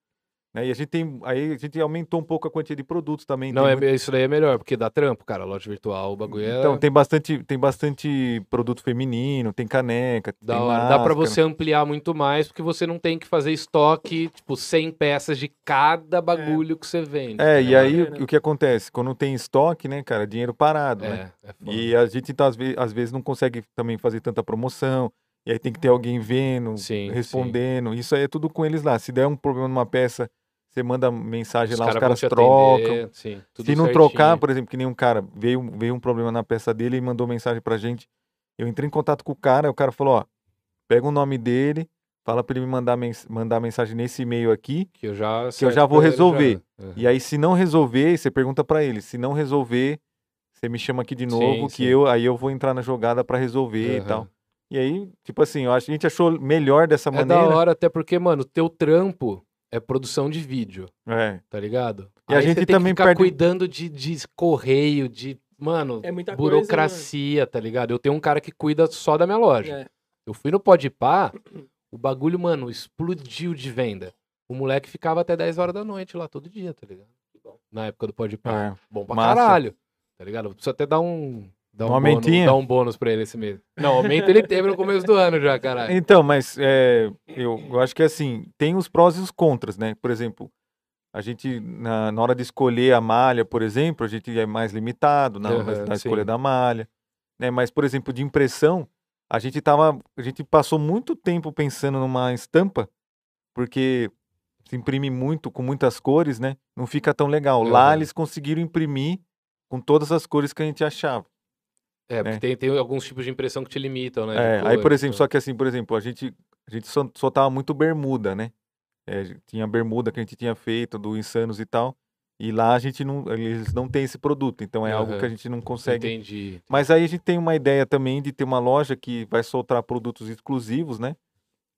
Né? E a gente tem, aí a gente aumentou um pouco a quantia de produtos também.
Não,
tem
é,
muito-
isso daí é melhor, porque dá trampo, cara. Loja virtual, o bagulho é.
Então, tem bastante, tem bastante produto feminino, tem caneca,
Da
tem
hora. Dá pra
máscara.
você ampliar muito mais, porque você não tem que fazer estoque, tipo, 100 peças de
É.
cada bagulho que você vende.
É, e
tá
aí
bacana.
o, o que acontece? Quando tem estoque, né, cara, dinheiro parado, né?
ligado? É, é foda.
E a gente tá, às, ve- às vezes não consegue também fazer tanta promoção, e aí tem que ter alguém vendo,
Uhum. Sim,
respondendo. Isso aí é tudo com eles lá. Se der um problema numa peça, você manda mensagem lá, os
vão
caras
te
trocam.
atender, sim, tudo
Se não
certinho. né?
trocar, por exemplo, que nem um cara, veio, veio um problema na peça dele e mandou mensagem pra gente. Eu entrei em contato com o cara, o cara falou, ó, pega o nome dele, fala pra ele me mandar, mens mandar mensagem nesse e-mail aqui,
que eu já,
já
acerto
vou
pra ele
resolver.
já. É.
e aí, se não resolver, você pergunta pra ele. Se não resolver, você me chama aqui de novo,
Sim,
que
sim.
eu aí eu vou entrar na jogada pra resolver e
Aham.
tal. E aí, tipo assim, eu acho- a gente achou melhor dessa
É da
maneira.
hora, até porque, mano, teu trampo é produção de vídeo,
É.
tá ligado?
E a
Aí
gente
você tem
também
que ficar
perde-
cuidando de, de correio, de, mano,
É muita coisa,
burocracia, tá ligado? Eu tenho um cara que cuida só da minha loja.
mano. É.
Eu fui no Podpah, o bagulho, mano, explodiu de venda. O moleque ficava até 10 horas da noite lá todo dia, tá ligado? Na época do Podpah.
é.
Bom pra
Massa.
caralho. Tá ligado? Eu preciso até dar um. Dar um,
Um
bônus,
aumentinho?
dar um bônus pra ele esse mês. Não, aumento ele teve no começo do ano já, caralho.
Então, mas é, eu, eu acho que assim, tem os prós e os contras, né? Por exemplo, a gente, na, na hora de escolher a malha, por exemplo, a gente é mais limitado na, na-
Aham,
na escolha
sim.
da malha. Né? Mas, por exemplo, de impressão, a gente tava. A gente passou muito tempo pensando numa estampa, porque se imprime muito, com muitas cores, né? Não fica tão legal. Lá
Aham.
eles conseguiram imprimir com todas as cores que a gente achava.
É, porque tem, tem alguns tipos de impressão que te limitam, né?
É,
De
aí,
cor,
por exemplo,
então.
só que assim, por exemplo, a gente, a gente sol- soltava muito bermuda, né? É, a gente tinha bermuda que a gente tinha feito do Insanos e tal. E lá a gente não. Eles não têm esse produto. Então é algo que a
Aham.
gente não consegue.
Entendi.
Mas aí a gente tem uma ideia também de ter uma loja que vai soltar produtos exclusivos, né?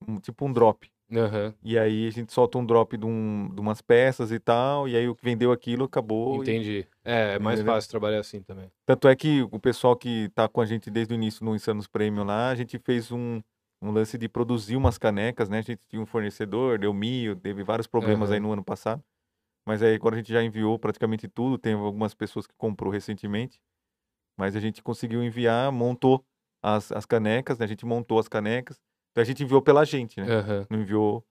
Um- tipo um drop.
Aham,
E aí a gente solta um drop de, um, de umas peças e tal. E aí o que vendeu aquilo acabou. e-
Entendi. É, é mais
Entendeu?
fácil trabalhar assim também.
Tanto é que o pessoal que tá com a gente desde o início no Insanos Premium lá, a gente fez um, um lance de produzir umas canecas, né? A gente tinha um fornecedor, deu mil, teve vários problemas aí
Aham.
no ano passado. Mas aí agora a gente já enviou praticamente tudo, tem algumas pessoas que comprou recentemente. Mas a gente conseguiu enviar, montou as, as canecas, né? A gente montou as canecas. Então a gente enviou pela gente, né?
Aham.
Não enviou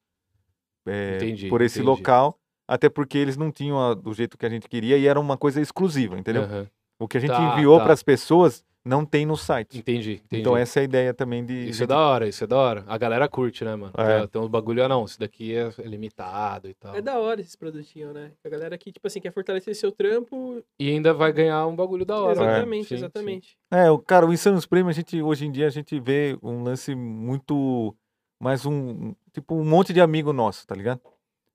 é,
Entendi,
por esse
entendi.
local, até porque eles não tinham a- do jeito que a gente queria e era uma coisa exclusiva, entendeu?
aham.
O que a gente
Tá,
enviou
tá.
para as pessoas não tem no site.
Entendi, entendi.
Então essa é a ideia também de
Isso
gente-
é da hora, isso é da hora. A galera curte, né, mano?
É.
Tem- Tem uns bagulho, ah, não, isso daqui é é limitado e tal.
É da hora esses produtinhos, né? A galera que, tipo assim, quer fortalecer seu trampo.
E ainda vai ganhar um bagulho da hora. né?
exatamente,
Sim, sim.
exatamente.
É, o cara, o Insanos Prêmio, a gente hoje em dia a gente vê um lance muito mais um tipo um monte de amigo nosso, tá ligado?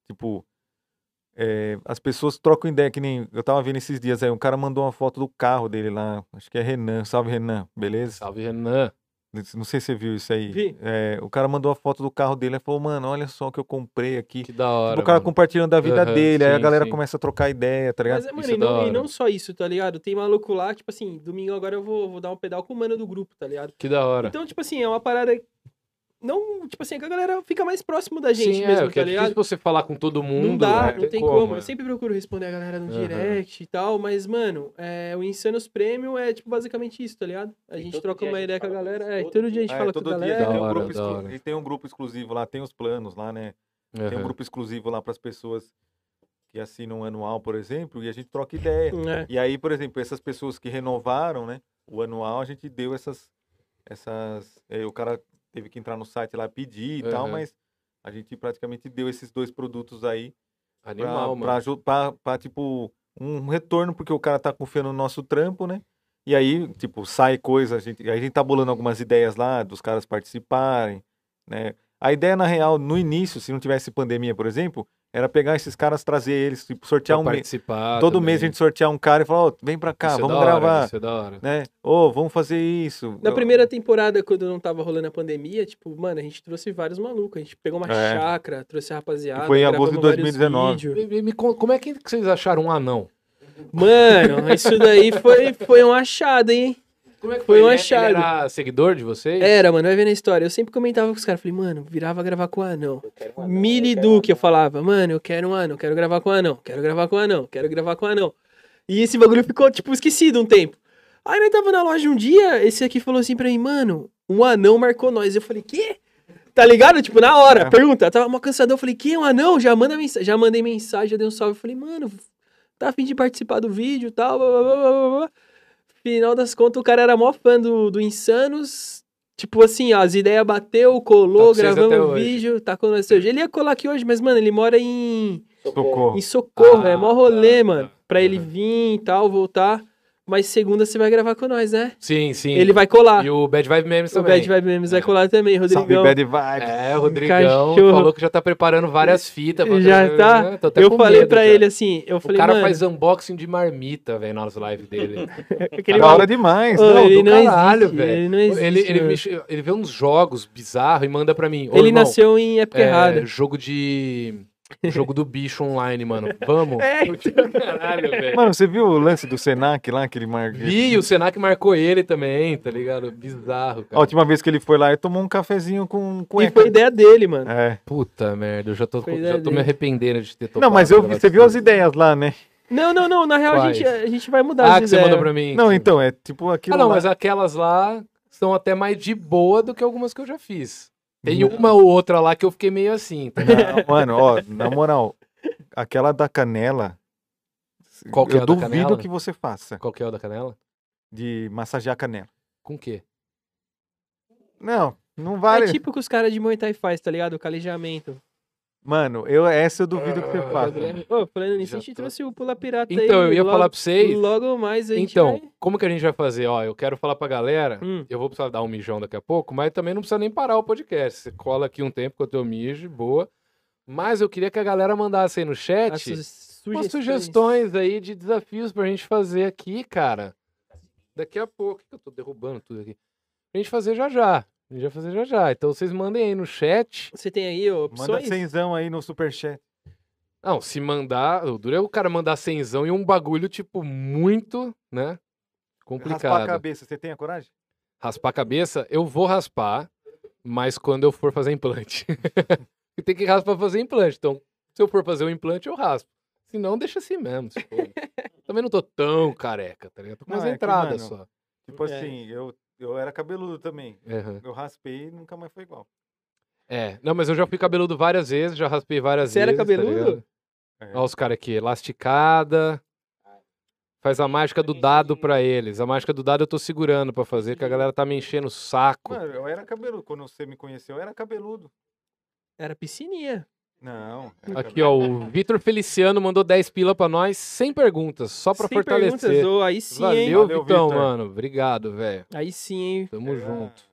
Tipo é, as pessoas trocam ideia que nem eu tava vendo esses dias aí, um cara mandou uma foto do carro dele lá, acho que é Renan, salve Renan, beleza?
Salve, Renan.
Não sei se você viu isso aí.
Vi.
É, o cara mandou a foto do carro dele, ele falou: "Mano, olha só o que eu comprei aqui".
Que da hora.
Tipo, o cara
mano.
compartilhando da vida
Aham,
dele, aí a
sim,
galera
sim.
começa a trocar ideia, tá ligado?
Mas, mano,
Isso é
e
da
não, e
hora.
não só isso, tá ligado? Tem maluco lá, tipo assim, domingo agora eu vou, vou dar um pedal com o mano do grupo, tá ligado?
Que da hora.
Então, tipo assim, é uma parada. Não, tipo assim, que a galera fica mais próximo da gente
Sim, é,
mesmo,
que
tá
é difícil
ligado?
você falar com todo mundo.
Não dá,
né?
não tem como.
é.
Eu sempre procuro responder a galera no
Aham.
direct e tal, mas, mano, é, o Insanos Premium é, tipo, basicamente isso, tá ligado? A
E
gente
todo
troca
dia a
uma
gente
ideia com a
fala com
galera.
eles,
É,
todo
todo dia a gente
É,
fala com a
todo dia
galera.
Da
tem um,
hora,
grupo
da
exclu-
hora.
e tem um grupo exclusivo lá, tem os planos lá, né? Tem um
Aham.
grupo exclusivo lá para as pessoas que assinam um anual, por exemplo, e a gente troca ideia.
É.
E aí, por exemplo, essas pessoas que renovaram, né, o anual, a gente deu essas essas, é, o cara teve que entrar no site lá pedir e tal,
Aham.
mas a gente praticamente deu esses dois produtos aí pra-
Animal,
pra,
mano.
aju- pra, pra, tipo, um retorno, porque o cara tá confiando no nosso trampo, né? E aí, tipo, sai coisa, a gente, aí a gente tá bolando algumas ideias lá, dos caras participarem, né? A ideia, na real, no início, se não tivesse pandemia, por exemplo, era pegar esses caras, trazer eles, tipo, sortear
Pra
um mês.
participar.
Todo mês a
também.
gente sortear um cara e falar, ó, vem pra cá,
Isso é
vamos
da hora,
gravar,
Isso é da hora.
né? Ô, vamos fazer isso.
Na
Eu-
primeira temporada, quando não tava rolando a pandemia, tipo, mano, a gente trouxe vários malucos. A gente pegou uma
É.
chácara, trouxe a rapaziada.
E foi em agosto de
gravamos vários
2019.
vídeos.
Me, me- me conta, como é que que vocês acharam um anão?
Mano, isso daí foi, foi um achado, hein?
Como é que
Foi um
Ele-
achado. É.
Ele era seguidor de vocês?
Era, mano, vai ver na história. Eu sempre comentava com os caras, falei, mano, virava gravar com o anão.
um
Mini
É,
Duque, eu falava, mano, eu quero um anão, quero gravar com o anão, quero gravar com o anão, quero gravar com o anão. E esse bagulho ficou, tipo, esquecido um tempo. Aí nós tava na loja um dia, esse aqui falou assim pra mim, mano, um anão marcou nós. Eu falei, quê? Tá ligado? Tipo, na hora,
É.
pergunta. Eu tava mó cansadão, eu falei, quê? Um anão? Já, manda mensa- já mandei mensagem, já dei um salve. Eu falei, mano, tá a fim de participar do vídeo e tal, blá, blá, blá, blá, blá, blá. Final das contas, o cara era mó fã do, do Insanos. Tipo assim, ó, as ideias bateu, colou,
Tá com vocês até
gravamos o
hoje.
vídeo, tá com nós até hoje. Ele ia colar aqui hoje, mas, mano, ele mora em,
Socorro.
em Socorro,
Ah,
é mó rolê,
tá,
mano.
tá.
Pra ele
Uhum.
vir e tal, voltar. Mas segunda você vai gravar com nós, né?
Sim, sim.
Ele vai colar.
E o Bad Vibe Memes
O
também.
Bad Vibe Memes vai
É.
colar também,
Salve,
Rodrigão.
bad vibes.
É, o Rodrigão
Cachorro.
falou que já tá preparando várias fitas. pra-
Já tá?
É, tô até
Eu
com
falei
medo
pra
já.
ele assim, eu
O
falei,
cara
mano,
faz unboxing de marmita, velho, nas lives dele.
aquele
da
maluco-
hora demais.
Ô,
né?
ele,
do
é não
caralho,
existe,
velho.
ele não existe,
ele, ele,
mano.
me che- ele vê uns jogos bizarros e manda pra mim. Ô,
Ele
irmão,
nasceu em época
é,
errada.
Jogo de. Jogo do bicho online, mano. Vamos?
É,
Caralho, velho.
Mano, você viu o lance do Senac lá, aquele mar...
Vi, o Senac marcou ele também, tá ligado? Bizarro,
A
cara.
última vez que ele foi lá, ele tomou um cafezinho com
e
cueca.
foi ideia dele, mano.
É.
Puta merda, eu já tô,
Coisa
já tô me
dele.
arrependendo de ter topado.
Não, mas eu,
aquela
você viu as
atitude.
ideias lá, né?
Não, não, não. Na real, a
Quais?
gente, a gente vai mudar
Ah,
as
que você
ideias.
mandou pra mim.
Não,
sim.
então, é tipo aquilo
Ah, não,
lá.
mas aquelas lá são até mais de boa do que algumas que eu já fiz. Tem uma ou outra lá que eu fiquei meio assim. Tá?
Não, mano, ó, na moral, aquela da canela...
Qual que é
eu
a da
duvido
canela?
que você faça
Qual que é o da canela?
de massagear a canela.
Com o quê?
Não, não vale.
tipo É tipo que os caras de Muay Thai faz, tá ligado? O calejamento.
Mano, eu, essa eu duvido que você
Ah,
faça.
Guilherme. Ô, falando nisso,
Já
a gente
tô-
trouxe o Pula Pirata aí.
Então, eu ia
logo-
falar pra vocês.
Logo mais a gente
Então,
vai-
como que a gente vai fazer? Ó, eu quero falar pra galera.
Hum.
Eu vou precisar dar um mijão daqui a pouco, mas também não precisa nem parar o podcast. Você cola aqui um tempo que eu o mijo, boa. Mas eu queria que a galera mandasse aí no
as
chat
suas
umas sugestões aí de desafios pra gente fazer aqui, cara. Daqui a pouco. que Eu tô derrubando tudo aqui. Pra gente fazer já já. A gente vai fazer já já. Então vocês mandem aí no chat.
Você tem aí ó,
Manda
opções?
cenzão aí no superchat.
Não, se mandar. O duro é o cara mandar cenzão e um bagulho, tipo, muito, né?
Raspar a
Complicado.
cabeça, você tem a coragem?
Raspar a cabeça, eu vou raspar, mas quando eu for fazer implante. E tem que raspar pra fazer implante. Então, se eu for fazer um implante, eu raspo. Se não, deixa assim mesmo. se for. Também não tô tão careca, tá ligado? Tô com
Não,
umas
é que,
entradas só.
mano, Tipo
É.
assim, eu, eu era cabeludo também.
Aham.
Eu raspei e nunca mais foi igual.
É. Não, mas eu já fui cabeludo várias vezes, já raspei várias
Você era
vezes. tá
cabeludo?
É.
Olha os caras aqui, elasticada. Faz a mágica do dado pra eles. A mágica do dado eu tô segurando pra fazer, que a galera tá me enchendo o saco.
Mano, eu era cabeludo. Quando você me conheceu, eu era cabeludo.
Era piscininha.
Não. era
Aqui, ó, o Vitor Feliciano mandou 10 pila pra nós, sem perguntas, só pra
Sem perguntas,
fortalecer.
ô, aí sim, hein?
Valeu,
Valeu,
Vitão,
Vitor.
mano. Obrigado, velho.
Aí sim, hein?
Tamo
Era-
junto.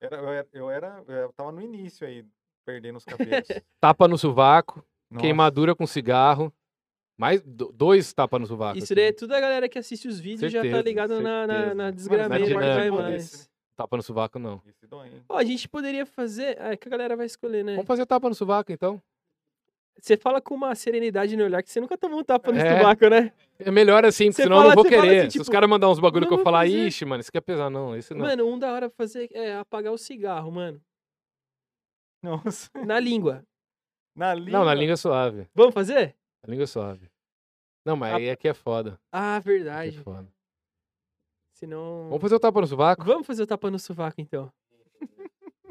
Era, eu, era, eu era- eu tava no início aí, perdendo os cabelos.
Tapa no sovaco,
Nossa.
queimadura com cigarro. Mais do- dois tapas no sovaco.
Isso
assim.
daí é tudo a galera que assiste os vídeos já tá
Certeza,
ligado na, na,
certeza. é
na
Na
desgrameira que
dinâmica
vai
desse,
mais.
Tapa no sovaco, não.
Esse dói, hein?
Ó, a gente poderia fazer. Ah, é que a galera vai escolher, né?
Vamos fazer tapa no sovaco, então.
Você fala com uma serenidade no olhar que você nunca tomou um tapa no
É.
estomaco, né?
É melhor assim, porque
Você
senão eu
fala-
não vou
você fala
querer.
assim,
Se os
tipo,
caras mandar uns bagulho
não
que eu
vou
falar,
fazer.
ixi, mano, isso quer pesar, não. Esse não.
Mano, um da hora fazer é apagar o cigarro, mano.
Nossa.
Na língua.
Na língua.
não, na língua é suave.
Vamos fazer?
Na língua é suave. Não, mas
Ah,
aí aqui é foda.
Ah,
Aqui é
verdade.
foda.
Senão.
Vamos fazer o tapa no sovaco?
Vamos fazer o tapa no sovaco, então.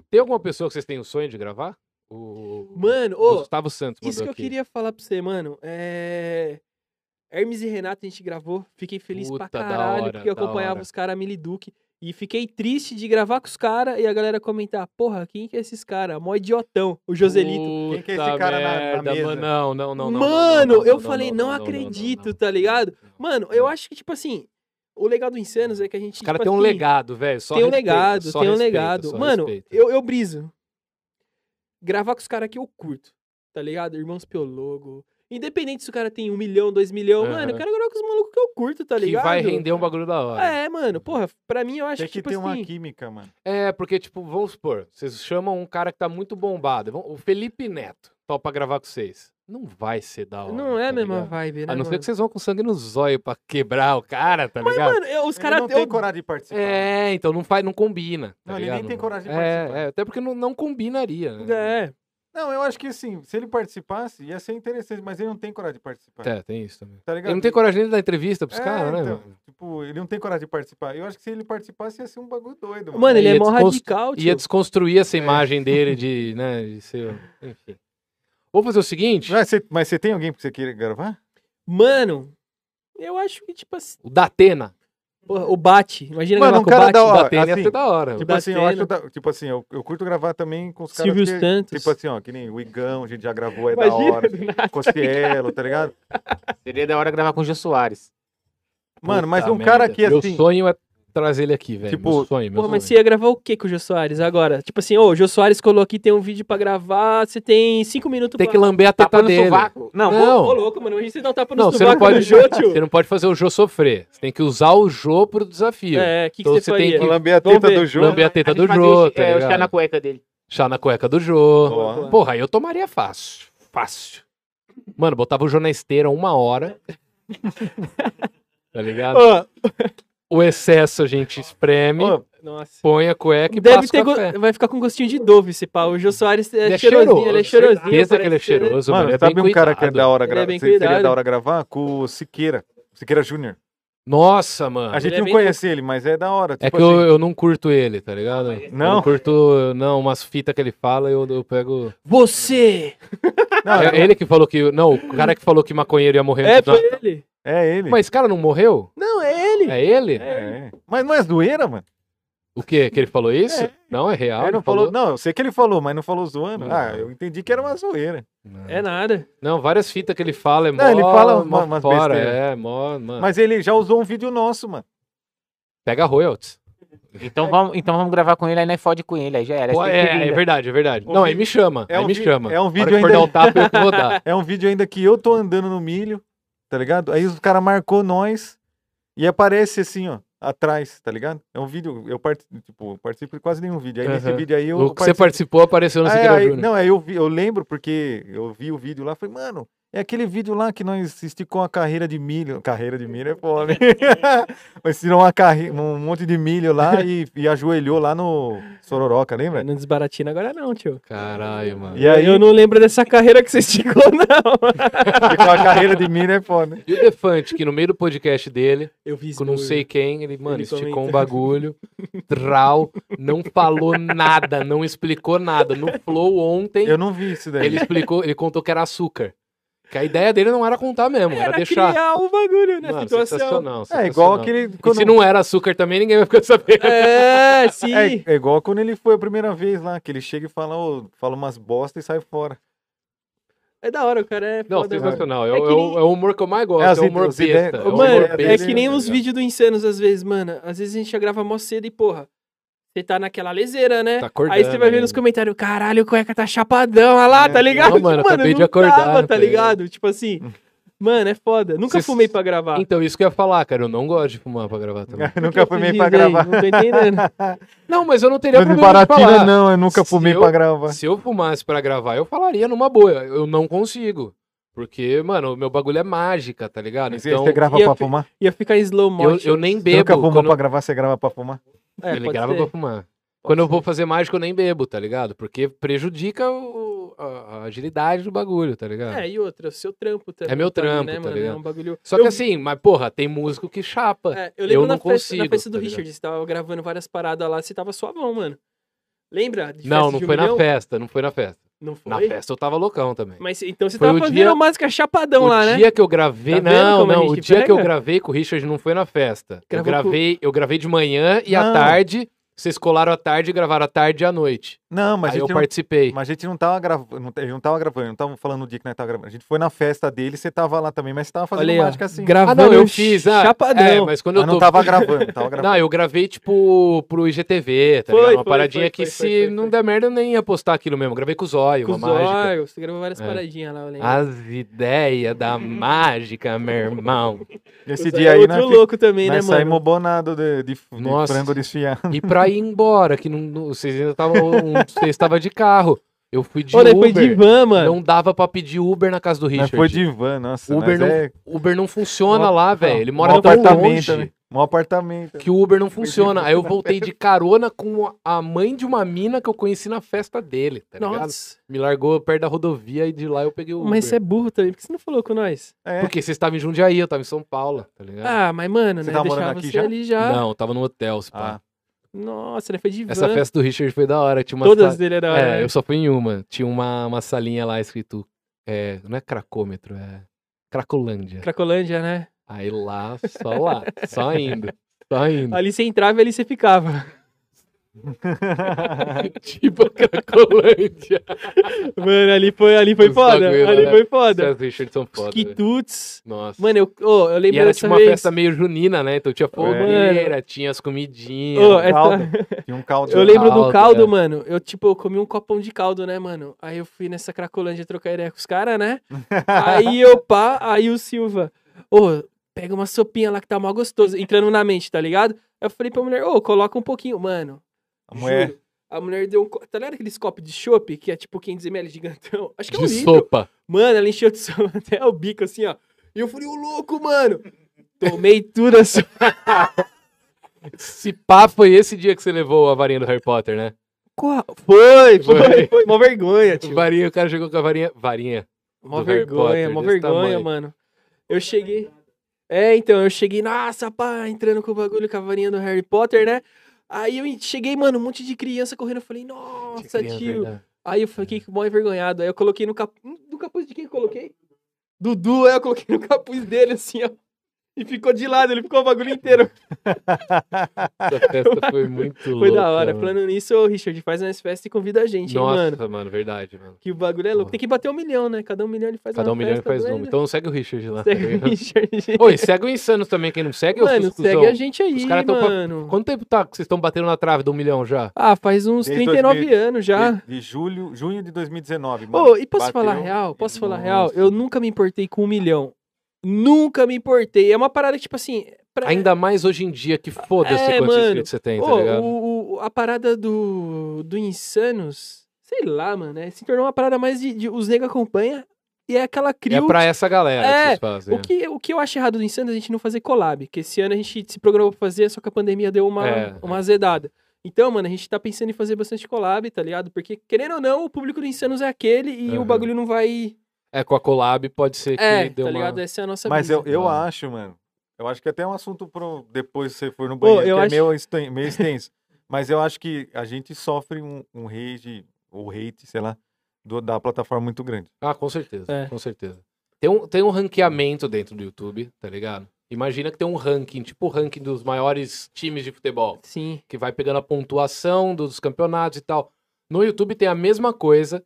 Tem alguma pessoa que vocês têm o sonho de gravar? O o
Mano, ô,
Gustavo Santos mandou
isso que eu
aqui.
queria falar pra você, mano. É. Hermes e Renato a gente gravou. Fiquei feliz pra
Puta, da
caralho,
hora,
porque eu
da
acompanhava
hora.
os caras, a Mili Duque. E fiquei triste de gravar com os caras e a galera comentar: porra, quem que é esses caras? Mó idiotão. O Joselito.
Quem que é esse
Puta
cara na- na
merda,
mesa?
mano, Não, não, não, não.
Mano,
não, não,
eu
não,
falei, não acredito,
não,
tá ligado?
não, não.
Mano, eu acho que, tipo assim, o legal do Insanos é que a gente.
Hum. Os caras
tipo
têm um
assim,
legado, velho. só
tem um
respeito,
legado,
só
tem um
respeito,
legado.
só
Mano,
respeito.
eu, eu briso. Gravar com os caras que eu curto, tá ligado? Irmãos Piologo. Independente se o cara tem um milhão, dois milhões,
Aham.
mano, eu quero gravar com os malucos que eu curto, tá
Que
ligado?
vai render um bagulho da hora.
É, mano, porra, pra mim eu acho
Tem
que,
que
tipo
ter
assim.
uma química, mano.
É, porque, tipo, vamos supor, vocês chamam um cara que tá muito bombado. vamos- O Felipe Neto topa gravar com vocês. Não vai ser da hora.
Não é
tá
a mesma
ligado?
vibe, né?
A não ser
mano?
que vocês vão com sangue no zóio pra quebrar o cara, tá ligado?
Mano, eu- os
Ele
caras.
não tem coragem de participar.
É, então não faz, não combina. tá
Não, ele nem
ligado?
tem coragem de participar.
é, é, até porque não, não combinaria, né?
É,
Não, eu acho que assim, se ele participasse, ia ser interessante, mas ele não tem coragem de participar.
É, tem isso também.
Tá ligado?
Ele não tem coragem nem de dar entrevista pros
É,
caras, né?
então,
mano?
Tipo, ele não tem coragem de participar. Eu acho que se ele participasse, ia ser um bagulho doido, mano.
mano, ele
Ia
é mó
desconstru-
radical, tio.
Ia desconstruir
É.
essa imagem dele de, né, de ser... Enfim. Vou fazer o seguinte,
Mas você, é, mas você tem alguém que você queira gravar?
Mano, eu acho que, tipo assim.
o Datena.
Porra, o Bate. Imagina gravar
Mano, um
com o
cara
Bate.
da
O
hora,
Datena ia
assim,
ser da hora.
Tipo
da
assim, eu acho
cena.
da- tipo assim, eu, eu curto gravar também com os caras
Silvio
que-
Santos.
Tipo assim, ó, que nem o Igão, a gente já gravou, é
Imagina, né?
da hora.
do nada.
Cossielo, tá ligado?
Seria da hora gravar com o Jô Soares.
Mano, mas
Puta
um cara
merda.
que
Meu
assim.
sonho é trazer ele aqui, velho.
Tipo,
meu sonho, meu
Porra, mas você
sonho.
ia gravar o que com o Jô Soares agora? Tipo assim, ô, o Jô Soares colocou aqui, tem um vídeo pra gravar, você tem cinco
é
minutos
Tem
pra...
que lamber a teta
Tapa tá no
dele.
sovaco. Não,
Não.
não.
Ô, louco, mano, imagina você dar um tapa no
Não, você
sovaco
não pode.
do Jô, tio.
Você não pode fazer o Jô sofrer. Você tem que usar o Jô pro desafio.
É, o que, que
Então
você
você tem
faria?
que-
Lamber a
Vamos
teta
ver.
do Jô.
Lamber a teta do Jô, tá
é, o chá
ligado?
na cueca dele.
Chá na cueca do Jô.
Boa.
Boa.
Porra, aí eu tomaria fácil. Fácil. Mano, botava o Jô na esteira uma hora. tá ligado?
Ô,
O excesso a gente espreme,
Ô,
nossa.
põe a cueca e
Deve
passa
ter
o café.
go- Vai ficar com gostinho de Dove esse pau. O Jô Soares é,
Ele é
cheirosinho,
cheiroso.
ele é cheirosinho.
Certeza que ele é
parece ser-
cheiroso, mano.
Mano,
ele é
sabe
bem
um cara que é
cuidado.
da hora
Ele é
gravar?
bem
seria
cuidado.
da hora gravar? Com o Siqueira. Siqueira Júnior.
Nossa, mano.
A gente
é
não
bem
conhece ele, mas é da hora.
É
tipo
que eu,
assim.
eu não curto ele, tá ligado? Eu
Não?
curto, não, umas fitas que ele fala, eu, eu pego.
Você!
Não,
É ele que falou que. Não, o cara que falou que maconheiro ia morrer.
É,
antes da-
foi ele.
É ele.
Mas esse cara não morreu?
Não, é ele.
É ele?
É. Mas não é zoeira, mano?
O quê? Que ele falou isso? Não, é real.
ele
ele
não falou, não, eu sei que ele falou, mas não falou zoando. Ah, eu entendi que era uma zoeira.
Não.
É nada.
Não, várias fitas que ele fala, é mó,
Não, ele fala
mó
uma- umas
fora,
besteiras.
é, mó, mano.
Mas ele já usou um vídeo nosso, mano.
Pega royalties.
Então vamos, então vamos gravar com ele, aí nós fode com ele, aí já era.
Pô,
Esse
é,
que
é
vinga.
verdade, é verdade.
O
não, aí
vídeo-
me chama,
é
aí
um
me
vi-
chama.
é
A
um
hora
vídeo
que for
ainda-
dar o tapa, eu que vou dar.
É um vídeo ainda que eu tô andando no milho, tá ligado? Aí os caras marcou nós e aparece assim, ó, atrás, tá ligado? É um vídeo, eu participo, tipo, eu participo de quase nenhum vídeo. Aí nesse
Aham.
vídeo aí eu
o que você
participo-
participou apareceu no
Ah, é,
Siqueira
aí-
Júnior.
Não, aí eu, vi- eu lembro porque eu vi o vídeo lá, falei, mano, é aquele vídeo lá que nós esticou a carreira de milho. Carreira de milho é foda, hein? Mas tirou uma carre... um monte de milho lá e, e ajoelhou lá no Sororoca, lembra?
Não desbaratina agora não, tio.
Caralho, mano.
E aí
Eu não lembro dessa carreira que você esticou, não.
ficou a carreira de milho é foda.
E o Defante, que no meio do podcast dele,
Eu vi isso.
com não sei quem, ele, mano,
Ele
esticou um
comenta.
bagulho, trau, não falou nada, não explicou nada. No Flow ontem,
Eu não vi isso daí. É,
ele explicou, ele contou que era açúcar. Que a ideia dele não era contar mesmo, era,
Era
deixar.
criar o bagulho na
Mano,
situação.
sensacional,
né, É igual
sensacional.
aquele.
E se não era açúcar também, ninguém vai ficar sabendo.
É, sim.
É, é igual quando ele foi a primeira vez lá, que ele chega e fala, ô, fala umas bosta e sai fora.
É da hora, o cara é
Não,
foda,
sensacional. É,
É
o-
que
é o-
nem-
é o humor que eu mais gosto.
É,
É,
as
o humor
ideias-
besta.
as
é o
ideias-
humor
Mano,
besta.
é
besta,
que nem
né,
os
cara?
vídeos do Insanos, às vezes, mano. Às vezes a gente já grava mó cedo e, porra, você tá naquela leseira, né?
Tá acordando
Aí você vai ver
ainda.
nos comentários, caralho, o cueca tá chapadão, olha lá,
É,
tá ligado?
não, mano, acabei de acordar,
tava, tá
tá ligado?
ligado? Tipo assim, mano, é foda. Nunca
Cês-
fumei pra gravar.
Então, isso que eu ia falar, cara. Eu não gosto de fumar pra gravar também.
nunca fumei
Esses
pra
dias aí,
gravar.
Não tô entendendo.
Não, mas eu não teria
Mas de
problema de
Baratina
falar.
não, eu nunca
Se
fumei
eu-
pra gravar.
Se eu fumasse pra gravar, eu falaria numa boa. Eu não consigo. Porque, mano, o meu bagulho é mágica, tá ligado?
Mas
Então,
você grava
e
pra
eu-
fumar?
Ia ficar em slow
eu,
motion.
eu nem
Você nunca
bebo.
fumou
quando-
pra gravar, você grava pra fumar?
É,
ele
pode
grava
ser.
pra fumar. Quando eu vou fazer mágica, eu nem bebo, tá ligado? Porque prejudica o- a, a agilidade do bagulho, tá ligado?
É, e outra, o seu trampo também.
É meu
também,
trampo,
né,
tá
mano?
ligado?
É um bagulho...
Só que assim, mas porra, tem músico que chapa.
É, eu lembro
eu
na,
não
festa, na
consigo,
festa do
tá
Richard, você tava gravando várias paradas lá, você tava suavão, mano. Lembra? de festa
Não, não
de um
foi na
milhão?
festa, não foi na festa.
Não foi?
Na festa eu tava loucão também.
Mas então você
Foi
tava
o
fazendo
dia-
a música chapadão
o
lá, né?
dia que eu gravei.
Tá vendo
não,
como a
não. O
gente
dia que eu
pega?
gravei com o Richard não foi na festa. Eu
Gravou com- Ah.
gravei, eu gravei de manhã e à
Não.
tarde. Vocês colaram à tarde e gravaram à tarde e à noite.
Não, mas,
Aí eu
a, gente não,
participei.
mas a gente não tava gravando, não, ele não tava gravando, não tava falando o dia que nós tava gravando. A gente foi na festa dele, você tava lá também, mas você tava fazendo
Olha aí, ó,
mágica assim.
Ah,
gravando
não, eu fiz. Ah,
chapadão.
É, mas quando
Mas
eu tô.
não tava gravando, tava gravando.
Não, eu gravei, tipo, pro IGTV, tá
Foi,
ligado? Uma
foi,
paradinha
foi,
que
foi,
se
foi, foi,
não
foi.
der merda, eu nem ia postar aquilo mesmo. Gravei com o zóio,
Com
uma
os
mágica.
olhos, você gravou várias
É.
paradinhas lá, eu lembro.
As ideias da mágica, meu irmão.
Esse
Os-
dia
é
aí,
outro
nós, fi-
louco também, né,
nós
mano?
saímos bonados de, de, de
Nossa.
frango desfiado.
E pra ir embora, que não, não- vocês ainda estavam. um- Vocês estavam de carro. Eu fui de
Ô, daí
Uber.
foi de van, mano.
Não dava pra pedir Uber na casa do
Nós
Richard.
foi de van, nossa.
Uber
nós
não
é-
Uber não funciona
Mó-
lá, velho. Ele
mó
mora tão longe
né? Mó apartamento.
que o Uber não
Foi de
funciona.
van
Aí eu
na
voltei de carona com a mãe de uma mina que eu conheci na festa dele, tá ligado?
Nossa,
Me largou perto da rodovia e de lá eu peguei o Uber.
mas você é burro também, por que você não falou com nós?
É.
Porque vocês estavam em Jundiaí, eu tava em São Paulo, tá ligado?
Ah, mas mano,
Você
né,
tá
deixar
morando aqui
você
já?
ali já.
Não, eu tava no hotel, se pá.
Ah,
Nossa, né, foi de van.
Essa festa do Richard foi da hora. Tinha uma
Todas
sa-
dele era hora,
É,
né?
eu só fui em uma. Tinha uma, uma salinha lá escrito. É, não é cracômetro, é. Cracolândia.
Cracolândia, né?
Aí lá, só lá. só indo. Só indo.
Ali você entrava e ali você ficava.
tipo a Cracolândia.
Mano, ali foi, ali foi
Os
foda.
bagulho,
Ali
né?
foi foda.
Os Richard são
Os
foda. velho.
quitutes.
Nossa.
Mano, eu, oh, eu
e
lembro
era
dessa
tipo uma
vez. É.
festa meio junina, né? Então tinha fogueira, tinha as comidinhas.
Ô,
né?
essa-
caldo. Tinha um caldo.
é Eu lembro
Caldo,
do caldo,
é.
mano. Eu, tipo, eu comi um copão de caldo, né, mano? Aí eu fui nessa cracolândia trocar ideia com os caras, né? aí eu pá, aí o Silva, ô, pega uma sopinha lá que tá mal gostoso, entrando na mente, tá ligado? Aí eu falei pra mulher, ô, coloca um pouquinho, mano.
A
é?
mulher-
juro, A mulher deu um. co- Tá ligado aqueles copos de chopp, que é tipo 500ml gigantão? Acho que é um
de
litro.
sopa.
Mano, ela encheu de sopa até o bico, assim, ó. E eu falei, ô louco, mano! Tomei tudo assim.
Se pá, foi esse dia que você levou a varinha do Harry Potter, né?
Qual? Foi,
Foi.
foi, foi. Mó vergonha, tio.
Varinha, o cara chegou com a varinha. Varinha.
Mó
do Harry
vergonha,
Potter,
mó
desse
vergonha,
tamanho.
mano. Eu cheguei. É, então, eu cheguei, nossa, pá, entrando com o bagulho com a varinha do Harry Potter, né? Aí eu en- cheguei, mano, um monte de criança correndo. Eu falei,
Tinha
nossa,
criança, né?
tio.
verdade.
Aí eu fiquei mó envergonhado. Aí eu coloquei hum, no capuz. Do capuz de quem eu coloquei? Dudu, aí eu coloquei no capuz dele, assim, ó. E ficou de lado, ele ficou o bagulho inteiro.
Essa festa foi muito louca.
Foi da hora.
mano.
Falando nisso, ô, Richard, faz umas festas e convida a gente, hein,
Nossa,
mano.
mano. verdade, mano.
Que o bagulho é louco. Tem que bater um milhão, né? Cada um milhão ele faz
Cada um
uma
milhão e
festa
faz
doida.
uma. Então segue o Richard lá.
Segue
tá ligado?
o Richard.
Oi, segue é o Insano também, quem não segue, ô
Mano,
seus cuzão.
segue a gente aí,
Os caras tão pra-
mano.
Quanto tempo tá que vocês estão batendo na trave do um milhão já?
Ah, faz uns
Desde
39
2000,
anos já.
De, de julho, junho de 2019, mano.
Ô, e posso
Bateu
falar real? Posso falar
Nossa.
real? Eu nunca me importei com um milhão. Nunca me importei. É uma parada que, tipo assim. pra-
Ainda mais hoje em dia, que foda-se
É,
quantos
mano.
inscritos você tem, tá
Ô,
ligado?
o- o- a parada do, do Insanos, sei lá, mano, é, se tornou uma parada mais de, de- os nego acompanha e é aquela
É
crio.
pra essa galera que
É,
vocês fazem.
o, que, o que eu acho errado do Insanos é a gente não fazer collab, que esse ano a gente se programou pra fazer, só que a pandemia deu uma,
É.
uma azedada. Então, mano, a gente tá pensando em fazer bastante collab, tá ligado? Porque, querendo ou não, o público do Insanos é aquele e o
Aham.
bagulho não vai...
É, com a collab pode ser que
É,
deu
tá
uma...
ligado? Essa é a nossa
Mas
brisa.
eu, eu
Ah.
acho, mano. Eu acho que até é um assunto pro depois você for no banheiro,
eu
que
acho-
é meio, esten- meio extenso. Mas eu acho que a gente sofre um, um rage, ou hate, sei lá, do- da plataforma muito grande.
Ah, com certeza,
É.
com certeza. Tem um, tem um ranqueamento dentro do YouTube, tá ligado? Imagina que tem um ranking, tipo o ranking dos maiores times de futebol,
Sim.
que vai pegando a pontuação dos campeonatos e tal. No YouTube tem a mesma coisa,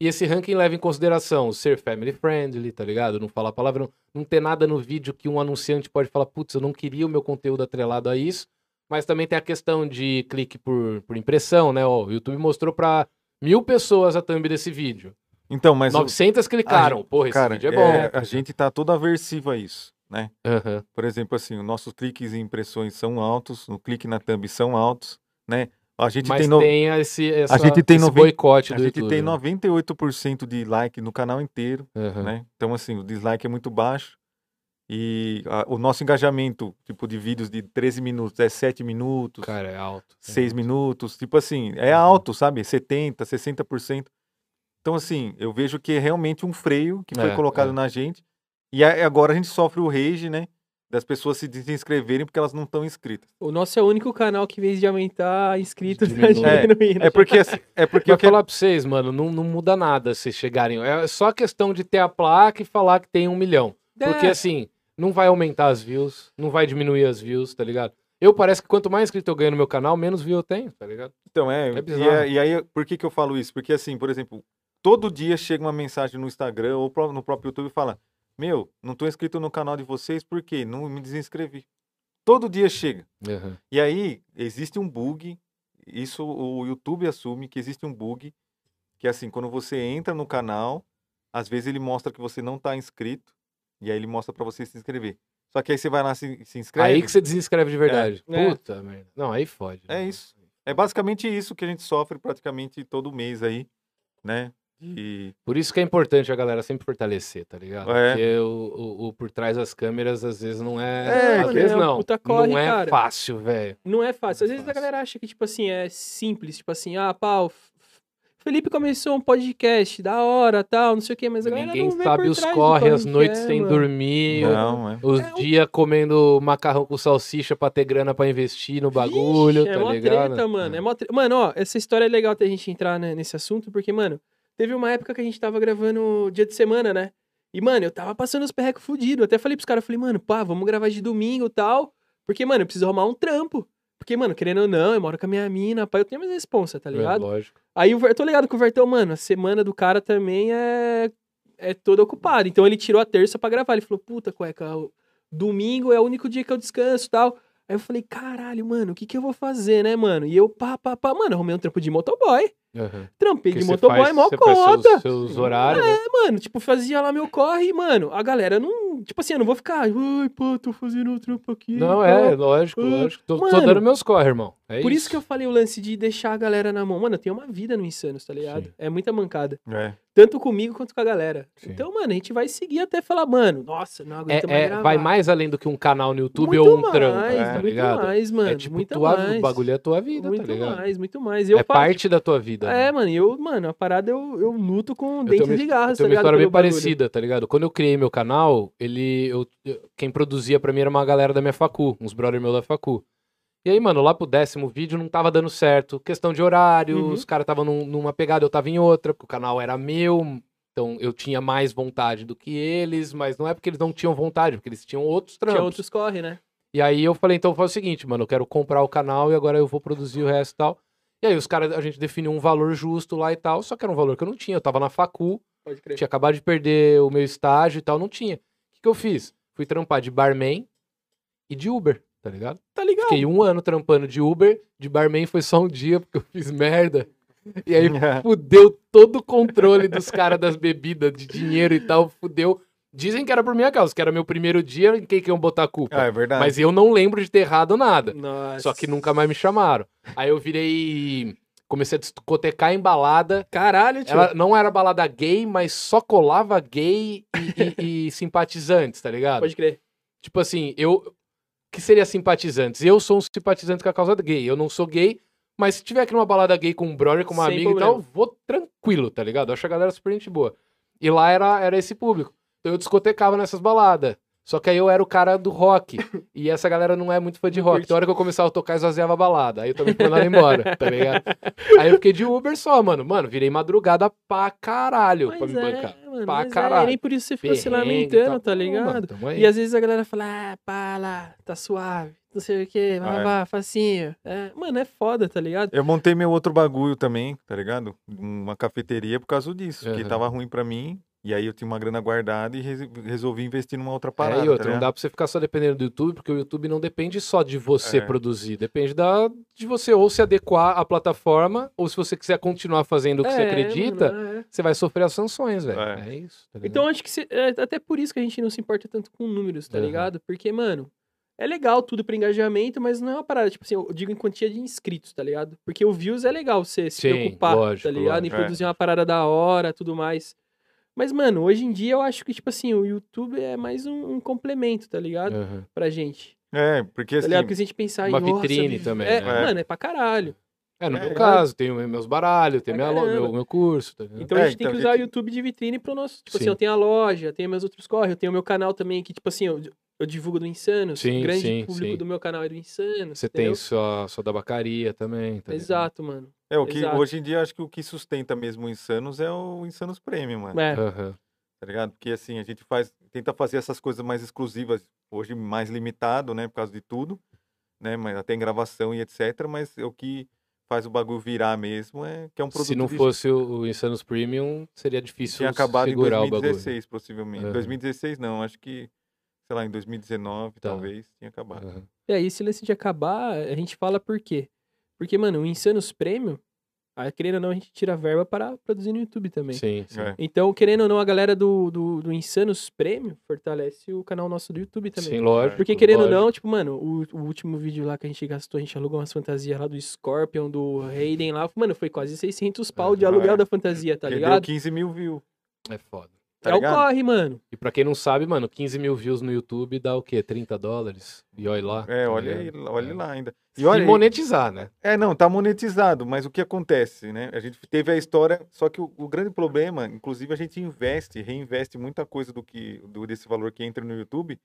e esse ranking leva em consideração ser family friendly, tá ligado? Não falar palavrão, não ter nada no vídeo que um anunciante pode falar, putz, eu não queria o meu conteúdo atrelado a isso. Mas também tem a questão de clique por, por impressão, né? Ó, o YouTube mostrou pra mil pessoas a thumb desse vídeo.
Então, mas. o-
900 clicaram. Porra, esse
cara,
vídeo é bom.
né?
a gente tá todo aversivo a isso, né?
Aham.
Por exemplo, assim, os nossos cliques e impressões são altos, o clique na thumb são altos, né? A gente
Mas
tem
tem,
no-
esse, essa-
a gente tem
esse
90
boicote
a
do
gente
YouTube. né?
tem 98% de like no canal inteiro.
Aham.
né? Então, assim, o dislike é muito baixo. E a- o nosso engajamento, tipo, de vídeos de 13 minutos, é 7 minutos,
Cara, é alto.
6
É.
minutos, tipo assim, é
Uhum.
alto, sabe? 70, 60%. Então, assim, eu vejo que é realmente um freio que foi
É,
colocado
é.
na gente. E a- agora a gente sofre o rage, né? Das pessoas se desinscreverem porque elas não estão inscritas.
O nosso é o único canal que, em vez de aumentar inscritos, tá
Diminui.
É,
diminuindo.
É porque, assim, é porque
Porque eu
o que-
tá falar pra vocês, mano, não, não muda nada se chegarem. É só questão de ter a placa e falar que tem um milhão. Porque
É.
assim, não vai aumentar as views, não vai diminuir as views, tá ligado? Eu parece que quanto mais inscrito eu ganho no meu canal, menos view eu tenho, tá ligado?
Então, é.
É
e
bizarro.
é- e aí, por que, que eu falo isso? Porque, assim, por exemplo, todo dia chega uma mensagem no Instagram ou pró- no próprio YouTube e fala: Meu, não tô inscrito no canal de vocês porque não me desinscrevi. Todo dia chega.
Aham.
E aí, existe um bug. Isso o YouTube assume que existe um bug. Que, assim, quando você entra no canal, às vezes ele mostra que você não tá inscrito. E aí ele mostra para você se inscrever. Só que aí você vai lá se, se inscreve.
Aí que você desinscreve de verdade.
É.
Puta merda. Não, aí fode.
É
né?
isso. É basicamente isso que a gente sofre praticamente todo mês aí, né? E
Por isso que é importante a galera sempre fortalecer, tá ligado?
É.
Porque o, o- o por trás das câmeras às vezes não é.
É,
às
que
vezes
é um
não.
puta corre,
não é
cara.
fácil, velho.
Não é fácil. Às
Não é
vezes a
fácil.
galera acha que, tipo assim, é simples. Tipo assim, ah, pá, o F- Felipe começou um podcast, da hora, tal, não sei o quê, mas a galera
Ninguém
não vê
sabe
por
os
trás do
corre, as
podcast,
noites sem
mano.
dormir,
não, é.
os
É um-
dias comendo macarrão com salsicha pra ter grana pra investir no bagulho,
Vixe,
tá
é mó
ligado?
treta, mano. É mó tre- Mano, ó, essa história é legal até a gente entrar né, nesse assunto, porque, mano, teve uma época que a gente tava gravando dia de semana, né? E, mano, eu tava passando os perrecos fudidos. Até falei pros caras, falei, mano, pá, vamos gravar de domingo e tal. Porque, mano, eu preciso arrumar um trampo. Porque, mano, querendo ou não, eu moro com a minha mina, pá, eu tenho minhas responsa, tá
É,
ligado?
lógico.
Aí o Ver- eu tô ligado com o Vertão, mano, a semana do cara também é, é toda ocupada. Então ele tirou a terça pra gravar. Ele falou, puta cueca, o- domingo é o único dia que eu descanso e tal. Aí eu falei, caralho, mano, o que que eu vou fazer, né, mano? E eu, pá, pá, pá, mano, arrumei um trampo de motoboy.
Aham.
Trampei
Porque
de
você
motoboy, é
faz-
mó
você faz seus-
cota.
Seus, horários, né?
Mano, tipo, fazia lá meu corre, e, mano, a galera não. Tipo assim, eu não vou ficar, ai, pô, tô fazendo um trampo aqui. e
Não,
tal."
é, lógico, lógico. Tô, tô
uh, Mano,
dando meus corre, irmão. É
Por isso que eu falei o lance de deixar a galera na mão. Mano, eu tenho uma vida no Insanos, tá ligado?
Sim.
É muita mancada.
é.
tanto comigo quanto com a galera.
Sim.
Então, mano, a gente vai seguir até falar, mano, nossa, não
É,
aguento mais
é,
então, gravar.
vai mais além do que um canal no YouTube
muito
ou um
mais,
trampo,
é,
tá
muito
ligado?
mais, mano,
é tipo,
muito
tua,
mais.
o bagulho é a tua vida,
muito
tá ligado?
mais, muito mais. Eu
é
faço-
parte da tua vida. né?
É, mano, eu, mano, a parada eu, eu luto com
tenho
dentes
uma-
de garras,
Eu tenho
tá
uma
ligado?
história bem
Pelo bagulho.
parecida, tá ligado? Quando eu criei meu canal, ele. Eu, eu- quem produzia pra mim era uma galera da minha facu, uns brother meu da facu. E aí, mano, lá pro décimo vídeo não tava dando certo. Questão de horário,
Uhum.
os caras estavam num- numa pegada, eu tava em outra, porque o canal era meu, Então eu tinha mais vontade do que eles, mas não é porque eles não tinham vontade, porque eles tinham outros trampos.
Tinha outros corre, né?
E aí eu falei, então faz o seguinte, mano, eu quero comprar o canal e agora eu vou produzir o resto e tal. E aí os caras, a gente definiu um valor justo lá e tal, só que era um valor que eu não tinha. Eu tava na facu,
Pode crer.
tinha acabado de perder o meu estágio e tal, não tinha. O que, que eu fiz? Fui trampar de barman e de Uber, tá ligado?
Tá legal.
Fiquei um ano trampando de Uber, de barman foi só um dia, porque eu fiz merda. E aí fudeu todo o controle dos caras das bebidas, de dinheiro e tal, fudeu. Dizem que era por minha causa, que era meu primeiro dia, em quem que iam botar a culpa?
Ah, é verdade.
Mas eu não lembro de ter errado nada.
Nossa.
Só que nunca mais me chamaram. Aí eu virei. Comecei a discotecar em balada.
Caralho, tio.
Ela não era balada gay, mas só colava gay e, e- e simpatizantes, tá ligado?
Pode crer.
Tipo assim, eu. O que seria simpatizantes? Eu sou um simpatizante com a causa gay. Eu não sou gay, mas se tiver aqui numa balada gay com um brother, com uma
Sem
amiga e tal,
problema.
vou tranquilo, tá ligado? Eu acho a galera super gente boa. E lá era, era esse público. Então eu discotecava nessas baladas. Só que aí eu era o cara do rock. e essa galera não é muito fã de
Não
rock.
curte.
Então a hora que eu começava a tocar, esvaziava a balada. Aí eu também fui mandado embora, tá ligado? Aí eu fiquei de Uber só, mano. Mano, virei madrugada pra caralho pra
Pois
me
é,
bancar.
mano,
Pra
mas é,
caralho.
Nem por isso você ficou se
Perrengue e tal.
lamentando, tá
Não, mano,
ligado?
tamo aí.
E às vezes a galera fala, ah, pá lá, tá suave, não sei o quê, vai
Ah, é.
lá, facinho. É, mano, é foda, tá ligado?
Eu montei meu outro bagulho também, tá ligado? Uma cafeteria por causa disso, que
Aham.
tava ruim pra mim. E aí eu tinha uma grana guardada e rese- resolvi investir numa outra
É,
parada.
e outra,
tá
não
ligado?
dá pra você ficar só dependendo do YouTube, porque o YouTube não depende só de você
É.
produzir, depende da, de você ou se adequar à plataforma, ou se você quiser continuar fazendo o que você
É,
acredita, né?
mano, é.
você vai sofrer as sanções, velho. É.
É.
isso. tá ligado?
Então acho que cê- é até por isso que a gente não se importa tanto com números, tá
Aham.
ligado? Porque, mano, é legal tudo pra engajamento, mas não é uma parada, tipo assim, eu digo em quantia de inscritos, tá ligado? Porque o views é legal você se
Sim,
preocupar,
lógico,
tá ligado? Em
lógico, é.
produzir uma parada da hora, tudo mais. Mas, mano, hoje em dia eu acho que, tipo assim, o YouTube é mais um, um complemento, tá ligado?
Aham.
Pra gente.
É, porque
Tá
assim,
ligado? Porque se a gente pensar em.
uma
"Nossa,
vitrine
vive-"
também,
É,
né?
Mano, é pra caralho.
É, no
É,
meu
é.
caso, tenho meus baralhos, tenho
Pra
minha, lo- meu,
caramba.
meu curso. Tá ligado?
Então a
É,
gente tem
então,
que
a
usar o
gente-
YouTube de vitrine pro nosso. Tipo
Sim.
assim, eu tenho a loja, tenho meus outros corre, eu tenho o meu canal também, que, tipo assim, eu, eu divulgo do Insanos.
Sim,
o grande
sim,
público
sim.
do meu canal é do Insanos.
você tem
entendeu?
sua, sua da bacaria também. Tá ligado?
Exato, mano.
é o que
Exato.
hoje em dia acho que o que sustenta mesmo o Insanos é o Insanos Premium, mano.
É,
Aham.
Tá ligado? Porque assim, a gente faz, tenta fazer essas coisas mais exclusivas, hoje mais limitado, né, por causa de tudo, né, mas até em gravação e etc, mas é o que faz o bagulho virar mesmo é que é um produto
Se não
digi-
fosse o, o Insanos Premium, seria difícil
tinha acabado em
segurar o bagulho.
2016, possivelmente.
Aham.
2016 não, acho que, sei lá, em 2019,
Tá.
talvez, tinha acabado.
Aham.
é, e esse lance de acabar, a gente fala por quê? Porque, mano, o Insanos Prêmio, a, querendo ou não, a gente tira a verba para produzir no YouTube também.
Sim, sim.
É.
Então, querendo ou não, a galera do, do, do Insanos Prêmio fortalece o canal nosso do YouTube também.
Sim, lógico.
Porque querendo ou
lógico.
não, tipo, mano, o, o último vídeo lá que a gente gastou, a gente alugou umas fantasias lá do Scorpion, do Raiden lá. Mano, foi quase 600 pau de
Aham,
aluguel
é.
da fantasia, tá
Perdeu
ligado?
15 mil views,
É foda.
tá
é
ligado?
o corre, mano.
E pra quem não sabe, mano, 15 mil views no YouTube dá o quê? 30 dólares? E olha lá.
É,
tá
olha, aí,
ligado?
olha
É.
lá ainda.
E, monetizar, né?
É, não, tá monetizado, mas o que acontece, né? A gente teve a história, só que o, o grande problema, inclusive a gente investe, reinveste muita coisa do que do, desse valor que entra no YouTube,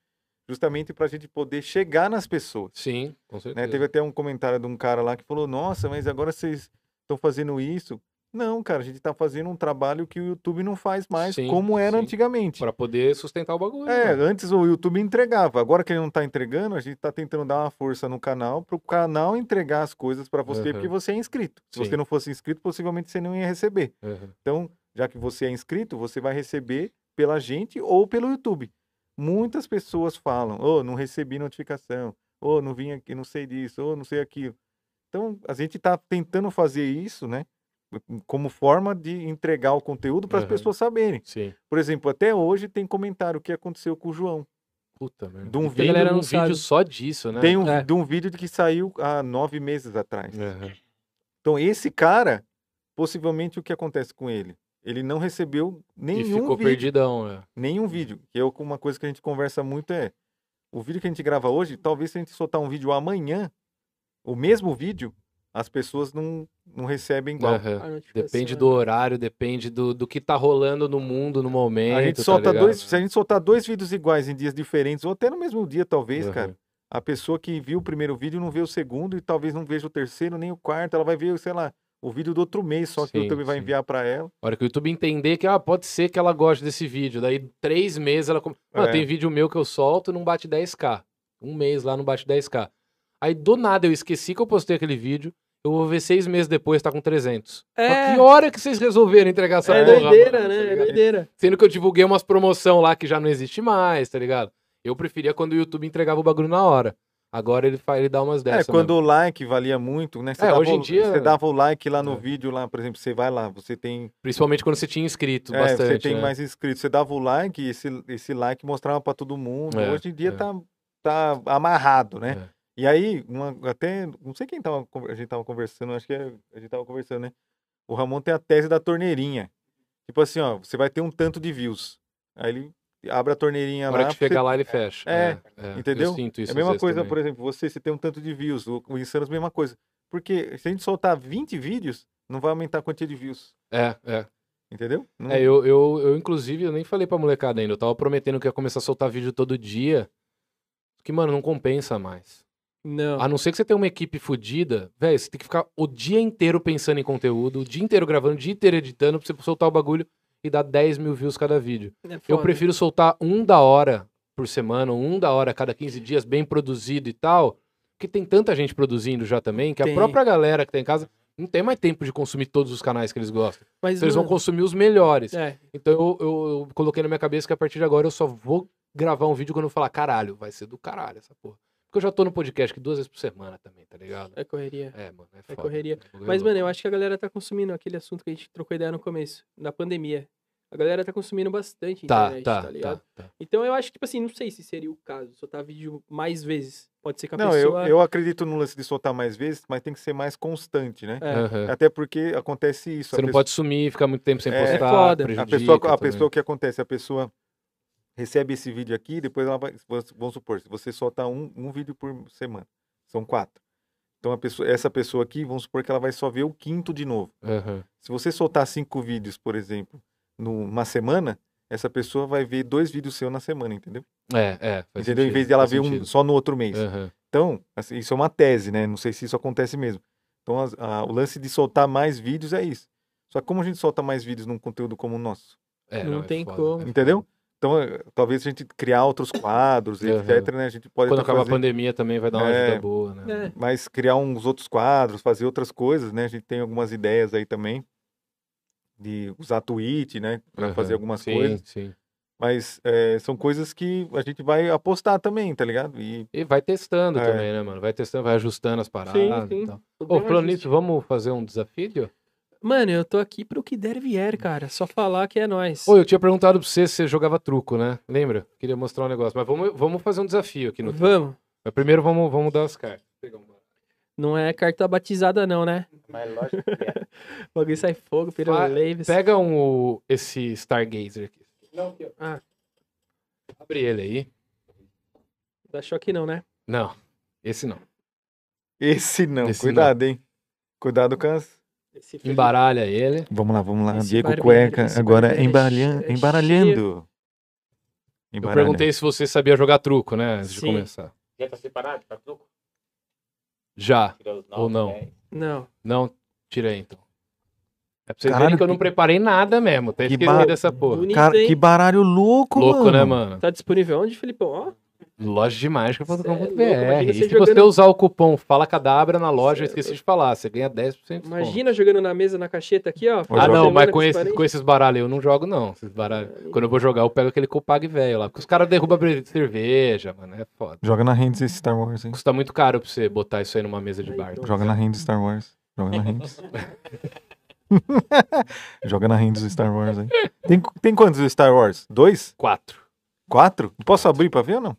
justamente pra gente poder chegar nas pessoas,
Sim, com certeza.
né? Teve até um comentário de um cara lá que falou: "Nossa, mas agora vocês estão fazendo isso?" Não, cara, a gente tá fazendo um trabalho que o YouTube não faz mais
Sim,
como era
sim.
antigamente.
Pra poder sustentar o bagulho.
É,
mano.
antes o YouTube entregava. Agora que ele não tá entregando, a gente tá tentando dar uma força no canal pro canal entregar as coisas pra você,
Aham.
porque você é inscrito. Se
Sim.
você não fosse inscrito, possivelmente você não ia receber.
Aham.
Então, já que você é inscrito, você vai receber pela gente ou pelo YouTube. Muitas pessoas falam: "Ô, não recebi notificação. Ô, não vim aqui, não sei disso. Ô, não sei aquilo". Então, a gente tá tentando fazer isso, né? Como forma de entregar o conteúdo para as
Aham.
pessoas saberem.
Sim.
Por exemplo, até hoje tem comentário o que aconteceu com o João.
Puta, merda.
De um
E
vídeo,
tem
a galera
um
não
vídeo
sabe.
só disso, né?
Tem um,
É.
de um vídeo que saiu há nove meses atrás.
Aham.
Então, esse cara, possivelmente o que acontece com ele? Ele não recebeu
E
nenhum
ficou
vídeo.
perdidão, né?
Nenhum vídeo. E eu, uma coisa que a gente conversa muito é: o vídeo que a gente grava hoje, talvez se a gente soltar um vídeo amanhã, o mesmo vídeo, as pessoas não, não recebem igual.
Aham.
A notificação,
É. Depende
né?
do horário, depende do, do que tá rolando no mundo no momento.
A gente
tá
solta
ligado?
dois, se a gente soltar dois vídeos iguais em dias diferentes, ou até no mesmo dia, talvez,
Aham.
cara, a pessoa que viu o primeiro vídeo não vê o segundo e talvez não veja o terceiro nem o quarto, ela vai ver, sei lá, o vídeo do outro mês só que o
Sim,
YouTube vai
sim.
enviar pra ela.
A hora que o YouTube entender que, ah, pode ser que ela goste desse vídeo. Daí, três meses ela. come- Mano,
É.
tem vídeo meu que eu solto e não bate 10k. Um mês lá não bate 10k. Aí, do nada, eu esqueci que eu postei aquele vídeo. Eu vou ver seis meses depois, tá com 300. Mas
É,
que hora que vocês resolveram entregar essa
é
porra,
doideira,
mano, tá
né? É
ligado?
doideira.
Sendo que eu divulguei umas promoção lá que já não existe mais, tá ligado? Eu preferia quando o YouTube entregava o bagulho na hora. Agora ele, faz, ele dá umas
É,
dessas.
quando
mano.
o like valia muito, né? Você,
É,
dava,
hoje em
o-
dia-
você dava o like lá no
É.
vídeo, lá, por exemplo, você vai lá, você tem
Principalmente quando você tinha inscrito
É,
bastante.
você tem
né?
mais inscritos. Você dava o like, esse, esse like mostrava pra todo mundo.
É,
Hoje em dia
é.
tá, tá amarrado, né?
É.
E aí, uma- até. Não sei quem tava, con- a gente tava conversando, acho que é- a gente tava conversando, né? O Ramon tem a tese da torneirinha. Tipo assim, ó, você vai ter um tanto de views. Aí ele abre a torneirinha
Na
lá.
hora que
você-
chegar lá, ele fecha.
É, entendeu?
Eu sinto isso.
é a
às
mesma
vezes
coisa,
também.
por exemplo, você, você tem um tanto de views. O, o Insanos, mesma coisa. Porque se a gente soltar 20 vídeos, não vai aumentar a quantia de views.
É, é.
Entendeu? Não-
É,
Né?
eu, eu, eu, inclusive, eu nem falei pra molecada ainda. Eu tava prometendo que ia começar a soltar vídeo todo dia. Que, mano, não compensa mais.
Não.
A não ser que você tenha uma equipe fodida, velho, você tem que ficar o dia inteiro pensando em conteúdo, o dia inteiro gravando, o dia inteiro editando pra você soltar o bagulho e dar 10 mil views cada vídeo.
é
Eu
foda.
prefiro soltar um da hora por semana, um da hora a cada 15 dias, bem produzido e tal. Porque tem tanta gente produzindo já também, que
Tem.
a própria galera que tá em casa não tem mais tempo de consumir todos os canais que eles gostam.
Mas,
Então eles vão
mano,
consumir os melhores.
é,
Então eu, eu- eu coloquei na minha cabeça que a partir de agora eu só vou gravar um vídeo quando eu falar, caralho, vai ser do caralho essa porra. Porque eu já tô no podcast que duas vezes por semana também, tá ligado?
é correria.
É, mano, é
É
foda.
correria.
Esse bagulho é
Mas,
louco.
mano, eu acho que a galera tá consumindo aquele assunto que a gente trocou ideia no começo, da pandemia. A galera tá consumindo bastante
Tá,
internet, tá,
tá,
ligado?
tá, tá.
Então eu acho que, tipo assim, não sei se seria o caso, soltar vídeo mais vezes. Pode ser que a
Não, eu,
pessoa...
eu acredito no lance de soltar mais vezes, mas tem que ser mais constante, né?
É.
Aham.
Até porque acontece isso.
Você
a
não
pessoa-
pode sumir, ficar muito tempo sem
É, é
postar,
foda. A
prejudica
a pessoa, a
também.
pessoa o que acontece, a pessoa recebe esse vídeo aqui, depois ela vai, vamos- vamos supor, se você soltar um, um vídeo por semana, são quatro. Então a pessoa, essa pessoa aqui, vamos supor que ela vai só ver o quinto de novo.
Aham.
Se você soltar cinco vídeos, por exemplo, numa semana, essa pessoa vai ver dois vídeos seus na semana, entendeu?
É, é. faz
entendeu? em
sentido,
vez de ela
faz
ver um
sentido. É.
só no outro mês.
Aham.
Então, assim, isso é uma tese, né? Não sei se isso acontece mesmo. Então, as- a- o lance de soltar mais vídeos é isso. Só que como a gente solta mais vídeos num conteúdo como o nosso,
É,
Não
é
tem
foda,
como.
é foda.
entendeu? Então, eh, talvez a gente criar outros quadros,
Aham.
etc, né? A gente pode
Quando
tá
acabar a
fazendo,
pandemia também vai dar uma
É.
ajuda boa, né?
É,
mas criar uns outros quadros, fazer outras coisas, né? A gente tem algumas ideias aí também de usar Twitch, né, para
Aham.
fazer algumas
sim,
coisas,
Sim.
mas eh, são coisas que a gente vai apostar também, tá ligado? E
E vai testando
É.
também, né, mano? Vai testando, vai ajustando as paradas
sim.
e tal. Ô, falando nisso, vamos fazer um desafio?
Mano, eu tô aqui pro que der e vier, cara. Só falar que é nóis.
Ô, eu tinha perguntado pra você se você jogava truco, né? Lembra? Queria mostrar um negócio. Mas vamos, vamos fazer um desafio aqui no truco.
Vamos.
Mas primeiro vamos, vamos dar as cartas.
Não é carta batizada, não, né?
Mas lógico que é.
Alguém sai fogo, pelo
Fa-
Leves.
Pega um, o- esse Stargazer aqui. Ah.
Não, que eu-
Abre ele aí.
Dá choque não, né?
Não, esse não.
esse não,
Esse não.
cuidado, hein? Cuidado com as
Esse Felipe-
Embaralha ele.
Vamos lá, vamos lá.
Esse
Diego
barbeiro-
Cueca,
esse
agora
barbeiro é
embaralha-
che- é
embaralhando.
Eu
Embaralha.
perguntei se você sabia jogar truco, né? Antes de
Sim.
começar.
Já tá separado? Tá truco?
Já.
Tirou os né?
Ou
nove,
não.
dez.
Não.
Não, tirei então. É pra vocês
Caralho,
verem que eu não
que-
preparei nada mesmo. Tá
que
esquecido
ba-
dessa porra.
Bonito,
Cara,
hein?
que baralho louco,
Louco,
mano.
né, mano?
Tá disponível onde, Filipão? Ó,
Lojademágica.com.br.
Cê é louco, imagina
E
você
se você
jogando-
usar o cupom Fala Cadabra na loja,
Cê
eu
é
esqueci de falar, você ganha 10% de desconto.
imagina jogando na mesa, na cacheta aqui, ó.
Hoje
Ah,
eu
não,
Semana
mas
com
com
esse
esses,
parente.
com esses baralhos eu não jogo, não. Esses baralhos. Quando eu vou jogar, eu pego aquele Copag velho lá. Porque os caras derrubam bre- cerveja, mano. É foda.
Joga na Hands esse Star Wars, hein?
Custa muito caro pra você botar isso aí numa mesa de
Aí,
bar.
então.
Joga na Hands Star Wars. Joga na Hands. Joga na Hands Star Wars, hein? Tem, tem quantos Star Wars? Dois?
Quatro.
Quatro? Posso abrir pra ver ou não?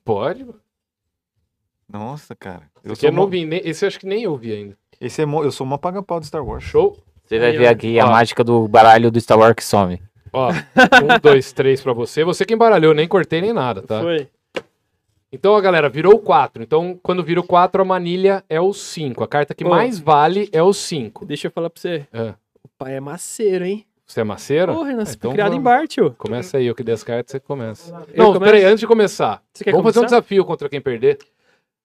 Nossa, cara. Eu
Esse é
sou
eu não
mó,
vi, nem- esse eu acho que nem eu vi ainda.
esse é mó, eu sou mó paga-pau de Star Wars.
Show?
Você vai
Aí,
ver
ó.
aqui a
Ó.
mágica do baralho do Star Wars que some.
Ó, um, dois, três pra você. Você que embaralhou, nem cortei nem nada, tá?
Foi.
Então, ó, galera, virou o 4. Então, quando vira o 4, a manilha é o 5. A carta que
Ô.
mais vale é o 5.
Deixa eu falar pra você.
Ah.
O pai é maceiro, hein?
Você é maceiro?
Porra, nós
então
fomos criados em
vamos.
bar, tio.
Começa aí, eu que dei as cartas, você começa.
Eu
não,
começo?
peraí, antes de começar.
Você quer
vamos fazer um
começar?
desafio contra quem perder.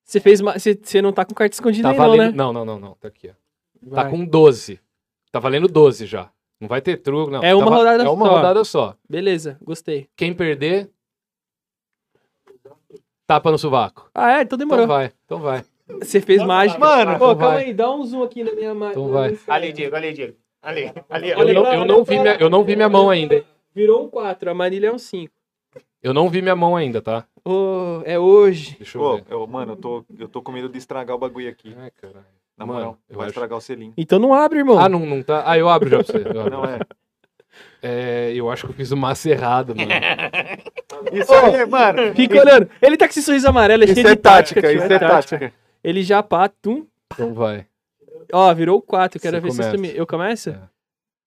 Você fez ma... Você você não tá com carta escondida
Tá
aí, não,
valendo.
né?
Não, não, não, não. Tá aqui, ó. Tá
Vai.
com 12. Tá Tá valendo 12 já. Não vai ter truco, não.
É uma
Tá va-
rodada
É uma
só.
rodada só.
Beleza, gostei.
Quem perder. Tapa no sovaco.
Ah, é? Então demorou.
Então vai, então vai.
Você fez mágica.
Mano,
Pô,
então
calma
vai.
aí, dá um zoom aqui na minha mágica.
Então vai.
Ali, Diego, ali, Diego. Ali, ali.
Eu
Olha
não,
pra-
eu
olha
não
pra-
vi minha, eu não vi minha mão ainda. hein?
Virou um 4, a Marília é um 5.
Eu não vi minha mão ainda, tá?
Ô, é hoje.
Deixa eu
Pô,
ver.
eu, mano, eu tô, eu tô com medo de estragar o bagulho aqui.
Ai, caralho.
Na
Mano,
moral,
eu
vai
acho-
estragar o selinho.
Então não abre, irmão.
Ah, não, não tá. Ah, eu abro já pra você. Eu, abro.
Não é.
É, eu acho que eu fiz o maço errado, mano.
Isso aí, mano.
Fica olhando. Ele tá com esse sorriso amarelo, é
Isso
cheio de
é
tática.
tática,
tio,
isso é tática.
Ele já patum.
Então vai.
Ó, virou 4, quero
Você
ver se
começa.
vocês também. Eu começo?
É.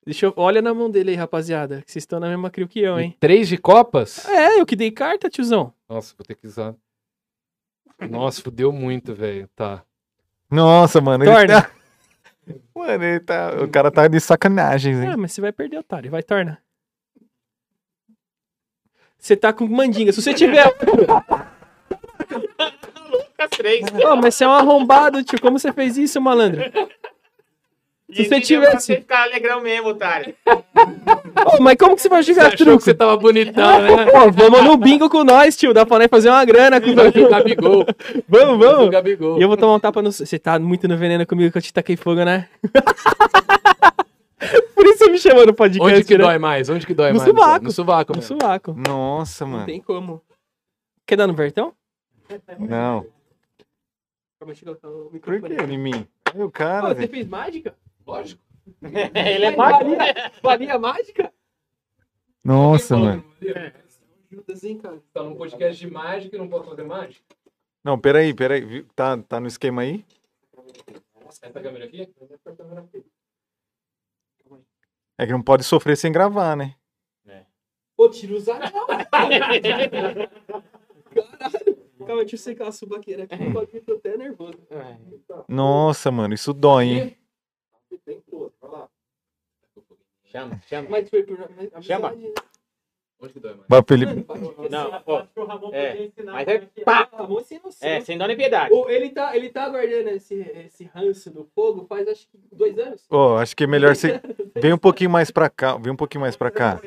Deixa eu... Olha na mão dele aí, rapaziada. que Vocês estão na mesma crio que eu, hein?
E Três de copas?
É, eu que dei carta, tiozão.
Nossa, vou ter que usar. Nossa, fudeu muito, velho. Tá.
Nossa, mano. ele
Torna.
tá- Mano, ele tá... o cara tá de sacanagem, hein?
Ah, mas você vai perder, otário. Vai, torna. Você tá com mandinga. Se você tiver.
As três.
Ó, mas você é um arrombado, tio. Como você fez isso, malandro? Se você tivesse-
Você ficar alegrão mesmo, otário.
Ô, mas como que você vai
Você
jogar
achou que
truco?
você tava bonitão, né?
Pô, vamos no bingo com nós, tio. Dá pra nós fazer uma grana com
Vai pro Gabigol.
Vamos,
Vai pro
vamos.
Gabigol.
E eu vou tomar um tapa no. Você tá muito no veneno comigo que eu te taquei fogo, né? Por isso você me chamou no podcast.
Onde que
né? Tá
dói mais? Onde que dói
No
mais?
sovaco.
No sovaco.
No
mesmo.
sovaco.
Nossa,
Não
mano.
tem como. Quer dar no Bertão?
Não. Por que em mim? É o cara,
você
velho.
fez mágica?
Lógico.
Ele é
Valia, valia mágica?
Nossa, mano.
Ajuda,
assim,
hein, cara. Tá num podcast de mágica e não pode fazer mágica?
Não, peraí, peraí. Viu? Tá, tá no esquema aí?
Essa câmera aqui?
É que não pode sofrer sem gravar, né?
Ô, tira os anéis. Caralho. Calma, deixa eu secar a subaqueira aqui. O bagulho tô até nervoso.
Nossa, mano, isso dói, hein?
Chama, chama.
Mas foi por. mas-
Chama.
amizade-
Onde que dói mais?
Vai pro Felipe.
Não, ó. É, mas é
Ah,
pá.
Ramon sem noção.
É, sem dó nem piedade.
Ô, ele, tá, ele tá guardando esse, esse ranço do fogo faz acho que dois anos.
Ó, acho que é melhor você. Vem um pouquinho mais pra cá. Vem um pouquinho mais pra cá.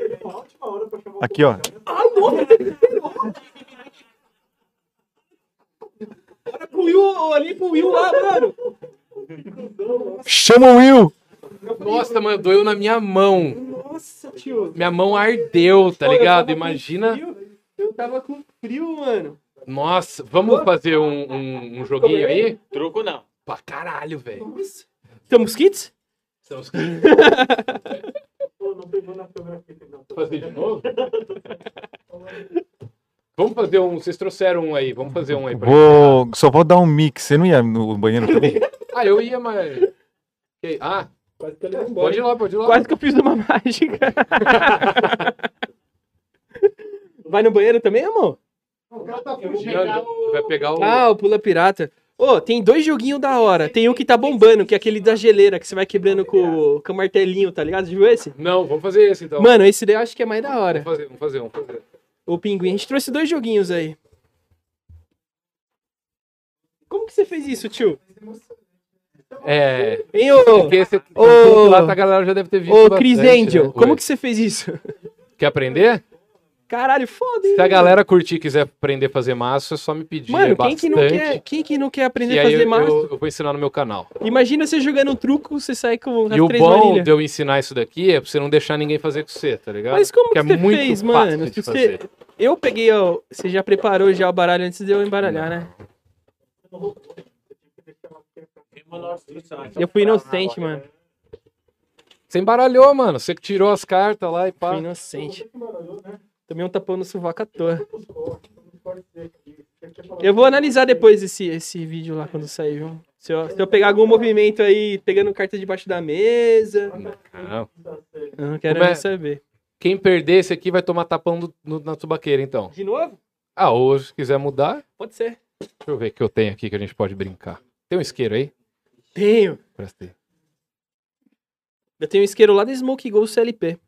Aqui, ó.
Bora pro Tá Will, ô, ali pro Will lá, mano.
Chama o Will!
Nossa, mano, doeu na minha mão.
Nossa, tio.
Minha mão ardeu, tá
Ô, eu
ligado?
tava com né?
Imagina.
frio, Eu tava com frio, mano.
Nossa, vamos fazer um, um- um joguinho aí?
Truco não.
Pra caralho, velho.
Nossa. Estamos kits?
Estamos... fazer de novo? Vamos fazer um. Vocês trouxeram um aí, vamos fazer um aí pra
Vou... Só vou dar um mix. Você não ia no banheiro também?
Ah, eu ia, mas. Ok, Ah,
Quase que eu levo
pode ir lá, pode ir lá.
Quase que eu fiz uma mágica. Vai no banheiro também, amor?
Não, Vai pegar o.
Ah, o Pula Pirata. Ô, tem dois joguinhos da hora. Tem um que tá bombando, que é aquele da geleira, que você vai quebrando com, com o martelinho, tá ligado? Viu esse?
Não, vamos fazer esse então.
Mano, esse daí eu acho que é mais da hora.
Vamos fazer, vamos fazer, vamos fazer.
Ô, Pinguim, a gente trouxe dois joguinhos aí. Como que você fez isso, tio?
É.
Hein, ô,
Porque esse
Ô,
o lá tá, a galera já deve ter visto.
ô Chris
bastante,
Angel,
né?
como
Oi.
que você fez isso?
Quer aprender?
Caralho, foda, hein?
Se a galera curtir e quiser aprender a fazer massa, é só me pedir. é
Mano, quem
bastante.
que, não quer, quem que não quer aprender
e
a
aí
fazer
eu,
massa?
eu, eu vou ensinar no meu canal.
Imagina você jogando um truco, você sai com as
e o
três
bom
varilhas.
de eu ensinar isso daqui é pra você não deixar ninguém fazer com você, tá ligado?
Mas como
Porque
que você
é muito
fez,
fácil
mano?
de
Você-
fazer.
Eu peguei, ó, você já preparou já o baralho antes de eu embaralhar, né?
Então,
Eu fui inocente, mano.
Você embaralhou, mano. Você que tirou as cartas lá e pá.
Fui inocente. Tomei um tapão no sovaco à toa. Eu vou analisar depois esse, esse vídeo lá quando sair, viu? Se eu, se eu pegar algum movimento aí, pegando carta debaixo da mesa,
Não.
eu não quero
Como é?
nem saber.
Quem perder esse aqui vai tomar tapão do- no- na tubaqueira, então.
De novo?
Ah, ou se quiser mudar,
Pode ser.
deixa eu ver o que eu tenho aqui que a gente pode brincar. Tem um isqueiro aí?
Tenho.
Presta aí.
Eu tenho um isqueiro lá da Smoke Gol CLP.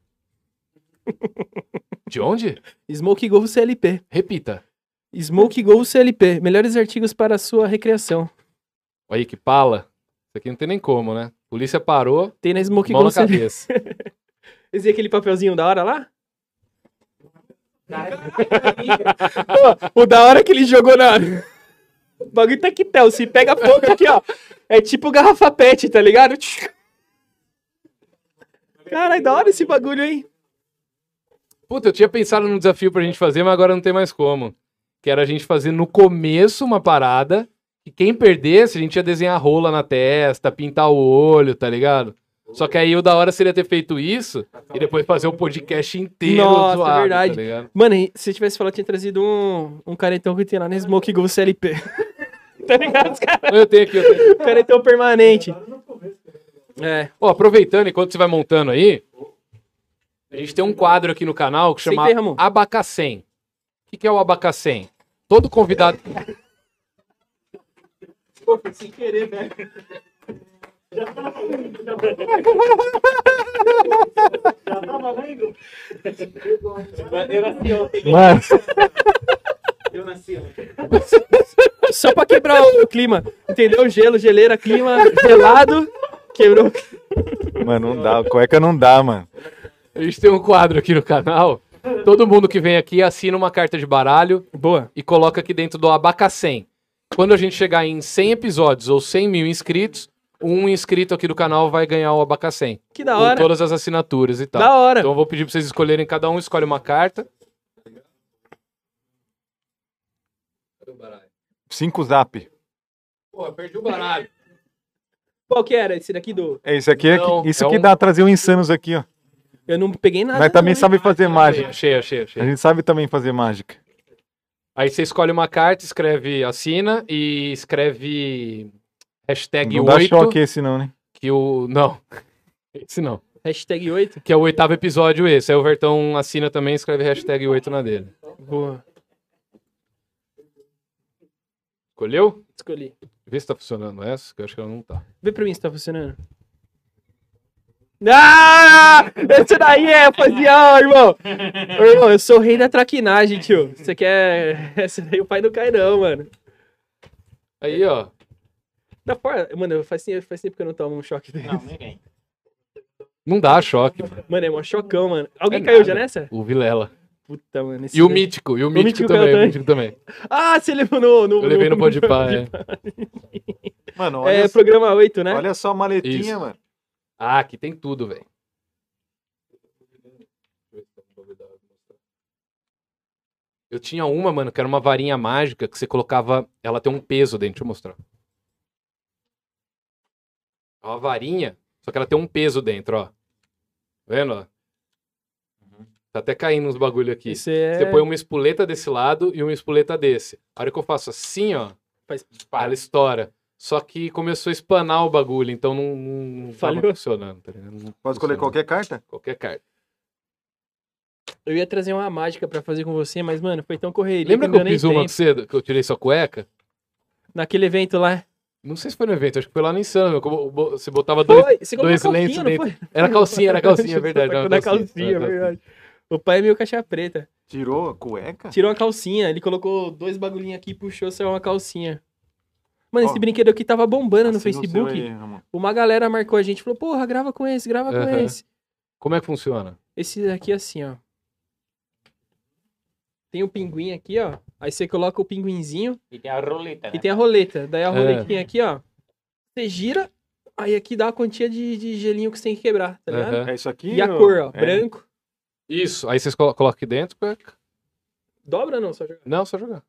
De onde?
Smoke Gol CLP.
Repita.
Smoke Gol CLP. Melhores artigos para a sua recreação.
Olha aí que pala. Isso aqui não tem nem como, né? Polícia parou,
Tem na Smoke
mão na
Gonçalves.
cabeça.
Vocês viram aquele papelzinho da hora lá? Pô, o da hora que ele jogou na. O bagulho tá quitel, se pega fogo aqui, ó. É tipo garrafa pet, tá ligado? Caralho, da hora esse bagulho, hein?
Puta, eu tinha pensado num desafio pra gente fazer, mas agora não tem mais como. Que era a gente fazer no começo uma parada, e quem perdesse, a gente ia desenhar rola na testa, pintar o olho, tá ligado? Só que aí o da hora seria ter feito isso e depois fazer o podcast inteiro
Nossa, é
zoado,
verdade.
tá ligado?
Mano, e se eu tivesse falado, eu tinha trazido um, um caretão que tem lá na Smoke Gol CLP. tá ligado? Os caras-
Eu tenho aqui, eu tenho aqui.
Caretão permanente. É.
Ó, aproveitando, enquanto você vai montando aí, a gente tem um quadro aqui no canal que
Sim,
chama
tem, Ramon.
Abacacém. O que, que é o Abacacém? Todo convidado.
Sem querer, velho.
Eu nasci ontem.
Mano.
Eu nasci ontem.
Só pra quebrar o clima. Entendeu? Gelo, geleira, clima gelado. Quebrou.
Mano, não dá. Cueca não dá, mano.
A gente tem um quadro aqui no canal. Todo mundo que vem aqui assina uma carta de baralho
Boa.
e coloca aqui dentro do Abacacém. Quando a gente chegar em 100 episódios ou 100 mil inscritos, um inscrito aqui do canal vai ganhar o Abacacém.
Que da
Com
hora.
todas as assinaturas e tal.
Da hora.
Então eu vou pedir pra vocês escolherem, cada um escolhe uma carta. Cadê o baralho?
Cinco zap.
Porra, perdi o baralho.
Qual que era esse daqui do...
É isso aqui. é que-
Não,
isso
é
que
um-
dá trazer o insanos aqui, ó.
Eu não peguei nada.
Mas também
não,
sabe fazer mágica.
Ah, Achei, achei, achei.
A gente sabe também fazer mágica.
Aí você escolhe uma carta, escreve, assina e escreve hashtag
Não dá
8.
choque esse não, né?
Que o. Não. Esse não.
hein? Hashtag 8.
Que é o oitavo episódio esse. Aí o Vertão assina também e escreve hashtag 8 na dele.
Boa.
Escolheu?
Escolhi.
Vê se tá funcionando essa, que eu acho que ela não tá.
Vê pra mim se tá funcionando. Ah! Esse daí é, rapaziada, irmão! Ô, Irmão, eu sou o rei da traquinagem, tio. Você quer. Esse daí o pai não cai, não, mano.
Aí, ó.
Tá fora. Mano, faz tempo, faz tempo que eu não tomo um choque dele.
Não, ninguém.
Não dá choque, mano.
Mano, é mó chocão, mano. Alguém
É
caiu
nada.
já nessa?
O Vilela.
Puta, mano. esse
E o
daí-
Mítico. E o, Mítico,
Mítico
também.
caiu
O Mítico também.
Ah, você levou no. no
Eu levei no
de
Podpah, é.
Mano, olha,
É,
só,
programa 8, né?
olha só a maletinha,
Isso.
mano.
Ah, aqui tem tudo, velho. Eu tinha uma, mano, que era uma varinha mágica que você colocava. Ela tem um peso dentro. Deixa eu mostrar. É uma varinha, só que ela tem um peso dentro, ó. Tá Vendo? ó? Tá até caindo uns bagulho aqui.
Isso é.
Você põe uma espoleta desse lado e uma espoleta desse. A hora que eu faço assim, ó,
Faz-
pá, ela estoura. Só que começou a espanar o bagulho, então não, não, não tava
Falhou.
funcionando, tá ligado? Não
Posso escolher
funcionou.
qualquer carta?
Qualquer carta.
Eu ia trazer uma mágica pra fazer com você, mas, mano, foi tão correria.
Lembra
não
que eu
deu nem
fiz uma
tempo.
com cedo, que eu tirei sua cueca?
Naquele evento lá.
Não sei se foi no evento, acho que foi lá no Insano, meu, como o bo- você botava dois...
Foi, você colocou
dois
calcinha,
lenços
não
dentro.
foi?
Era calcinha, era calcinha, é verdade.
Foi
Era
na
uma
calcinha,
era
é
uma calcinha. tá,
verdade. O pai é meio caixa preta.
Tirou a cueca?
Tirou a calcinha, ele colocou dois bagulhinhos aqui, puxou, saiu uma calcinha. Mano,
Ó.
esse brinquedo aqui tava bombando
assim,
no
Assina o Assim seu
Facebook.
aí, Ramon.
Uma galera marcou a gente e falou, porra, grava com esse, grava com
Aham.
esse.
Como é que funciona?
Esse aqui é assim, ó. Tem o pinguim aqui, ó. Aí você coloca o pinguinzinho
E tem a roleta, né?
e tem a roleta. Daí a
É.
roletinha aqui, ó. Você gira, aí aqui dá a quantia de, de gelinho que você tem que quebrar, tá ligado?
Aham.
É isso aqui?
E a
ô?
cor, ó.
É.
Branco.
Isso, aí vocês colo- colocam aqui dentro, cueca. É.
Dobra não, só jogar.
Não, só jogar.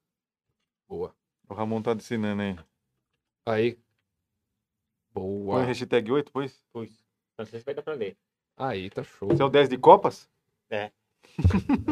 Boa.
O Ramon tá ensinando aí.
Aí.
Põe
Boa.
hashtag 8, pois.
Pois. Então vocês pegam pra ler.
Aí, tá show.
Você é o 10 de copas?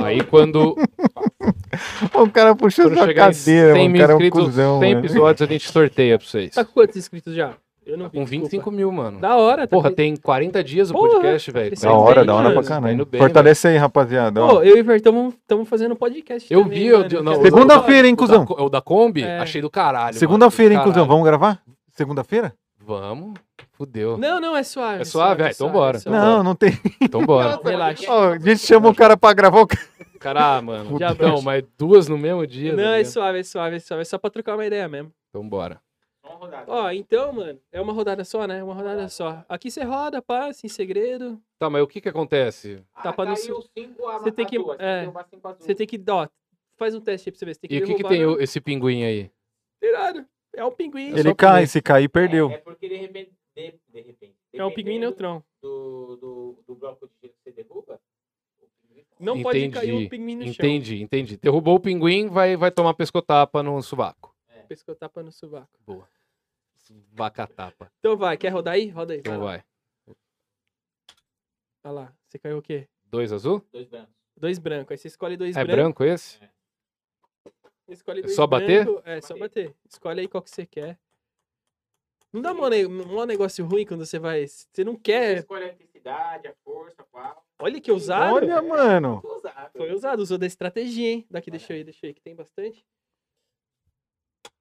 Aí quando,
O cara puxou
quando
sua
chegar em 100 mil
é
inscritos, 100
é mano.
episódios, a gente sorteia pra vocês.
um Tá com quantos inscritos já? Eu não
Tá Com 25 mil, mano.
Da hora, tá
Porra,
com-
tem 40 dias o
Porra,
podcast, velho.
precisa
Da hora,
bem,
da hora pra
mano.
Tá
caralho.
indo bem,
Fortalece aí, rapaziada. ó.
Pô, eu e o Vertão estamos fazendo podcast.
Eu
também,
vi, eu-
mano.
não,
Quer
eu-
saber?
Segunda-feira, hein,
O
cuzão?
da, o da Kombi,
É.
achei do caralho.
Segunda-feira, hein,
mano. Do
cuzão?
caralho.
Vamos gravar? Segunda-feira?
Vamos? Fudeu.
Não, não, é suave.
É suave? Ah, então bora.
suave.
Não, não tem.
Então bora.
Relaxa.
Ó, a gente chama o cara pra gravar o cara.
Caralho, mano.
Já
Não, mas duas no mesmo dia.
Não,
né?
é suave, é suave, é suave. É só pra trocar uma ideia mesmo.
Então bora.
Vamos rodar.
Ó, então, mano, é uma rodada só, né? Uma rodada só. Aqui você roda, pá, sem segredo.
Tá, mas o que que acontece?
Ah,
tapa no seu-
Você
tá Você tem que- é, Você tem que, ó, faz um teste aí pra você ver. Você tem que
E o que que
derrubar-
tem o- esse pinguim aí?
Tem nada. É um pinguim.
só pra
Ele cai,
ver.
se cair, perdeu.
É, porque de repente. De, de repente
É um pinguim
dependendo
neutrão.
Do, do, do bloco de gelo que você derruba. o pinguim-
Não pode
Entendi.
cair um pinguim no chão.
Entendi, entendi. Derrubou o pinguim, vai, vai tomar pescotapa no sovaco.
Pescotapa no sovaco.
Vacatapa.
Então vai, quer rodar aí? Roda aí.
Então vai.
Olha lá, você caiu o quê?
Dois azul?
Dois brancos.
Dois brancos. Aí você escolhe dois
É
brancos.
branco esse?
Escolhe
É
dois
só bater?
branco. É, só bater. Escolhe aí qual que você quer. Não dá mó ne- mó negócio ruim quando você vai. Você não
Você
quer.
escolhe a intensidade, a força, qual.
Olha que
é
ousado.
Olha, mano.
Foi ousado, usou da estratégia, hein? Daqui, deixa eu ir, deixa eu ir, que tem bastante.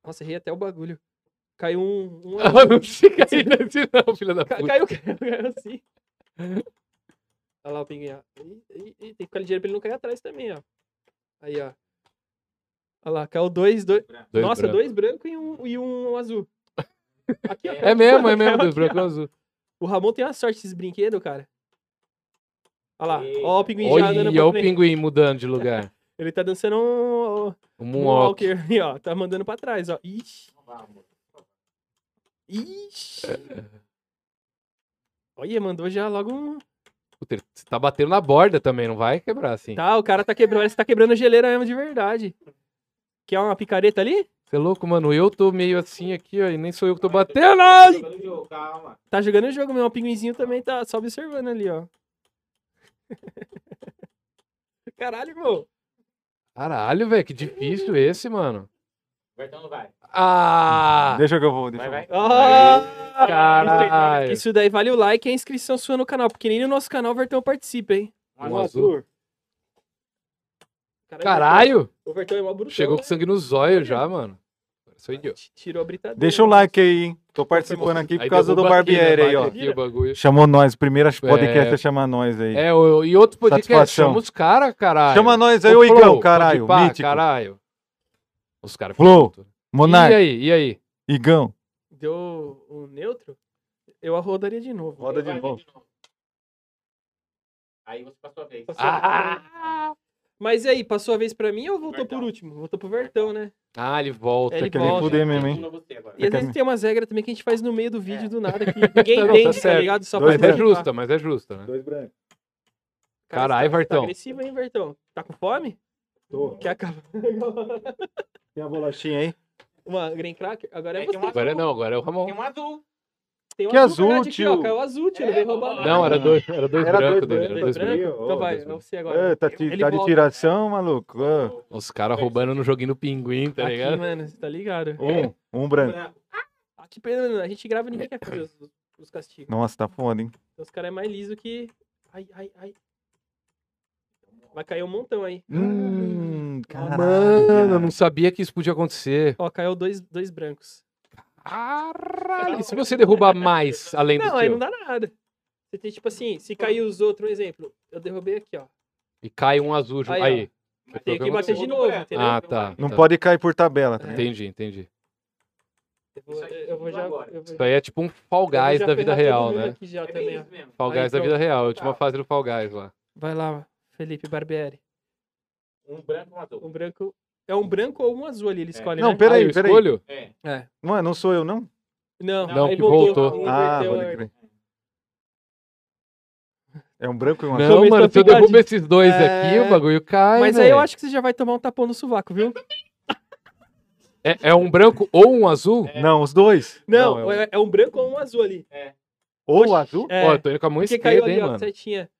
Nossa, errei até o bagulho. Caiu um. um
Ela Ah, não fica aí nesse não, filha da
Ca-
puta.
Caiu, caiu, caiu assim. Olha lá o pinguim, ó. Ih, ih, ih, tem que ficar ligeiro pra ele não cair atrás também, ó. Aí, ó. Olha lá, caiu dois, dois.
Dois
Nossa,
branco.
dois brancos e um, e um azul. Aqui, ó.
É
É mesmo, é mesmo,
Caiu
dois
aqui,
branco e
ó.
um azul.
O Ramon tem uma sorte desses brinquedos, cara. Olha lá, ó o pinguim já andando
Olha
pra
o
frente.
pinguim mudando de lugar.
Ele tá dançando um,
O
um
Moonwalk.
walker ali, ó. Tá mandando pra trás, ó. Ixi, ixi. Olha, mandou já logo um...
Puta, ele tá batendo na borda também, não vai quebrar assim.
Tá, o cara tá quebrando, você tá quebrando a geleira mesmo de verdade. Quer uma picareta ali?
Você é louco, mano? Eu tô meio assim aqui, ó, e nem sou eu que tô batendo.
Tá
ai!
Calma.
Tá jogando o jogo mesmo, o pinguinzinho também tá só observando ali, ó. Caralho, irmão.
Caralho, velho, que difícil esse, mano.
Bertão não vai.
Ah!
Deixa que eu vou, deixa
Vai,
eu
vai.
vou.
Ah,
Caralho.
Isso daí vale o like e a inscrição sua no canal, porque nem no nosso canal o Vertão participa, hein?
Um azul.
o
Caralho!
Vertão- O Vertão é mó brutão,
Chegou
né?
com sangue nos olhos já, mano. Agora Sou idiota.
T- Tirou a britadeira.
Deixa o like aí, hein? Tô participando aqui por
Aí
causa do
derruba aqui, né,
Barbieri aí,
bate
ó.
aqui o bagulho.
Chamou nós, primeiro podcast
É.
é chamar nós aí.
É, o- e outro podcast
Satisfação.
chama os caras, caralho.
Chama nós aí,
Ô,
ô
Flow,
Igão, caralho,
Podpah,
mítico.
caralho. Os caras
Flow,
ficam putos. E
Monark,
aí, e aí?
Igão.
Deu um neutro? Eu rodaria de novo.
Roda de
Vai,
novo.
Aí você passou a vez.
Passou a
Ah,
Mas e aí, passou a vez pra mim ou voltou
Vertão.
por último? Voltou pro Vertão, né?
Ah, ele volta.
Ele
Você quer
volta.
me É fuder mesmo, hein?
Continua você agora.
E é às
Quer
vezes
me-
tem umas regras também que a gente faz no meio do vídeo
É.
do nada que ninguém
Não, tá
entende, tá,
certo.
ligado? Só
Dois
Mas
pra
é
brancos.
justa, mas é justa, né?
Dois brancos.
Caralho,
você tá-
Vertão.
Tá agressivo, hein, Vertão? Tá com fome?
Tô.
Quer acabar?
Tem a bolachinha aí?
Uma green cracker? Agora é
É, tem
você.
uma-
Agora não, agora é o Ramon.
Tem um azul.
Tem um
Que azul,
verdade, aqui, ó,
tio?
caiu azul, tio.
É,
Ele veio roubar.
ó.
Não, era dois, era dois
Era
brancos
dois
dele, era
Dois
dois
brancos?
brancos.
brancos.
Então vai,
Dois
é
brancos.
você agora.
É, tá de,
Ele
tá de
volta.
tiração, maluco? Ô,
Os caras roubando no joguinho do pinguim, tá
Aqui,
ligado?
mano, você tá ligado?
Um, um branco.
Aqui, Pedro, a gente grava e ninguém quer fazer os, os
É.
castigos.
Nossa, tá foda, hein?
Então, os caras é mais liso que... Ai, ai, ai. Vai cair um montão aí.
Hum, caralho.
Mano, eu não sabia que isso podia acontecer.
Ó, caiu dois, dois brancos.
Caralho. E se você derrubar mais além do
Não, aí não
seu?
dá nada. Você tem, tipo assim, se cair os outros, um exemplo. Eu derrubei aqui, ó.
E cai um azul junto.
Aí, ó.
Aí.
Tem que
Programa-
bater de novo, entendeu?
Ah, tá.
Não
tá. É.
pode cair por tabela. tá?
Entendi, entendi.
Eu vou, eu vou já. Eu vou, eu
Isso aí é tipo um Fall
vou
Guys
já
da vida
ferrar todo
real,
mundo
né?
aqui já
É
também,
bem
ó.
isso mesmo.
Fall
Aí,
Guys da
então.
vida real, a última fase do Fall Guys lá.
Vai lá, Felipe Barbieri.
Um branco e um azul.
Um branco. É um branco ou um azul ali, ele escolhe.
É. Não,
né?
pera- Peraí,
Ah, eu
peraí.
escolho?
É.
É.
Não, é, não sou eu, não?
Não,
Não,
aí
que voltou.
Um inverteu
ah,
a
pode
ordem.
crer. É um branco e um azul?
Não,
Começou
mano,
a
se eu
ficar
derrubo
de-
esses dois
É.
aqui, o bagulho cai.
Mas aí eu
velho.
acho que você já vai tomar um tapão no sovaco, viu?
É, é um branco ou um azul?
É.
Não, os dois.
Não,
Não, é um-
é, é um branco ou um azul ali.
Ou o azul?
É,
Ó, eu tô indo com a mão
porque
esquerda,
caiu ali,
hein,
ó,
mano.
setinha.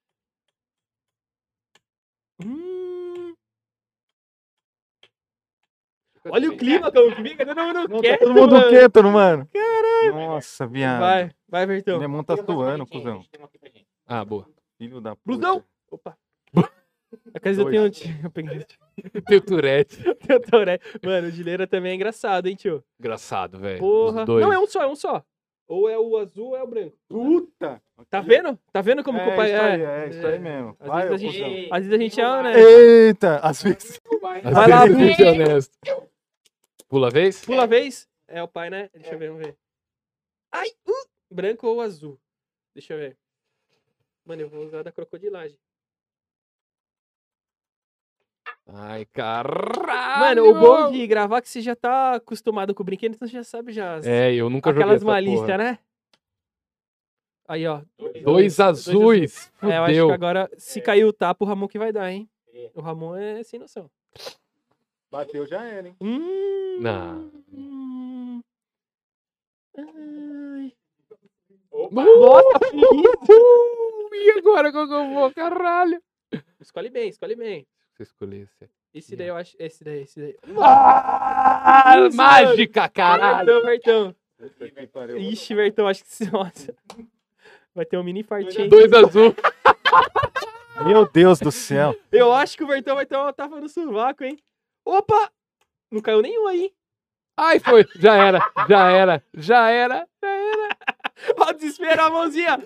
Hum, olha o clima, cara. Comigo, não, não,
Não,
não.
tá
quieto,
todo mundo
mano.
quieto, mano. Caralho. Nossa, viado.
Vai, então. vai,
O
Vertão.
Lemon tá
Tem uma
suando,
bonitinha,
cuzão.
gente, tem uma aqui pra gente.
Ah, boa.
Filho da puta.
Brusão! Opa. A casa eu
Dois.
tenho um tio. Eu peguei esse tio.
Tem o Tourette.
Eu tô, né? Mano, o Gileira também é engraçado, hein, tio?
Engraçado, velho.
Porra.
Os dois.
Não, é um só, é um só. Ou é o azul ou é o branco.
Puta!
Tá vendo? Tá vendo como que o pai
isso aí,
é?
é, isso aí mesmo.
Às
Vai, ô
vezes a
cuzão.
Ei,
Às vezes a gente é, né?
Eita! Às vezes...
Às
Vai lá,
vezes é honesto. Pula a vez?
Pula a vez. É o pai, né? Deixa eu ver, vamos ver. Ai! uh! Branco ou azul? Deixa eu ver. Mano, eu vou usar da crocodilagem.
Ai, caralho!
Mano, o bom de gravar é que você já tá acostumado com o brinquedo, então você já sabe já as-
É, eu nunca joguei
aquelas
essa porra.
malícias, né? Aí, ó.
Dois azuis.
É, eu acho
Fudeu.
que agora, se cair o tapa, o Ramon que vai dar, hein? O Ramon é sem noção.
Bateu, já era, hein?
Hum.
Não.
Hum. Ai.
Nossa, que isso? E agora qual que eu vou? Caralho.
Escolhe bem, escolhe bem.
Se eu escolhesse.
Esse daí eu acho. Esse daí, esse daí.
Ah, mágica, caralho.
Vertão, Vertão.
Que pariu.
Ixi, Vertão, acho que se. Nossa. Vai ter um mini fartinho.
Dois azul.
Meu Deus do céu.
Eu acho que o Vertão vai ter uma tapa no sovaco, hein? Opa! Não caiu nenhum aí. hein?
Ai, foi. Já era, já era, já era.
Ó, o desespero, a mãozinha.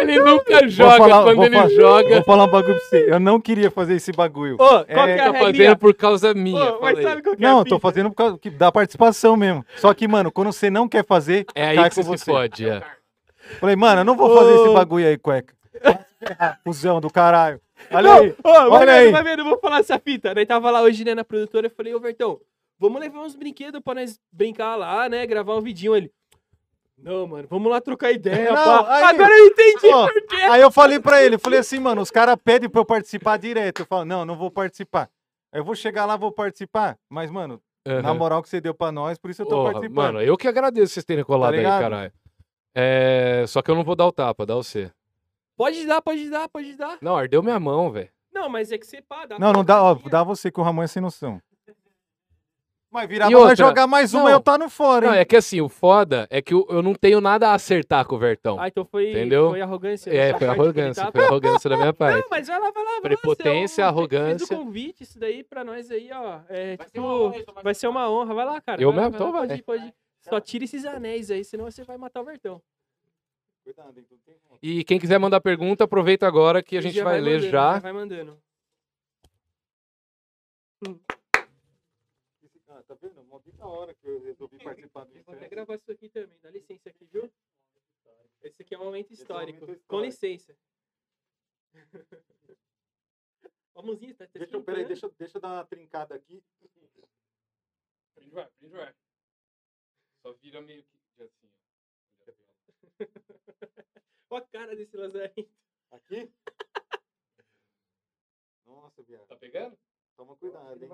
Ele nunca
Vou
joga
falar-
quando
vou
ele
falar- Vou
joga.
falar um bagulho pra você. Eu não queria fazer esse bagulho.
Ô, qual que é
Tá
a regrinha?
fazendo por causa minha.
Ô,
fala
mas
aí.
sabe qual que é a
Não, eu tô
fita?
fazendo por causa que- da participação mesmo. Só que, mano, quando você não quer fazer,
É aí
cai
que
com
você se
você.
fode. é.
Falei, mano, eu não vou fazer
Ô.
esse bagulho aí, cueca. Fusão do caralho. Olha
Não,
aí.
ó, vai
olha
vendo,
aí.
vai vendo, eu vou falar essa fita. Daí tava lá hoje, né, na produtora, eu falei, ô Vertão, vamos levar uns brinquedos pra nós brincar lá, né, gravar um vidinho. Ele, não, mano, vamos lá trocar ideia,
Não,
pá.
aí-
Agora eu entendi
Ó,
por quê.
Aí eu falei pra ele, falei assim, mano, os caras pedem pra eu participar direto. Eu falo, não, não vou participar. Eu vou chegar lá, vou participar. Mas, mano, na
Aham.
moral que você deu pra nós, por isso eu tô
Uhum. Porra,
participando. Tá
Mano, eu que agradeço vocês terem colado aí,
ligado?
caralho. É, só que eu não vou dar o tapa, dá o C.
Pode dar, pode dar, pode dar.
Não, ardeu minha mão, velho.
Não, mas é que você, pá, dá.
Não,
pra
não dá, ó,
fazer.
dá você que o Ramon é sem noção. Mas virar
E
pra nós
outra?
jogar mais uma,
Não.
eu tá no fora,
Não,
hein?
é que assim, o foda é que eu, eu não tenho nada a acertar com o Vertão.
Ah, então foi,
Entendeu?
foi arrogância. da
é,
sua
foi
parte que ele
arrogância,
tava-
foi arrogância da minha parte.
Não, mas vai lá, vai lá, vai lá.
Prepotência,
você é um-
arrogância.
Fez o convite, isso daí pra nós aí, ó. É,
Vai ser uma honra,
tipo,
isso, vai
vai
ser
ser uma honra. Vai lá, cara.
Eu
vai lá,
mesmo? Então
lá,
vai.
Pode, ir, pode ir. Só tira esses anéis aí, senão você vai matar o Vertão.
é- E quem quiser mandar pergunta, aproveita agora que a
Ele
gente
já
vai, ler
mandando,
já.
né?
Vai mandando.
Tá vendo? Mó da hora que eu resolvi participar do
Vou até gravar isso aqui também, dá licença aqui, viu? Esse aqui é um momento
é um momento
histórico. Com
histórico.
licença. Ó, a mãozinha, tá, tá esquentando.
eu, deixa eu dar uma trincada aqui.
Só vira meio que assim.
Ó a cara desse lazarento.
Aqui? Nossa, viado.
Tá pegando?
Toma cuidado, hein?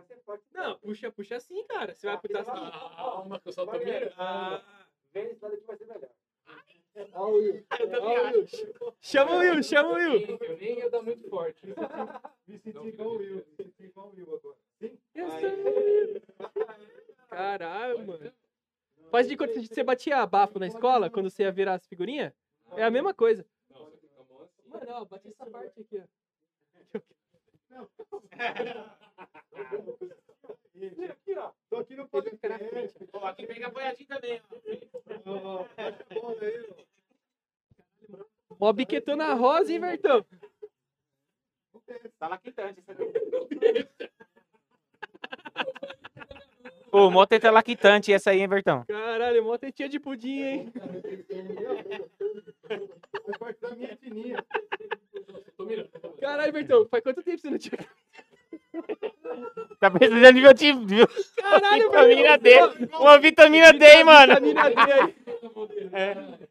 Não, puxa, puxa assim, cara. Você vai apertar
Ah,
Ah,
assim.
Calma, que eu só
tô vendo.
Ah,
Vem esse lado aqui vai ser melhor.
eu também acho. Chama o Will, chama o Will.
Eu nem ia dar muito forte.
Me senti igual o Will. Me senti igual o Will agora.
Eu sei. Caralho, mano. Faz de quando você batia abafo na escola, quando você ia virar as figurinhas? É a mesma coisa.
assim.
Mano, ó, bati essa parte aqui, ó.
Aqui, ó. Tô aqui no
Ele fica na frente.
Ó, aqui pega boiadinho também, ó.
Tá
Mó biquetona rosa, hein, Vertão?
Tá lá quitante. Ô, mó teta lactante essa aí, hein, Bertão?
Caralho, mó tetinha de pudim, hein? Caralho, Bertão, faz quanto tempo você não tinha.
Tá precisando de meu tipo, viu?
Caralho,
Vitamina
Bertão! tá-
D. Uma vitamina D, hein, mano?
Vitamina D aí.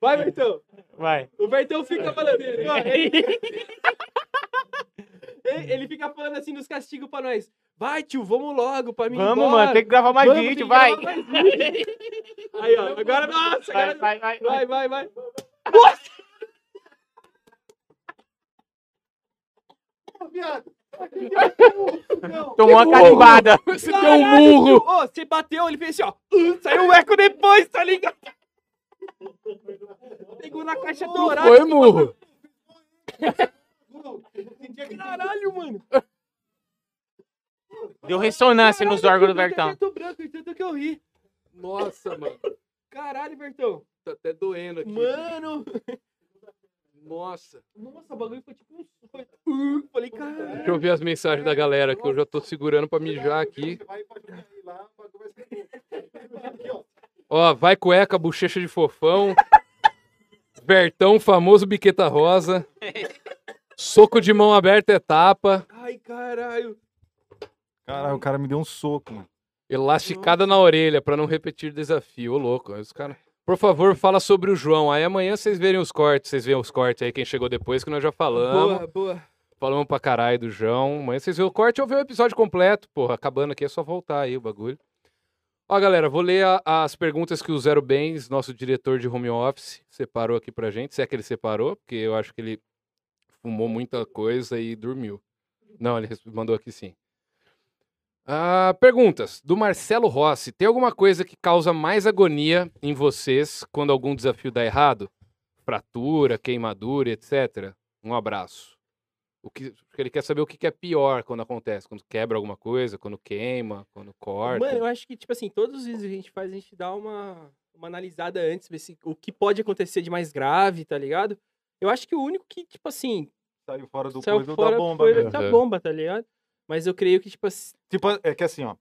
Vai, Bertão.
Vai.
O Bertão fica falando. Ele, ó, ele- ele- ele fica falando assim nos castigos pra nós. Vai, tio, vamos logo pra mim. ir
Vamos,
embora.
mano. Tem que gravar mais
Vamos, tem
vídeo,
que
vai.
gravar mais vídeo. Aí, ó. Agora, nossa,
Vai,
agora.
vai, vai.
Vai, vai, vai.
Tomou uma carimbada.
Você deu um murro.
Ô, você bateu, ele fez assim, ó. Uh, Saiu o eco depois, tá ligado? Pegou na caixa dourada.
Foi murro.
Caralho, mano.
Deu ressonância nos órgãos do
Caralho,
Bertão.
Eu tô branco, de tanto que eu ri.
Nossa, mano.
Caralho, Bertão.
Tá até doendo aqui.
Mano.
Nossa.
Nossa, o bagulho foi tipo um sonho. Uh, falei, cara.
Deixa eu ver as mensagens da galera que eu já tô segurando pra mijar aqui.
Vai pra Jundiaí lá, o bagulho vai ser- Aqui, ó.
Ó, vai cueca, bochecha de fofão. Bertão, famoso biqueta rosa. Soco de mão aberta é tapa.
Ai, caralho.
Caralho, o cara me deu um soco, mano.
Elasticada na orelha pra não repetir desafio. Ô, louco. Os cara... Por favor, fala sobre o João. Aí amanhã vocês verem os cortes. Vocês veem os cortes aí, quem chegou depois, que nós já falamos.
Boa, boa.
Falamos pra caralho do João. Amanhã vocês veem o corte ou veem o episódio completo, porra. Acabando aqui, é só voltar aí o bagulho. Ó, galera, vou ler a- as perguntas que o Zero Bens, nosso diretor de home office, separou aqui pra gente. Se é que ele separou, porque eu acho que ele fumou muita coisa e dormiu. Não, ele res- mandou aqui sim. Ah, perguntas. Do Marcelo Rossi. Tem alguma coisa que causa mais agonia em vocês quando algum desafio dá errado? Fratura, queimadura, etc. Um abraço. O que, porque ele quer saber o que, que é pior quando acontece, quando quebra alguma coisa, quando queima, quando corta.
Mano, eu acho que, tipo assim, todos os vídeos que a gente faz, a gente dá uma, uma analisada antes, ver se, o que pode acontecer de mais grave, tá ligado? Eu acho que o único que, tipo assim,
Saiu fora do
saiu
coisa
fora
da bomba,
foi
velho.
o da
Uhum.
bomba, tá ligado? Mas eu creio que, tipo assim,
Tipo, é que assim, ó.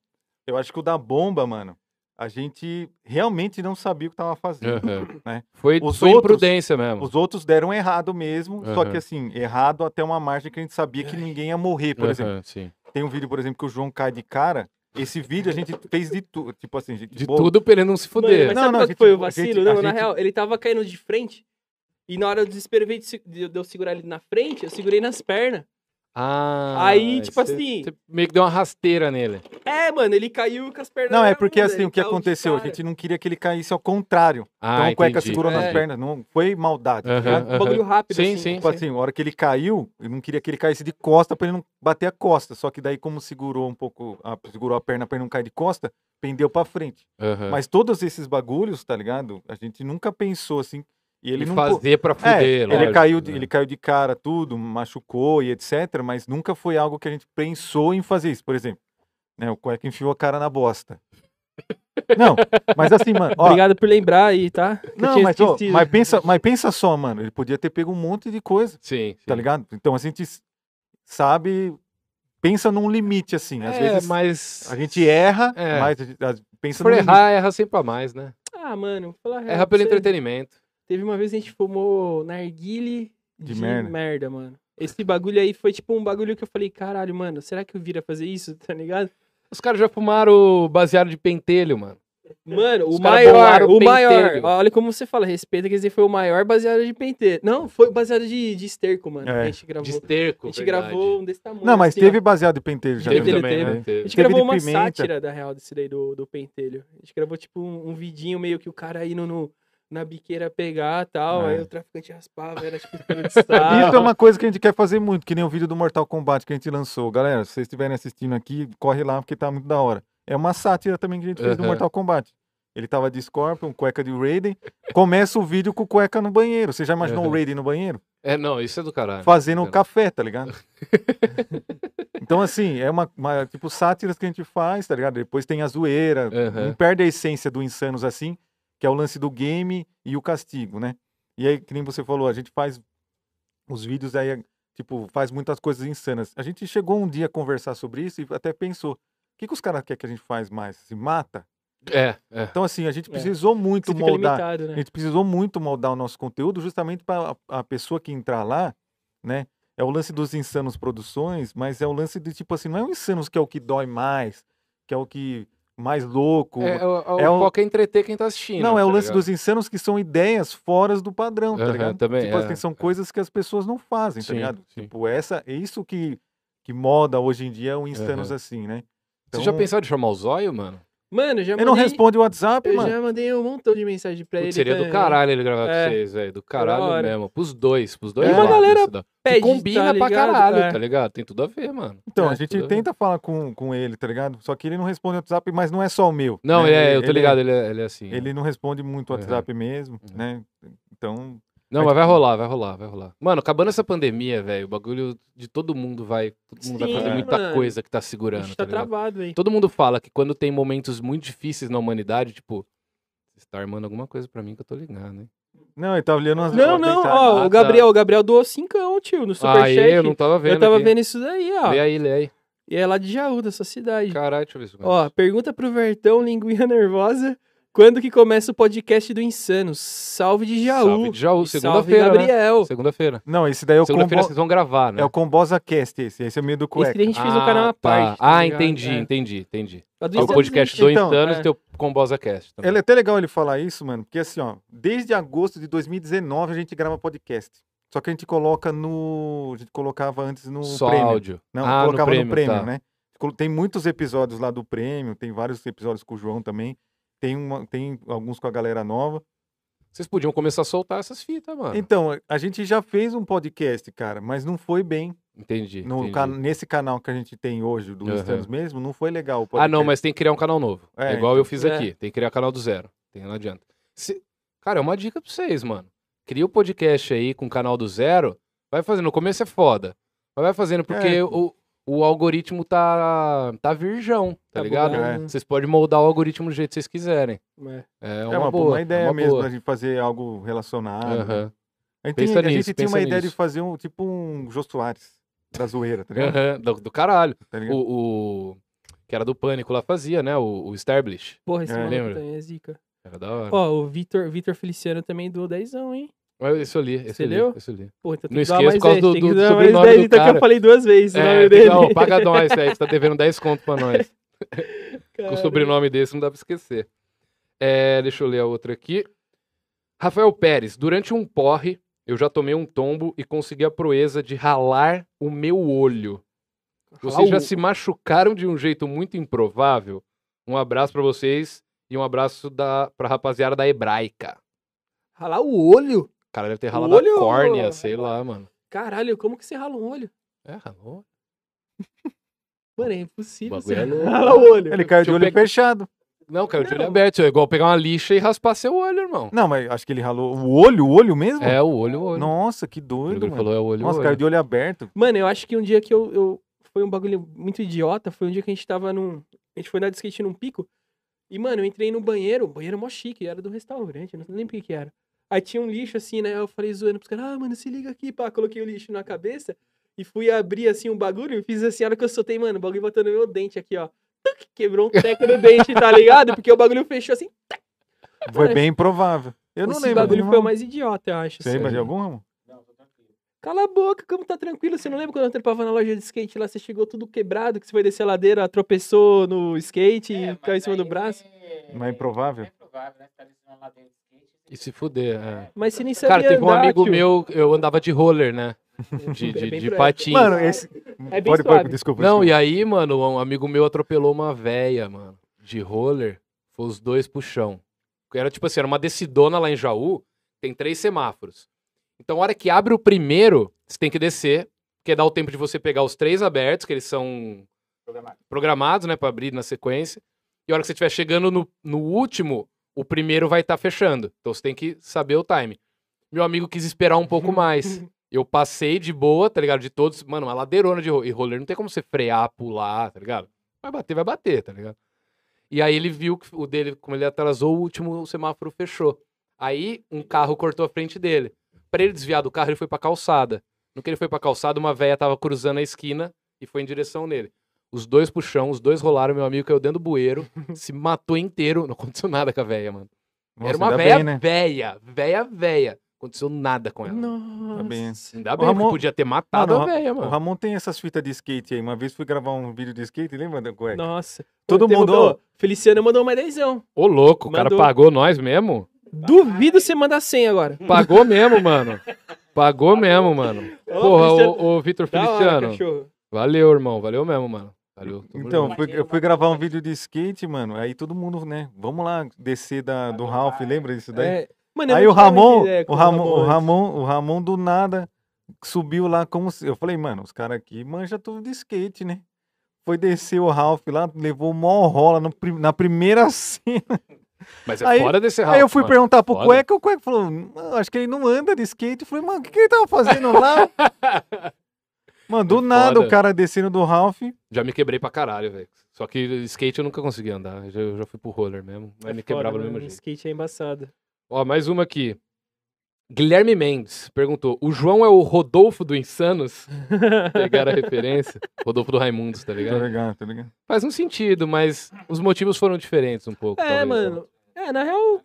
Eu acho que o da bomba, mano, a gente realmente não sabia o que tava fazendo.
Aham.
né?
Foi,
Os
foi
outros-
imprudência mesmo.
Os outros deram errado mesmo, só
Aham.
que assim, errado até uma margem que a gente sabia que ninguém ia morrer, por
Aham,
exemplo.
sim.
Tem um vídeo, por exemplo, que o João cai de cara. Esse vídeo a gente fez de tudo. Tipo assim, a gente
De
bolou-
tudo pra ele não se fuder.
Mano, mas
Não,
sabe
não,
qual
a
que
gente-
foi o
a gente-
vacilo?
a
não, na
gente-
real, ele tava caindo de frente. E na hora do desespero, ao invés de se- de de eu segurar ele na frente, eu segurei nas pernas.
Ah,
Aí, tipo
cê-
assim-
cê meio que deu uma rasteira nele.
É, mano, ele caiu com as pernas.
Não,
na
é porque
bunda,
assim,
ele
o que
caiu de
aconteceu? A
um cara.
gente não queria que ele caísse ao contrário.
Ah,
Então o cueca
entendi, É.
segurou nas
entendi.
pernas. Não foi maldade. tá
Aham,
ligado?
aham.
Bagulho rápido,
Sim,
assim.
sim.
Tipo assim, a hora que ele caiu, eu não queria que ele caísse de costa pra ele não bater a costa. Só que daí, como segurou um pouco, a, segurou a perna pra ele não cair de costa, pendeu pra frente.
Aham.
Mas todos esses bagulhos, tá ligado? A gente nunca pensou assim. E ele
E
não. pô-
fazer pra
É,
fuder,
ele,
lógico,
caiu de,
né?
ele caiu de cara, tudo, machucou e etc. Mas nunca foi algo que a gente pensou em fazer isso. Por exemplo, né, o cueca enfiou a cara na bosta. Não, mas assim, mano. ó,
Obrigado por lembrar aí, tá? Que eu
não,
tinha
mas, ó,
esquecido.
mas, pensa, mas pensa só, mano. Ele podia ter pego um monte de coisa
Sim, sim.
tá ligado? Então a gente s- sabe, pensa num limite, assim. Às
É,
vezes
mas...
a gente erra,
É.
mas a gente- a- pensa
Se for
num limite.
errar, erra sempre a mais, né?
Ah, mano, falar
É,
real
Erra
pra
pelo
você.
entretenimento.
Teve uma vez que a gente fumou narguile
De merda.
mano. Esse bagulho aí foi tipo um bagulho que eu falei, caralho, mano, será que eu vira fazer isso, tá ligado?
Os caras já fumaram baseado de pentelho, mano.
Mano,
Os
o
cara
maior,
bolaram
o
o
maior.
pentelho.
Olha como você fala, respeita, quer dizer, foi o maior baseado de penteiro. Não, foi baseado de, de esterco, mano.
É,
A gente gravou.
De esterco,
a gente
verdade.
gravou um desse tamanho.
Não, mas
assim,
teve
ó.
baseado em penteiro já.
Teve,
Teve,
né?
também,
teve.
né? Teve.
A gente
teve
gravou
de
uma
pimenta.
sátira, da real, desse daí do, do pentelho. A gente gravou, tipo, um, um vidinho meio que o cara indo no, na biqueira pegar e tal.
É.
Aí o traficante raspava, era tipo pano de
Ah.
Isso é
sal.
uma coisa que a gente quer fazer muito, que nem o vídeo do Mortal Kombat que a gente lançou. Galera, se vocês estiverem assistindo aqui, corre lá porque tá muito da hora. É uma sátira também que a gente fez do
Aham.
Mortal Kombat. Ele tava de Scorpion, cueca de Raiden. Começa o vídeo com cueca no banheiro. Você já imaginou
Aham.
o Raiden no banheiro?
É, não, isso é do caralho.
fazendo um
Entendo.
café, tá ligado? então, assim, é uma, uma- Tipo, sátiras que a gente faz, tá ligado? Depois tem a zoeira.
Aham.
É.
Não perde a essência do Insanos assim, que é o lance do game e o castigo, né? E aí, que nem você falou, a gente faz os vídeos aí, tipo, faz muitas coisas insanas. A gente chegou um dia a conversar sobre isso e até pensou. O que, que os caras querem que a gente faz mais? Se mata?
É, é.
Então, assim, a gente
É.
precisou muito
Você fica
moldar.
limitado, né?
A gente precisou muito moldar o nosso conteúdo justamente para a a pessoa que entrar lá, né? É o lance dos insanos produções, mas é o lance de tipo assim, não é o insanos que é o que dói mais, que é o que mais louco.
É, o,
é
o
o-
foco é entreter quem tá assistindo.
não, é o
tá
lance
ligado?
dos insanos que são ideias fora do padrão, tá
Aham,
ligado?
também,
tipo,
é.
assim, são coisas que as pessoas não fazem, tá
Sim,
ligado?
sim.
Tipo, essa, é isso que, que moda hoje em dia é o insanos assim, né?
Então,
Você já pensou em chamar o zóio, mano?
Mano, eu já mandei...
Ele não responde o WhatsApp,
Eu
mano.
já mandei um montão de mensagem pra
Putz,
ele.
seria
também.
do caralho ele gravar
É.
com vocês, velho. Do
Da
caralho
hora.
mesmo. Pros dois, pros dois.
E uma
lados,
galera
isso dá. Que
Pede,
combina
tá
pra
ligado?
caralho,
É.
tá ligado? Tem tudo a ver, mano.
Então,
É,
a gente
tudo ver.
tenta falar com, com ele, tá ligado? Só que ele não responde o WhatsApp, mas não é só o meu.
Não,
né?
ele é, eu tô ligado, ele é, ele é assim.
Ele não responde muito o
Uhum.
WhatsApp mesmo,
Uhum.
né? Então,
Não,
mas
mas vai
tipo-
rolar, vai rolar, vai rolar. Mano, acabando essa pandemia, velho, o bagulho de todo mundo vai. Todo mundo vai
Sim,
fazer
é.
muita
mano.
coisa que tá
A
segurando,
gente
tá
tá
ligado?
travado, hein?
Todo mundo fala que quando tem momentos muito difíceis na humanidade, tipo, Está armando alguma coisa pra mim que eu tô ligado, hein?
Não, ele tava olhando umas
Não,
umas
não,
deitadas.
Ah,
ó,
tá.
o Gabriel, o Gabriel doou cincão, tio, no
Ah, Aí,
Superchat.
eu não tava vendo.
Eu tava
aqui.
vendo isso daí, ó.
Vê aí, lê aí.
E é lá de Jaú, da sua cidade.
Caralho, deixa eu ver se eu
Ó, pergunta pro Vertão, linguinha nervosa. Quando que começa o podcast do Insano? Salve de Jaú.
Salve de Jaú,
Salve,
segunda-feira. né?
Gabriel.
Segunda-feira.
Não, esse daí é o
Segunda-feira
combo...
vocês vão gravar, né?
É o Combosa Cast esse. Esse é o meio do
Esse
cueca.
daí a gente fez um canal à
tá.
parte. tá
ah,
ligado?
entendi,
É.
entendi, entendi.
A do
É o
Insano
podcast
a gente-
do
Então,
Insanos
é.
e teu Combosa Cast. também.
É até legal ele falar isso, mano, porque assim, ó, desde agosto de 2019 a gente grava podcast. Só que a gente coloca no. A gente colocava antes no
Só
prêmio.
áudio.
Não,
ah,
colocava
no prêmio, tá.
né? Colo- Tem muitos episódios lá do prêmio, tem vários episódios com o João também. Tem, uma, tem alguns com a galera nova.
Vocês podiam começar a soltar essas fitas, mano.
Então, a- a gente já fez um podcast, cara, mas não foi bem.
Entendi.
No
entendi.
can- nesse canal que a gente tem hoje, do
Aham.
Instans mesmo, não foi legal o
Ah,
podcast.
não, mas tem que criar um canal novo. É,
É,
igual eu fiz
É.
aqui. Tem que criar canal do zero. Tem, não adianta. Se- Cara, é uma dica pra vocês, mano. Cria o podcast aí com o canal do zero. Vai fazendo. No começo é foda. Mas vai fazendo porque
É.
o, o algoritmo tá, tá virgão, tá,
Tá
ligado?
é.
bugado, né?
Vocês podem moldar o algoritmo do jeito que vocês quiserem.
É.
É
É
uma,
uma, boa,
boa.
ideia
é uma
mesmo, né?
boa.
a gente fazer algo relacionado. né?
Aham,
A gente,
Pensa
a gente
nisso,
tinha uma
pensa
ideia de
nisso.
fazer um tipo um Jô Soares da zoeira, tá ligado?
aham, Do, do caralho.
Tá ligado?
O, o- Que era do Pânico lá fazia, né? O, o Starblish.
Porra, esse
É.
maluco
Ah, Lembra? Ah.
também é zica.
Era da hora.
Ó, o Vitor, Vitor Feliciano também doou dezão, hein?
Mas Esse eu li, esse
Você
eu li,
leu?
esse eu li.
Porra, então tem
Não
que doar
esqueça
mais
por causa
10,
do-
tem que
do
doar mais
sobrenome
10,
do
então que
cara.
eu falei duas vezes o
É,
nome dele.
não, paga nós, aí você tá devendo 10 conto pra nós. Com o sobrenome desse não dá pra esquecer. É, deixa eu ler a outra aqui. Rafael Pérez, durante um porre, eu já tomei um tombo e consegui a proeza de ralar o meu olho. Vocês já se machucaram de um jeito muito improvável? Um abraço pra vocês e um abraço da, pra rapaziada da Hebraica.
Ralar o olho?
O cara deve ter
O
ralado
olho
a córnea,
ou-
sei lá, mano.
Caralho, como que você rala um olho?
É, ralou.
Mano, é impossível
Bagulho
você
é louco.
ralar o olho.
Ele caiu
Deixa
de
eu
olho
pegar-
fechado.
Não, cara, o olho
Não.
aberto. É igual pegar uma lixa e raspar seu olho, irmão.
Não, mas acho que ele ralou o olho, o olho mesmo?
É, o olho, o olho.
Nossa, que
O
doido,
Gregory
mano.
falou, é o olho,
Nossa,
o olho.
caiu de olho aberto.
Mano, eu acho que um dia que eu, eu- Foi um bagulho muito idiota. Foi um dia que a gente tava num. A gente foi andar de skate num pico. E, mano, eu entrei no banheiro. Banheiro é mó chique. Era do restaurante. Eu não lembro o que que era. Aí tinha um lixo assim, né? Eu falei zoando pros caras. Ah, mano, se liga aqui, pá. Coloquei o lixo na cabeça. E fui abrir assim um bagulho. E fiz assim. A hora que eu soltei, mano, o bagulho botou no meu dente aqui, ó. Tuc, Quebrou um teco no dente, tá ligado? Porque o bagulho fechou assim.
Foi
Cara,
bem improvável. Eu não
Esse
lembro.
bagulho
de
foi o
um-
mais idiota, eu acho.
Você
assim.
lembra de algum, Ramon?
Cala a boca, como tá tranquilo. Você não lembra quando eu trepava na loja de skate lá, você chegou tudo quebrado, que você foi descer a ladeira, tropeçou no skate e caiu em cima do braço?
Não é improvável?
É improvável, né? Você tá descendo lá dentro do skate.
E se fuder, é.
Mas você nem sabia
Cara, teve um
andar,
amigo
tio.
meu, eu andava de roller, né? De,
É
de,
bem
de
por aí.
patins.
Mano, esse.
É bem
pode,
suave.
pode, desculpa.
não,
desculpa.
e aí, mano, um amigo meu atropelou uma véia, mano, de roller. Foi os dois pro chão. Era tipo assim, era uma descidona lá em Jaú, tem três semáforos. Então, a hora que abre o primeiro, você tem que descer, porque dá o tempo de você pegar os três abertos, que eles são
Programado.
programados, né, pra abrir na sequência. E a hora que você estiver chegando no, no último, o primeiro vai estar fechando. Então você tem que saber o time. Meu amigo quis esperar um pouco mais. Eu passei de boa, tá ligado? De todos. Mano, uma ladeirona de ro- e roller. Não tem como você frear, pular, tá ligado? Vai bater, vai bater, tá ligado? E aí ele viu que o dele, como ele atrasou, o último semáforo fechou. Aí um carro cortou a frente dele. Pra ele desviar do carro, ele foi pra calçada. No que ele foi pra calçada, uma véia tava cruzando a esquina e foi em direção nele. Os dois pro chão, os dois rolaram, meu amigo caiu dentro do bueiro, se matou inteiro. Não aconteceu nada com a véia, mano.
Nossa,
Era uma
ainda
véia,
bem, né?
véia, véia, véia. Aconteceu nada com ela.
Nossa.
bem.
Ainda Tá bem,
Ramon-
que podia ter matado
Mano,
a véia,
O
mano.
Ramon tem essas fitas de skate aí. Uma vez fui gravar um vídeo de skate, lembra da cueca?
Nossa.
Todo
Ontem
mundo-
mandou- Feliciano mandou mais dezão.
Ô, louco, o cara
Mandou.
pagou nós mesmo?
Duvido você mandar 100 agora.
Pagou mesmo, mano. Pagou mesmo, mano.
Ô,
Porra,
Feliciano,
ô, ô Vitor
da hora,
Feliciano.
cachorro.
Valeu, irmão. Valeu mesmo, mano. Valeu. tamo
Então,
junto.
fui- eu fui gravar um vídeo de skate, mano. Aí todo mundo, né? Vamos lá descer da, do Ralph, lembra disso daí?
É, Mano, eu
aí
não
o
tinha muita
Ramon,
ideia com
o Ramon, o
antes.
Ramon, o Ramon do nada subiu lá como se... Eu falei, mano, os caras aqui manjam tudo de skate, né? Foi descer o Ralph lá, levou mó rola no prim- na primeira cena.
Mas é
aí-
fora desse ralo.
Aí eu fui
mano.
perguntar pro
foda.
Cueca, o Cueca falou, "Não, acho que ele não anda de skate. Eu falei, mano, o que, que ele tava fazendo lá? Mano, do
Foda. Tá
nada o cara descendo do Ralph.
Já me quebrei pra caralho, velho. Só que skate eu nunca consegui andar. Eu já- Eu já fui pro roller mesmo. Mas me quebrava do
né?
mesmo jeito.
Skate é embaçado.
Ó, mais uma aqui. Guilherme Mendes perguntou: o João é o Rodolfo do Insanos? Pegaram a referência. Rodolfo do Raimundos, tá
Tá
Uhum.
ligado?
ligado, tá ligado?
Faz um sentido, mas os motivos foram diferentes um pouco.
É,
talvez, né?
mano. É, na real,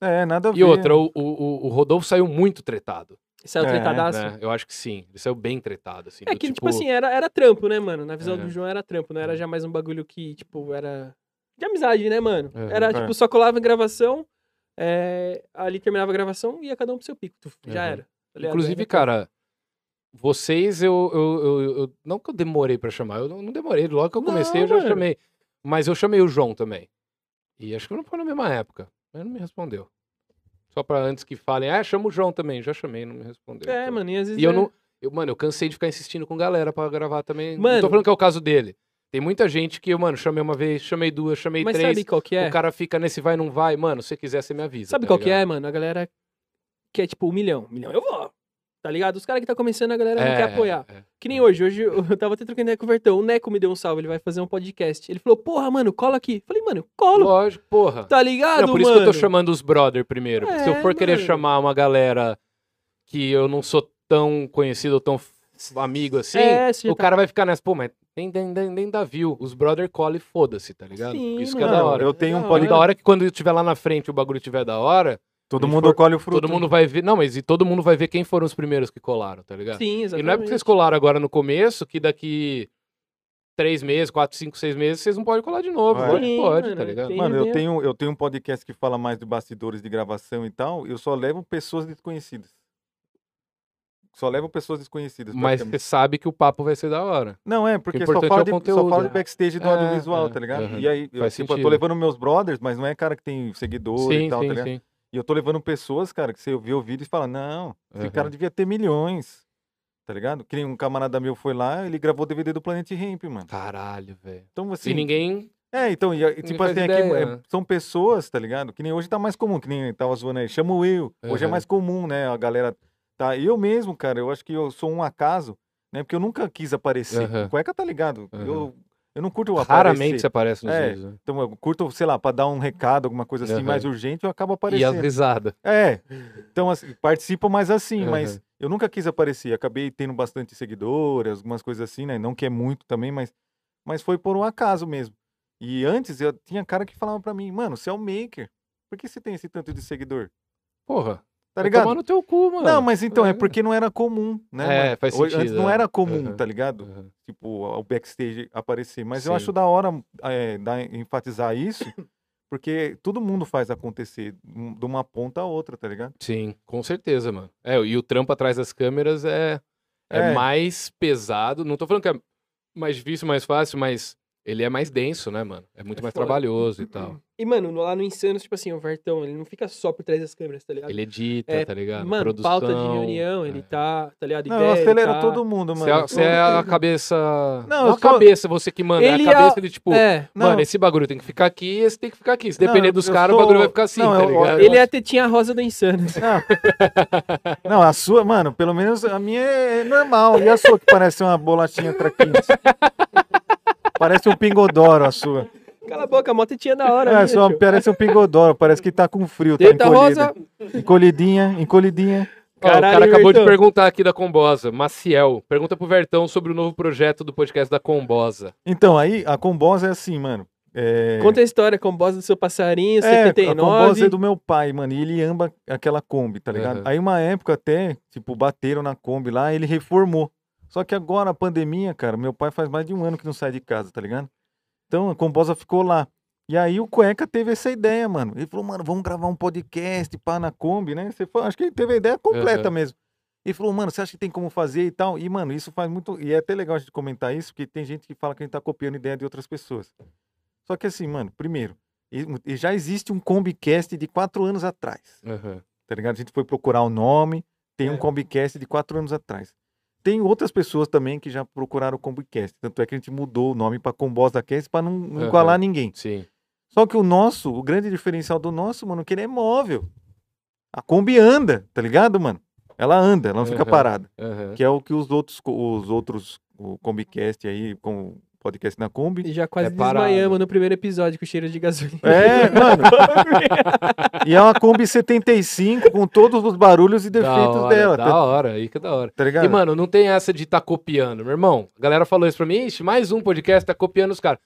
É, nada a ver.
E outra, o, o, o Rodolfo saiu muito tretado.
isso é o
É,
tretadaço.
Né? Eu acho que sim. Ele saiu bem tretado, assim.
É
do
que, tipo, assim, era, era trampo, né, mano? Na visão
É.
do João era trampo, não era jamais um bagulho que, tipo, era de amizade, né, mano?
É.
Era,
É.
tipo, só colava em gravação, é, ali terminava a gravação e ia cada um pro seu pico. Tuf, Já
Uhum.
era. tá ligado?
Inclusive,
Era-
cara, vocês eu, eu, eu- eu- Não que eu demorei pra chamar, eu não, não demorei. Logo que eu comecei,
Não,
eu já
mano.
chamei. Mas eu chamei o João também. E acho que não foi na mesma época. Mas não me respondeu. Só pra antes que falem, ah, chama o João também. Já chamei, não me respondeu.
É,
Então,
mano, e às vezes.
E eu
é-
não. Eu, mano, eu cansei de ficar insistindo com galera pra gravar também. não
Mano.
tô falando que é o caso dele. Tem muita gente que eu, mano, chamei uma vez, chamei duas, chamei
Mas
três.
sabe qual que é?
O cara fica nesse vai, não vai. Mano, se você quiser, você me avisa. tá
Sabe qual que é, mano? A galera que é tipo um milhão. milhão eu vou. Tá ligado? Os caras que tá começando, a galera
É.
não quer apoiar. Que nem hoje. Hoje eu eu tava até trocando ideia com o Vertão. O Neco me deu um salve, ele vai fazer um podcast. Ele falou, porra, mano, cola aqui. Falei, mano, eu colo.
Lógico, porra.
Tá ligado,
Não, por isso
mano?
que eu tô chamando os brother primeiro. porque se eu
É,
for querer
mano.
chamar uma galera que eu não sou tão conhecido ou tão f- amigo assim,
É, você já
o
tá-
cara vai ficar nessa, pô, mas nem, nem, nem, nem dá view. Os brother cola e foda-se, tá ligado?
Sim,
isso que é
Mano,
da hora.
Eu tenho
Da
um
Quando,
podcast.
da hora que quando eu tiver lá na frente e o bagulho tiver da hora,
Todo
Se
mundo
for-
colhe o fruto. né?
todo mundo vai ver. Não, mas e todo mundo vai ver quem foram os primeiros que colaram, tá ligado?
Sim, assim, exatamente.
E não é porque vocês colaram agora no começo que daqui três meses, quatro, cinco, seis meses, vocês não podem colar de novo.
É.
Pode,
Sim,
pode,
mano,
tá ligado?
tem-
Mano,
Tem-
eu tenho, eu tenho um podcast que fala mais de bastidores de gravação e tal. Eu só levo pessoas desconhecidas. Só levo pessoas desconhecidas.
Mas você
praticamente.
sabe que o papo vai ser da hora.
Não, é, porque
o
só
importante
fala,
é o
de, só
conteúdo.
fala de backstage do
É,
audiovisual,
é,
tá ligado?
aham.
E aí, eu,
Faz
tipo, eu tô
sentido.
levando meus brothers, mas não é cara que tem seguidor
sim,
e tal,
sim,
tá ligado?
sim.
E eu tô levando pessoas, cara, que você vê o vídeo e fala, não, esse
Aham.
cara devia ter milhões, tá ligado? Que nem um camarada meu foi lá, ele gravou DVD do Planet Ramp, mano.
Caralho, velho.
Então, assim...
E ninguém.
É, então, e, e, tipo
faz
assim, aqui
ideia,
é,
né?
são pessoas, tá ligado? Que nem hoje tá mais comum, que nem eu tava zoando aí, chama o eu. Hoje é
Aham.
mais comum, né? A galera tá. Eu mesmo, cara, eu acho que eu sou um acaso, né? Porque eu nunca quis aparecer.
Aham.
Cueca tá ligado?
Aham.
Eu, eu não curto o
Raramente você aparece
aparecer.
nos
É,
vídeos. né?
Então eu curto, sei lá, pra dar um recado, alguma coisa assim
Aham.
mais urgente, eu
E
acabo
as
aparecendo.
risadas.
É. Então, assim, participo mais assim, mas
Aham.
eu nunca quis aparecer. Acabei tendo bastante seguidores, algumas coisas assim, né? Não que é muito também, mas, mas foi por um acaso mesmo. E antes eu tinha cara que falava pra mim, mano, você é um maker. Por que você tem esse tanto de seguidor?
Porra.
Tá
vai
ligado?
É Tomar no teu cu, mano.
Não, mas então, é
É.
porque não era comum, né?
É,
mano?
faz
Hoje- Antes
sentido,
não
é.
era comum,
Aham.
tá ligado?
Aham.
Tipo, o backstage aparecer. Mas eu
Sim.
acho da hora é, dar- enfatizar isso, porque todo mundo faz acontecer hum, de uma ponta a outra, tá ligado?
Sim, com certeza, mano. É, e o trampo atrás das câmeras é, é,
É.
mais pesado. Não tô falando que é mais difícil, mais fácil, mas ele é mais denso, né, mano? É muito
É
mais
foda.
trabalhoso
Uhum.
e tal.
E, mano, no- lá no Insanos, tipo assim, o Vertão, ele não fica só por trás das câmeras, tá ligado?
Ele edita,
É,
tá ligado?
mano,
Produção,
pauta de reunião, ele
é.
tá, tá ligado?
Não, eu
Ideia, ele
acelero
tá-
todo mundo, mano.
Você é,
Eu
você
sou-
é a cabeça. Não,
eu
a
sou-
cabeça você que manda.
Ele
é
é-
a cabeça de tipo.
É,
Não,
Mano, esse bagulho tem que ficar aqui e esse tem que ficar aqui. Se
Não,
depender
eu-
dos
eu
caras, o
sou-
bagulho vai ficar assim,
Não,
tá
eu-
ligado?
ele é a tetinha rosa do Insanos.
é. Não, a sua, mano, pelo menos a minha é normal. E a sua que parece uma bolachinha traquinte? parece um pingodoro a sua.
Cala a boca, a moto tinha da hora,
É, a
né,
sua
tio?
parece um pingodoro, parece que tá com frio, tá
Teta
encolhida.
rosa,
Encolhidinha, encolhidinha.
Ó, o
Caralho,
cara acabou de
Vertão.
perguntar aqui da Combosa. Maciel, pergunta pro Vertão sobre o novo projeto do podcast da Combosa.
Então, aí a combosa é assim, mano. É...
conta a história com bosta do seu passarinho,
É, a
79.
combosa é do meu pai, mano, e ele ama aquela Kombi, tá ligado?
Aham.
Aí uma época até, tipo, bateram na Kombi lá, ele reformou. Só que agora a pandemia, cara, meu pai faz mais de um ano que não sai de casa, tá ligado? Então a combosa ficou lá. E aí o Cueca teve essa ideia, mano. Ele falou, mano, vamos gravar um podcast, pá, na Kombi, né? Você falou, acho que ele teve a ideia completa
Aham.
mesmo. Ele falou, mano, você acha que tem como fazer e tal? E, mano, isso faz muito... E é até legal a gente comentar isso, porque tem gente que fala que a gente tá copiando ideia de outras pessoas. Só que assim, mano, primeiro, e- e já existe um Combicast de quatro anos atrás, tá ligado? A gente foi procurar o nome, tem um
É.
Combicast de quatro anos atrás. Tem outras pessoas também que já procuraram o Combicast, tanto é que a gente mudou o nome para Combosa Cast para não, não
Aham.
igualar ninguém.
Sim.
Só que o nosso, o grande diferencial do nosso, mano, é que ele é móvel. A Kombi anda, tá ligado, mano? Ela anda, ela não fica
Uhum.
parada.
Aham.
Que é o que os outros, co- os outros, o Combicast aí, com o podcast na Kombi.
E já quase
É parado.
desmaiamos no primeiro episódio com o cheiro de gasolina.
É, mano. E é uma Kombi 75 com todos os barulhos e defeitos
da hora,
dela,
Da
tá,
hora, aí que é da hora.
tá ligado?
E, mano, não tem essa de tá copiando, meu irmão. A galera falou isso pra mim, ixi, mais um podcast tá copiando os caras.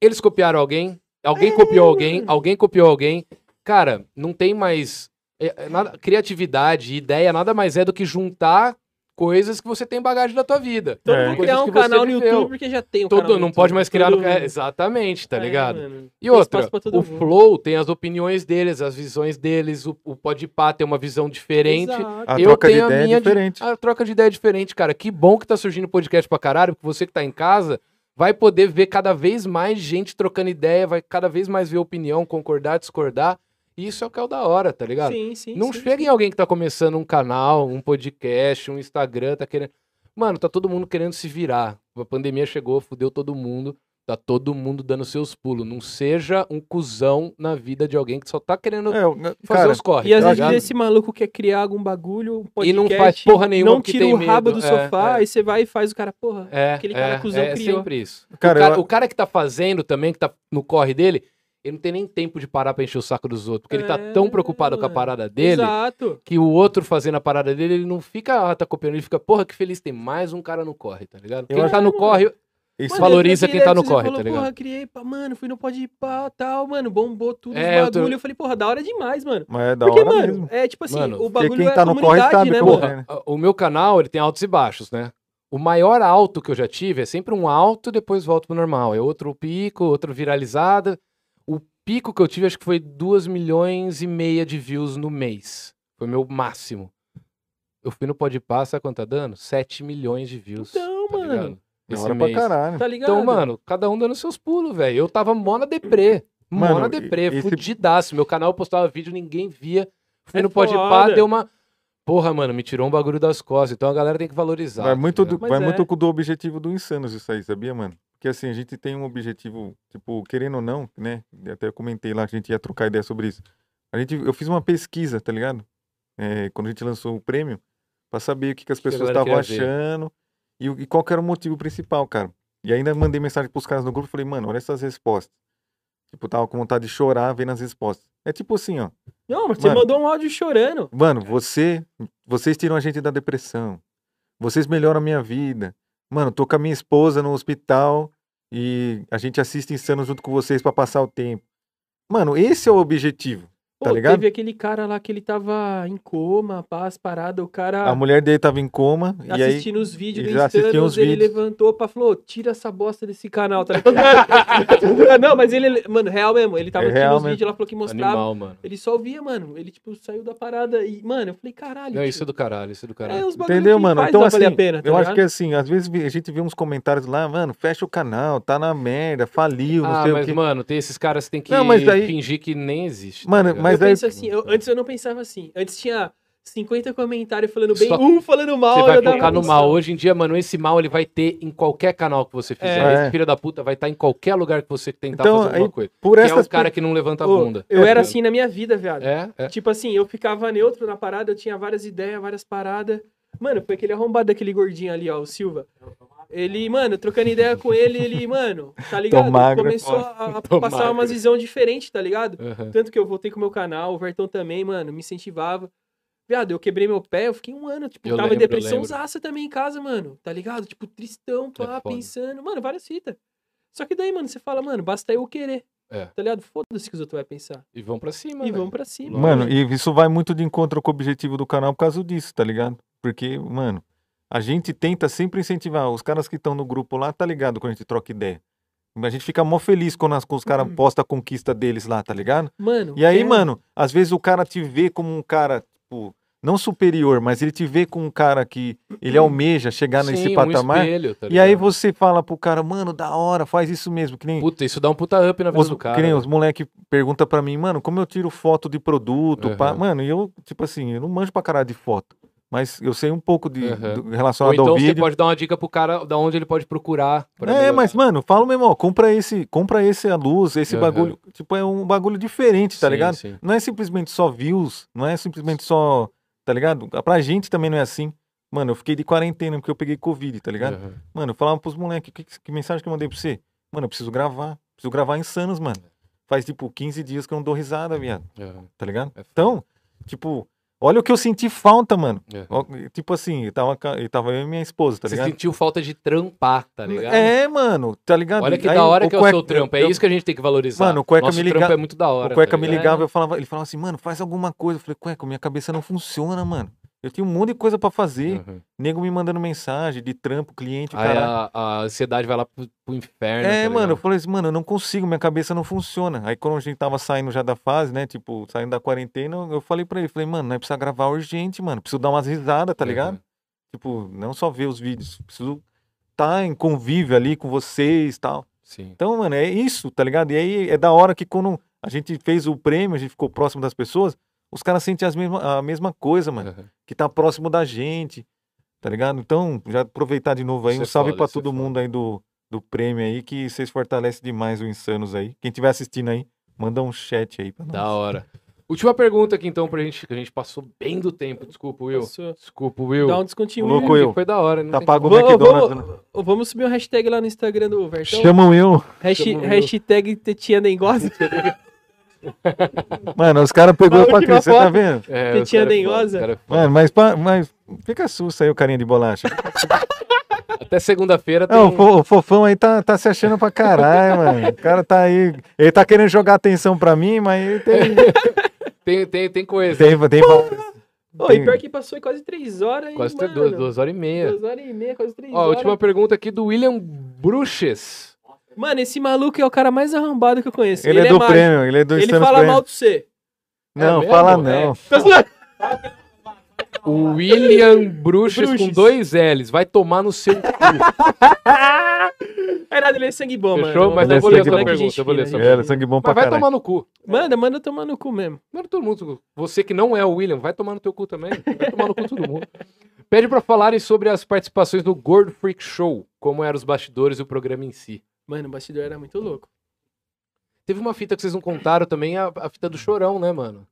Eles copiaram alguém, alguém copiou alguém, alguém copiou alguém. Cara, não tem mais é, é, nada- criatividade, ideia, nada mais é do que juntar coisas que você tem bagagem da tua vida.
Todo
É.
mundo
Coisas
criar um
que você
canal no
viveu.
YouTube porque já tem um
Todo,
canal no
não
YouTube,
pode mais criar...
todo
no- é,
mundo.
exatamente, tá
É,
ligado?
mano.
E
Tem
outra,
espaço pra todo
o
mundo.
Flow tem as opiniões deles, as visões deles, o, o Podpah tem uma visão diferente. tá
Exato.
A
eu
troca de
tenho a
ideia
minha
é
de-
diferente.
A troca de ideia é diferente, cara. Que bom que tá surgindo podcast pra caralho, porque você que tá em casa vai poder ver cada vez mais gente trocando ideia, vai cada vez mais ver opinião, concordar, discordar. E isso é o que é o da hora, tá ligado?
Sim, sim,
Não
sim.
chega em alguém que tá começando um canal, um podcast, um Instagram, tá querendo. Mano, tá todo mundo querendo se virar. A pandemia chegou, fudeu todo mundo. Tá todo mundo dando seus pulos. Não seja um cuzão na vida de alguém que só tá querendo
É, eu-
fazer
cara,
os corre.
E às
tá
vezes
ligado?
esse maluco quer criar algum bagulho, um podcast,
E não faz porra nenhuma
não
porque
tira
tem
o rabo
medo.
do
É,
sofá,
é.
aí você vai e faz o cara, porra.
É,
Aquele
é,
cara cuzão
é
criou.
sempre isso.
Cara,
o, cara,
eu-
o cara que tá fazendo também, que tá no corre dele, ele não tem nem tempo de parar pra encher o saco dos outros, porque ele tá
É,
tão preocupado com a
mano.
parada dele,
Exato.
que o outro fazendo a parada dele, ele não fica, ah, tá copiando, ele fica, porra, que feliz, tem mais um cara no corre, tá ligado? Quem
acho-
tá no corre,
isso-
Mano,
valoriza
eu vi
quem tá
aquele
no
que você
corre,
falou,
tá ligado?
Porra, criei, pá, mano, fui no pode pá, tal, mano, bombou tudo, os
É, eu tô-
bagulho. Eu falei, porra, da hora demais, mano.
mas é da
Porque,
hora
mano,
mesmo.
é tipo assim,
Mano,
o bagulho
quem
é
tá
a
no corre
comunidade,
sabe
né,
como
mano?
é, né?
porra, o meu canal, ele tem altos e baixos, né? O maior alto que eu já tive é sempre um alto, depois volta pro normal. É outro pico, outro viralizada. O pico que eu tive acho que foi 2 milhões e meia de views no mês. Foi meu máximo. Eu fui no Podpah, sabe quanto tá dando? 7 milhões de views.
Então,
tá
mano,
ligado?
Da
Esse
hora pra
mês.
caralho.
Tá ligado?
Então, mano, cada um dando seus pulos, velho. Eu tava mona deprê.
Mano,
Mona deprê,
esse-
fudidaço. Meu canal eu postava vídeo, ninguém via. Fui
É
no Pode
foda.
deu uma. Porra, mano, me tirou um bagulho das costas. Então a galera tem que valorizar.
Vai
tá
muito, do,
ligado?
Mas
vai
é.
muito com do objetivo do Insanos isso aí, sabia, mano? Porque assim, a gente tem um objetivo, tipo, querendo ou não, né? Até eu comentei lá, a gente ia trocar ideia sobre isso. A gente, eu fiz uma pesquisa, tá ligado? É, quando a gente lançou o prêmio, pra saber o que, que as
que a
pessoas
galera
estavam
queria ver.
achando e, o- e qual que era o motivo principal, cara. E ainda mandei mensagem pros caras no grupo, falei, mano, olha essas respostas. Tipo, tava com vontade de chorar vendo as respostas. É tipo assim, ó.
Não, mas você
Mano.
mandou um áudio chorando.
É.
Mano, você, vocês tiram a gente da depressão. Vocês melhoram a minha vida. Mano, tô com a minha esposa no hospital e a gente assiste Insano junto com vocês pra passar o tempo. Mano, esse é o objetivo.
Pô,
Tá ligado?
teve aquele cara lá que ele tava em coma, pá, as paradas, o cara
Ah.
A mulher dele tava em coma e aí
assistindo os vídeos
e
do
já assistia
Stannos,
os
ele
vídeos.
levantou pra falou, tira essa bosta desse canal, tá ligado? não, mas ele, mano, real mesmo, ele tava
É
assistindo
real
os
mesmo.
vídeos, ela falou que mostrava,
Animal, mano.
ele só ouvia, mano, ele, tipo, saiu da parada e, mano, eu falei, caralho,
Não,
tio,
isso é do caralho, isso é do
é
caralho.
uns bagulho
Entendeu,
que
mano?
faz
Então,
não
assim,
valer a pena, tá
eu acho
ligado?
que assim, às vezes vi- a gente vê uns comentários lá, mano, fecha o canal, tá na merda, faliu, não
ah,
sei
mas,
o que.
mano, tem esses caras que tem que
Não, mas daí-
fingir que nem existe. tá
Mano,
ligado?
mas
eu
aí-
penso assim, eu- antes eu não pensava assim, antes tinha 50 comentários falando bem,
Só-
um falando mal,
Você
eu
vai
dava um
focar no
atenção.
mal. Hoje em dia, mano, esse mal ele vai ter em qualquer canal que você fizer.
É.
Esse filho da puta vai estar em qualquer lugar que você tentar
Então,
fazer alguma
aí,
coisa.
Por
Que é
essas
o cara que não levanta a
Ô,
bunda.
Eu era assim na minha vida, viado.
É, é.
Tipo assim, eu ficava neutro na parada, eu tinha várias ideias, várias paradas. Mano, foi aquele arrombado daquele gordinho ali, ó, o Silva. Ele, mano, trocando ideia com ele, ele, mano, tá ligado?
Tô
é
magro,
Começou a, a
Tô
passar
magro.
uma visão diferente, tá ligado?
Aham.
Tanto que eu voltei com o meu canal, o Vertão também, mano, me incentivava. Viado, eu quebrei meu pé, eu fiquei um ano, tipo,
Eu
tava
lembro,
em
eu
depressão
lembro. É
zaça também em casa, mano, tá ligado? Tipo, tristão, pá,
foda.
pensando, mano, várias fitas. Só que daí, mano, você fala, mano, basta eu querer,
É.
tá ligado? Foda-se o que os outros vão pensar.
E vão pra cima. né?
E
velho.
vamos pra cima.
Mano, e isso vai muito de encontro com o objetivo do canal por causa disso, tá ligado? Porque, mano, a gente tenta sempre incentivar. Os caras que estão no grupo lá, tá ligado? Quando a gente troca ideia. A gente fica mó feliz quando as- quando os
Uhum.
caras postam a conquista deles lá, tá ligado?
Mano,
E aí,
é-
mano, às vezes o cara te vê como um cara, tipo, não superior, mas ele te vê como um cara que ele almeja chegar
Sim,
nesse
um
patamar.
espelho, tá
e aí
ligado?
você fala pro cara, mano, da hora, faz isso mesmo, que nem
Puta, isso dá um puta up na vida
os,
do
que
cara.
nem
né?
os moleque pergunta pra mim, mano, como eu tiro foto de produto?
Aham.
pá?" Mano, e eu, tipo assim, eu não manjo pra caralho de foto. Mas eu sei um pouco de,
Aham.
do-
Ou
relacionado
então
ao
você
vídeo.
pode dar uma dica pro cara da onde ele pode procurar. pra
é,
melhorar.
mas, mano, falo mesmo, ó, compra esse, compra esse a luz, esse
Aham.
bagulho. Tipo, é um bagulho diferente, tá
Sim,
ligado?
sim.
Não é simplesmente só views, não é simplesmente só tá ligado? Pra gente também não é assim. Mano, eu fiquei de quarentena porque eu peguei Covid, tá ligado?
Uhum.
Mano, eu falava pros moleques, que, que mensagem que eu mandei pra você? Mano, eu preciso gravar. Preciso gravar insanos, mano. Faz tipo 15 dias que eu não dou risada, viado,
Uhum.
tá ligado?
É foda.
Então, tipo, olha o que eu senti falta, mano.
Uhum.
Ó, Tipo assim, eu tava, ca- eu tava eu e minha esposa, tá
Você
ligado?
sentiu falta de trampar, tá ligado?
É, mano, tá ligado?
Olha que
Aí
da hora
o
que é o
cueca-
seu trampo. É
eu-
isso que a gente tem que valorizar.
Mano, o cueca
Nosso
me
trampo
liga-
é muito da hora.
O cueca
tá
me
ligado?
ligava, eu falava, ele falava assim, mano, faz alguma coisa. Eu falei, cueca, minha cabeça não funciona, mano. Eu tenho um monte de coisa pra fazer.
Uhum.
Nego me mandando mensagem de trampo, cliente,
Aí a,
caralho.
a ansiedade vai lá pro, pro inferno.
É,
tá
mano, eu
ligado?
falei assim, mano, eu não consigo, minha cabeça não funciona. Aí quando a gente tava saindo já da fase, né, tipo, saindo da quarentena, eu falei pra ele, falei, mano, nós precisamos gravar urgente, mano, preciso dar umas risadas, tá
Uhum.
ligado? Tipo, não só ver os vídeos, preciso tá em convívio ali com vocês e tal.
Sim.
Então, mano, é isso, tá ligado? E aí é da hora que quando a gente fez o prêmio, a gente ficou próximo das pessoas, os caras sentem as mesma, a mesma coisa, mano,
Uhum.
que tá próximo da gente, tá ligado? Então, já aproveitar de novo aí,
Isso
um
é
salve
foda,
pra
isso é
todo
foda.
mundo aí do, do prêmio aí, que vocês fortalecem demais o Insanos aí. Quem tiver assistindo aí, manda um chat aí pra nós.
Da hora. Última pergunta aqui, então, pra gente, que a gente passou bem do tempo. Desculpa, Will.
Passou.
Desculpa, Will.
Dá um descontinho.
Louco
Porque
eu.
Foi da hora. Não
Tá
tem
pago o
Vamos-
McDonald's. né?
vamos, vamos subir um hashtag lá no Instagram do Vertão.
Chamam eu.
Hash-
chama o meu.
hashtag Tetinha nem gosta.
Mano, os caras pegou
Na
pra
última
crer, você tá
foto.
vendo?
como- É,
Tetinha
o cara é foda,
dengosa.
o cara é foda.
Mano, mas, pa- mas fica susto aí o carinha de bolacha.
Até segunda-feira tem...
Ah, o, fo- o fofão aí tá, tá se achando pra caralho, mano. O cara tá aí. Ele tá querendo jogar atenção pra mim, mas ele tem.
tem, tem, tem coisa.
tem, tem
Ô, e
Tem-
pior que passou em quase três horas. e,
Quase
mano,
duas, duas horas e meia.
duas horas e meia, quase três
Ó,
horas.
última pergunta aqui do William Bruches.
Mano, esse maluco é o cara mais arrombado que eu conheço.
Ele, é do
mágico.
prêmio, ele é do
Ele
Stan's
fala
Prêmio.
mal de você.
Não,
É
fala
mesmo?
não.
Tá zoando?
O William Bruxas,
Bruxas.
com dois L's. Vai tomar no seu.
É nada, ele é sangue bom,
Fechou?
mano.
Mas
eu vou ler essa
Moleque,
pergunta,
gente
eu vou ler essa
fina, gente
Era
fina.
É, sangue bom pra
Mas vai
caralho.
tomar no cu.
Manda, manda tomar no cu mesmo.
Mano, todo mundo. Você que não é o William, vai tomar no teu cu também. Vai tomar no cu todo mundo. Pede pra falarem sobre as participações no Gordo Freak Show, como eram os bastidores e o programa em si.
Mano, o bastidor era muito louco.
Teve uma fita que vocês não contaram também, a, a fita do Chorão, né, mano?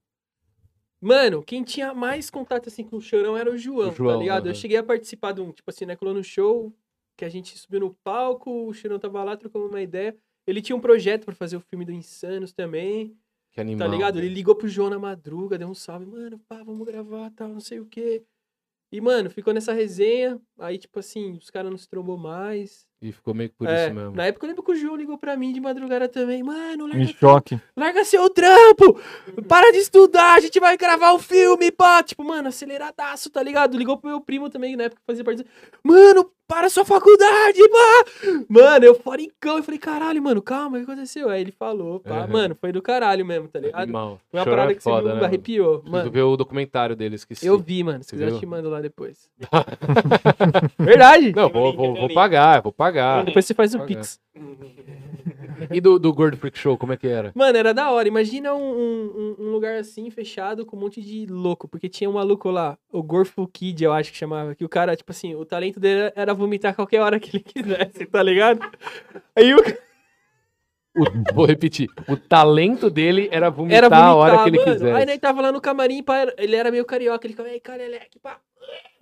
Mano, quem tinha mais contato assim com o Chorão era o João,
O João,
tá ligado?
aham.
Eu cheguei a participar de um, tipo assim, né, colou no show, que a gente subiu no palco, o Chorão tava lá, trocamos uma ideia. Ele tinha um projeto pra fazer o filme do Insanos também,
Que animal. né?
tá ligado? Ele ligou pro João na madruga, deu um salve, mano, pá, vamos gravar, tal, não sei o quê. E, mano, ficou nessa resenha, aí, tipo assim, os caras não se trombou mais.
E ficou meio que por
É,
isso mesmo.
Na época eu lembro que o João ligou pra mim de madrugada também, mano, larga
Em choque.
Larga seu trampo! Para de estudar, a gente vai gravar um filme, pá! Tipo, mano, aceleradaço, tá ligado? Ligou pro meu primo também, na época que fazia parte. do- Mano, para sua faculdade, pá! Mano, eu foricão, eu falei, caralho, mano, calma, o que aconteceu? Aí ele falou, pá,
Uhum.
mano, foi do caralho mesmo, tá ligado?
Animal.
Foi uma
Chorão
parada
é
que
foda,
você
né?
me
mano?
arrepiou,
Preciso
mano.
ver o documentário dele, esqueci.
Eu vi, mano, se
Você
quiser eu
viu?
te mando lá depois. Verdade!
Não, vou, vou, vou pagar, vou pagar.
Depois você faz o
Olha.
pix.
E do, do Gordo Freak Show, como é que era?
Mano, era da hora. Imagina um, um- um- um lugar assim, fechado, com um monte de louco. Porque tinha um maluco lá, o Gorfo Kid, eu acho que chamava. Que o cara, tipo assim, o talento dele era- era vomitar qualquer hora que ele quisesse, tá ligado? Aí o cara
O- vou repetir. O talento dele era vomitar,
era vomitar,
a hora que ele
mano. né?
quisesse.
Aí nós tava lá no camarim, pá, era- ele era meio carioca. Ele ficava, ei, careleque, pá.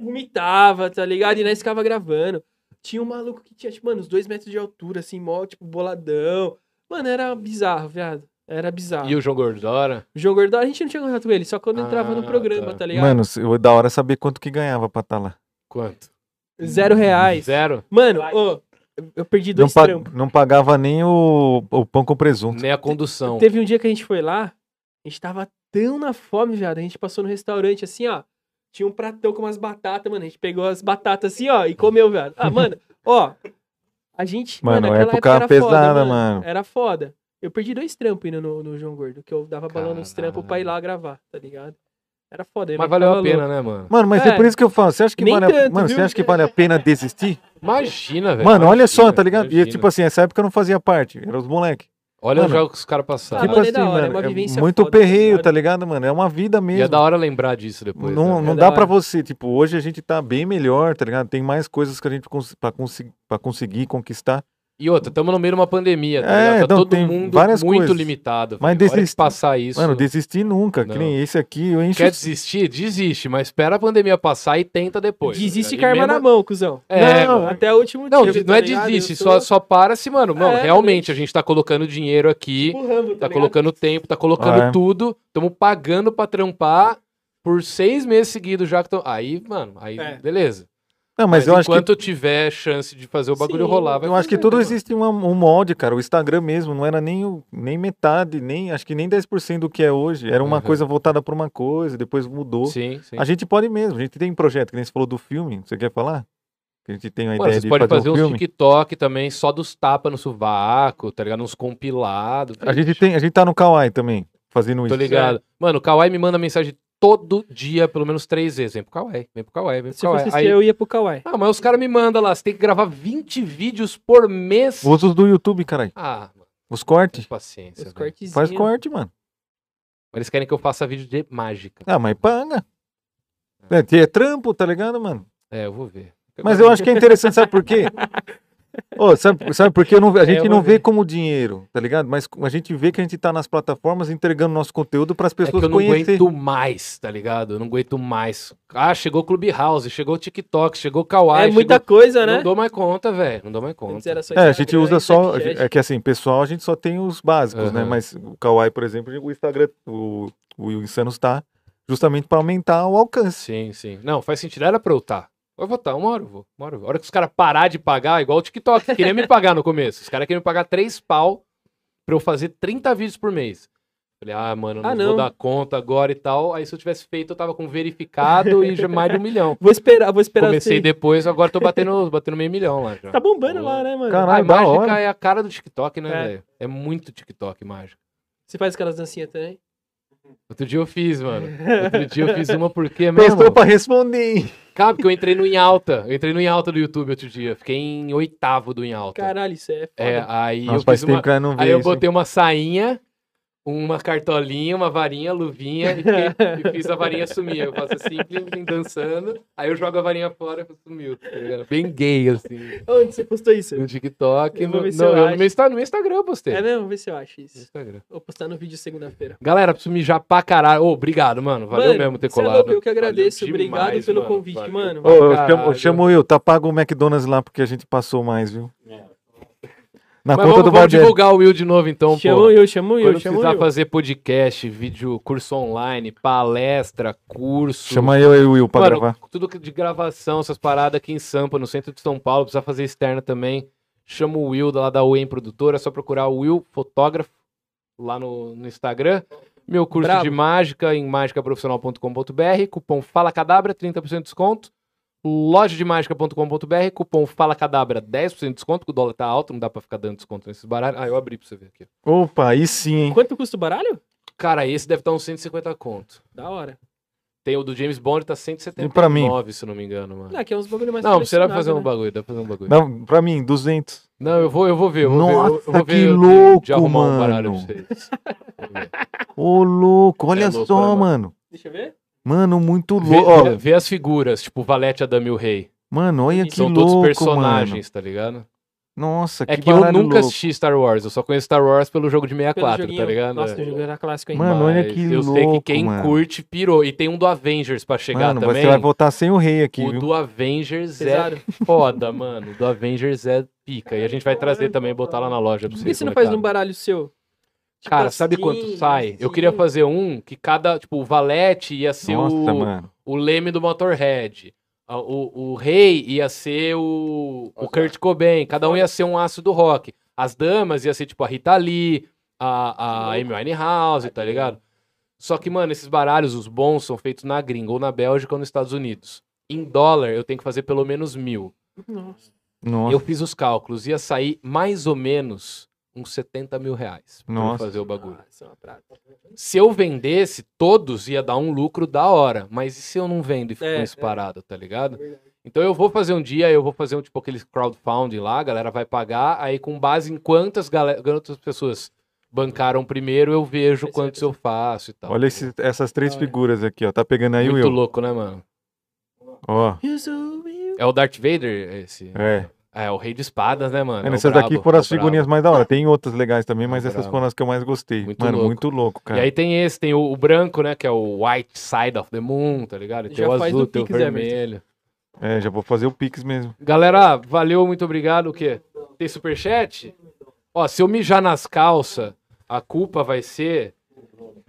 Vomitava, tá ligado? E nós ficava gravando. Tinha um maluco que tinha, tipo, mano, uns dois metros de altura, assim, mó, tipo, boladão. Mano, era bizarro, viado. Era bizarro.
E o João Gordora?
O João Gordó, a gente não tinha contato com ele, só quando entrava
Ah,
no programa,
tá.
tá, ligado?
Mano, se- eu- da hora é saber quanto que ganhava pra tá lá.
Quanto?
Zero reais.
Zero?
Mano, ô, eu perdi
Não,
dois
um pa-
trampos.
não pagava nem o, o pão com presunto.
Nem a condução.
Teve um dia que a gente foi lá, a gente tava tão na fome, viado. A gente passou no restaurante assim, ó. Tinha um pratão com umas batatas, mano. A gente pegou as batatas assim, ó, e comeu, viado. Ah, mano, ó. A gente.
Mano,
aquela
época pesada, mano.
Era foda. Eu perdi dois trampos indo no, no João Gordo, que eu dava balão nos trampos pra ir lá gravar, tá ligado? Era foda. eu
Mas
tava
valeu a
louco.
pena, né, mano?
Mano, mas é.
É.
por isso que eu falo. Você acha que,
Nem
vale, a-
tanto,
mano,
viu? É,
você acha que vale a pena desistir?
Imagina, velho.
mano, olha só,
imagina,
tá ligado? E
imagina.
tipo assim, essa época eu não fazia parte. Era os moleque.
olha
mano,
já o que os caras passaram.
Ah,
tipo
mano, é
assim,
da hora, é
mano.
uma vivência
muito
foda, tá
perreio,
ligado?
tá ligado, mano? É uma vida
e é
mesmo.
da hora lembrar disso depois.
Não,
né?
não
É da
dá
hora.
pra você, tipo, hoje a gente tá bem melhor, tá ligado? Tem mais coisas que a gente cons pra, consi- pra conseguir conquistar.
E outra, estamos no meio de uma pandemia, tá
É,
ligado? Tá
não,
todo
tem
mundo
várias
muito
coisas.
limitado.
Mas
velho. A hora que
desiste-
passar isso.
Mano, desistir nunca. Que
Não.
nem esse aqui, eu encho.
Quer desistir? Desiste, mas espera a pandemia passar e tenta depois.
Desiste
E
com a arma
mesmo-
na mão, cuzão.
É,
Não,
mano.
Até o último
não,
dia. tá
não é desiste, só, só para se, mano. Mano,
É, Tipo,
realmente, a gente tá colocando dinheiro aqui, tá colocando tempo, tá colocando
É.
tudo, estamos pagando pra trampar por seis meses seguidos já que tão... Aí, mano, aí
É.
beleza.
Não, mas, eu acho que
enquanto tiver chance de fazer o bagulho
Sim,
rolar, vai
Eu acho que
fazer, né,
tudo
mano.
existe uma- um molde, cara. O Instagram mesmo não era nem, o- nem metade, nem acho que nem 10% do que é hoje. Era uma
Aham.
coisa voltada para uma coisa, depois mudou.
Sim, sim.
A gente pode mesmo. A gente tem projeto, que nem você falou do filme. Você quer falar? Que a gente tem uma
Mano,
ideia
vocês
de
podem
fazer,
fazer
um
uns
filme.
TikTok também, só dos tapas no sovaco, tá ligado? Uns compilados.
A gente tem, a gente tá no Kawaii também, fazendo
Tô
isso. É.
ligado. Mano, o Kawai me manda mensagem todo dia, pelo menos três vezes. Vem pro Kawai, vem pro Kawai, vem pro
Se fosse
Kawai.
ser
é? Aí,
eu, ia pro Kawaii.
Ah, mas os caras me mandam lá, você tem que gravar 20 vídeos por mês.
Usa os do YouTube, caralho.
Ah, mano,
Os cortes.
paciência.
Os É
velho.
cortezinhos.
Faz corte, mano.
Mas Eles querem que eu faça vídeo de mágica.
Ah, mas paga. É, que é trampo, tá ligado, mano?
É, eu vou ver.
Mas eu acho que é interessante, sabe por quê? Ô, sabe, sabe por quê? Eu não-
É,
a gente
eu
não
vou
vê
ver.
como dinheiro, tá ligado? Mas a gente vê que a gente tá nas plataformas entregando nosso conteúdo para as
É que
pessoas
eu não
conhecerem.
aguento mais, tá ligado? Eu não aguento mais. Ah, chegou o Clubhouse, chegou o TikTok, chegou o Kawaii.
É muita coisa,
Não
né?
dou mais conta, velho. Não dou mais conta.
Antes era só
É, a gente
Instagram
usa
e
só.
Snapchat.
É que assim, pessoal, a gente só tem os básicos, né?
Aham.
Mas o Kawaii, por exemplo, o Instagram, o, o Insanos tá justamente para aumentar o alcance.
Sim, sim. Não, faz sentido. Era pra eu estar. Eu vou estar, uma hora eu vou. Uma hora eu vou. A hora que os caras parar de pagar, igual o TikTok, queria me pagar no começo. Os caras queriam me pagar três pau pra eu fazer 30 vídeos por mês. Falei, ah, mano, não,
Ah,
vou
não.
dar conta agora e tal. Aí se eu tivesse feito, eu tava com verificado e já mais de um milhão.
Vou esperar, vou esperar.
Comecei
assim.
depois, agora tô batendo, batendo meio milhão lá já.
Tá bombando lá, né, mano?
Caralho.
a
da
mágica
hora.
é a cara do TikTok, né,
É.
velho? É muito TikTok mágica.
Você faz aquelas dancinhas também?
Outro dia eu fiz, mano. Outro dia eu fiz uma porque mesmo.
Pensou para responder, hein?
Cabe que eu entrei no em alta. Eu entrei no em alta do YouTube outro dia. Fiquei em oitavo do em alta.
Caralho, isso é foda.
é, aí
Nossa,
eu
faz
fiz
tempo
uma...
que eu não
Aí eu
vejo.
botei uma sainha, uma cartolinha, uma varinha, luvinha e, fiquei- e fiz a varinha sumir. Eu faço assim, plim, plim, dançando. Aí eu jogo a varinha fora e sumiu. tá ligado? Bem gay, assim.
Onde você postou isso?
No TikTok.
Eu vou
no,
ver se
não,
eu
eu-
acho.
no, meu Insta- no meu Instagram eu postei.
É mesmo? Vê se eu acho
No
isso.
Instagram.
Vou postar no vídeo segunda-feira.
Galera, preciso mijar pra caralho. Ô, obrigado, mano. Valeu
Mano,
mesmo ter
cê é
colado.
louco, eu que agradeço.
Valeu
Obrigado
demais,
pelo
mano.
convite,
Valeu.
mano.
Ô, eu chamo- eu
Caralho.
chamo eu, tá pago o McDonald's lá porque a gente passou mais, viu? Na
É. Mas
conta
vamos,
do
vamos
Barbieri.
divulgar o Will de novo, então, pô.
chamo eu, chamo eu,
Quando
chamo
precisar
eu.
fazer podcast, vídeo, curso online, palestra, curso.
Chama eu e o Will pra
Mano,
gravar.
Tudo que- de gravação, essas paradas aqui em Sampa, no centro de São Paulo, precisa fazer externa também. Chama o Will lá da UEM Produtora, é só procurar o Will Fotógrafo lá no, no Instagram. Meu curso
Bravo.
de mágica em mágicaprofissional.com.br, cupom Fala Cadabra, 30% de desconto. Loja de mágica.com.br, cupom Fala Cadabra, 10% de desconto, que o dólar tá alto, não dá pra ficar dando desconto nesses baralhos. Ah, eu abri pra você ver aqui.
Opa, aí sim,
um
hein?
Quanto custa o baralho?
Cara, esse deve estar uns 150 conto.
Da hora.
Tem o do James Bond, tá 179,
E pra mim?
se eu não me engano, mano.
Ah, que é uns bagulho mais né?
Não, será fazer um
colecionável,
bagulho, dá pra fazer um bagulho.
Não, pra mim, 200.
Não, eu vou, eu vou ver. Eu vou ver, eu- eu,
Nossa,
vou ver
que
de-
louco,
de arrumar um baralho
mano.
pra vocês. Vou ver.
Ô, louco, olha
É louco, né,
só,
mano?
mano.
né? Deixa eu ver.
Mano, muito
Vê,
louco. Ó,
vê- vê as figuras, tipo Valete Adame e o Rei.
Mano, olha
Que
que
São
louco,
todos
mano.
personagens, tá ligado?
Nossa,
É
que,
que eu
baralho
nunca
louco.
assisti Star Wars, eu só conheço Star Wars pelo jogo de
Pelo
64,
joguinho.
tá ligado?
Nossa, o
É.
jogo era clássico, hein?
Mano, olha
Mas
que
eu sei que
louco,
quem
mano.
curte pirou. E tem um do Avengers pra chegar
Mano,
também.
você vai voltar sem o rei aqui,
o
viu?
do Avengers
Pesado.
é foda, mano. O do Avengers é pica. E a gente vai trazer também, botar lá na loja pra
Por
vocês.
que você não faz
molecada.
num baralho seu? Tipo
Cara, sabe
assim,
quanto sai? Eu
assim.
queria fazer um que cada, tipo, o Valete ia ser
Nossa,
o,
mano.
o leme do Motorhead. A- O, o Rei ia ser o, o Kurt Cobain. Cada um ia ser um aço do rock. As damas ia ser, tipo, a Rita Lee, a, a Amy Winehouse, tá ligado? Só que, mano, esses baralhos, os bons, são feitos na gringa, ou na Bélgica, ou nos Estados Unidos. Em dólar, eu tenho que fazer pelo menos mil.
Nossa.
Nossa.
Eu fiz os cálculos, ia sair mais ou menos uns 70 mil reais pra eu
Nossa.
fazer o bagulho.
Ah, isso é uma prata.
Se eu vendesse, todos ia dar um lucro da hora. Mas e se eu não vendo e fico
É,
com isso
é.
parado, tá ligado?
Verdade.
Então eu vou fazer um dia, eu vou fazer um tipo aquele crowdfunding lá, a galera vai pagar, aí com base em quantas, galera, quantas pessoas bancaram primeiro, eu vejo
Vai ser,
quantos eu faço e tal.
Olha esse- essas três
Da hora.
figuras aqui, ó. Tá pegando aí o
Muito
Will.
louco, né, mano?
Ó,
Eu sou eu.
É o Darth Vader esse?
é.
É, o rei de espadas, né, mano?
É,
o
essas
brabo,
daqui foram
é o
as figurinhas
brabo.
mais da hora. Tem outras legais também,
É o
mas essas
brabo.
foram as que eu mais gostei.
Muito
Mano,
louco.
muito louco, cara.
E aí tem esse, tem o, o branco, né? Que é o White Side of the Moon, tá ligado? E tem
Já
o
faz
azul,
do
tem o
Pix, Emerson.
vermelho.
É, já vou fazer o Pix mesmo.
Galera, valeu, muito obrigado. O quê? Tem superchat? Ó, se eu mijar nas calças, a culpa vai ser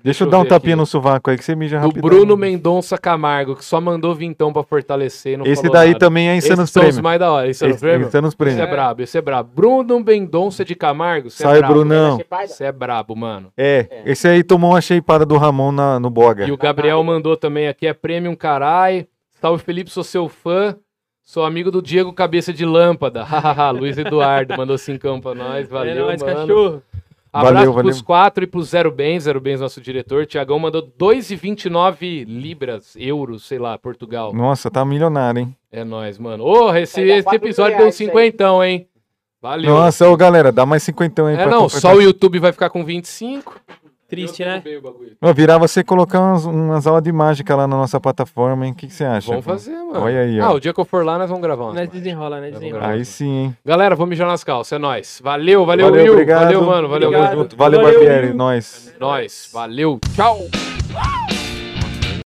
Deixa
eu
eu dar um
ver
tapinha
aqui.
no sovaco aí que você mija
do
rápido.
Bruno Mendonça Camargo, que só mandou vintão pra fortalecer e não
Esse
falou
daí
nada.
também é insano
Esses
os
são os
prêmios.
mais da hora. Esse,
Esse- tá Insanos Prêmios.
Esse é brabo, esse é brabo. Bruno Mendonça de Camargo, você
Sai,
é brabo.
Brunão.
Você é brabo, mano.
É, esse aí tomou uma cheipada do Ramon na, no Boga.
E o Gabriel mandou também aqui, é Premium Carai. Salve, Felipe, sou seu fã. Sou amigo do Diego Cabeça de Lâmpada. Hahaha, Luiz Eduardo mandou cincão pra nós. Valeu,
é nóis,
mano.
cachorro.
Abraço
Valeu,
pros
valeu.
quatro e pro Zero Bens, Zero Bens, nosso diretor. Tiagão mandou 2,29 libras, euros, sei lá, Portugal.
Nossa, tá milionário, hein?
É nóis, mano. Ô, esse,
Vai dar
esse
quatro mil
episódio deu um
reais, isso aí.
cinquentão, hein? Valeu.
Nossa, ô galera, dá mais cinquentão aí
é,
pra
não,
completar
só o
isso.
YouTube vai ficar com 25.
Triste, né?
Ô, Virar você e colocar umas, umas aulas de mágica lá na nossa plataforma, hein? O que, que você acha?
Vamos fazer, mano.
Olha aí, ó.
Ah, o dia que eu for lá, nós vamos gravar. umas,
Nós
mano.
desenrola, né?
Vamos
Desenrola.
gravar.
Aí sim, hein?
Galera, vou mijar nas calças. É nóis. Valeu, valeu,
Valeu,
Will.
obrigado.
Valeu, mano. Valeu,
Tamo
Obrigado.
obrigado.
junto. Valeu,
Valeu,
Barbieri.
Will.
Nós.
Nós. Valeu. Tchau.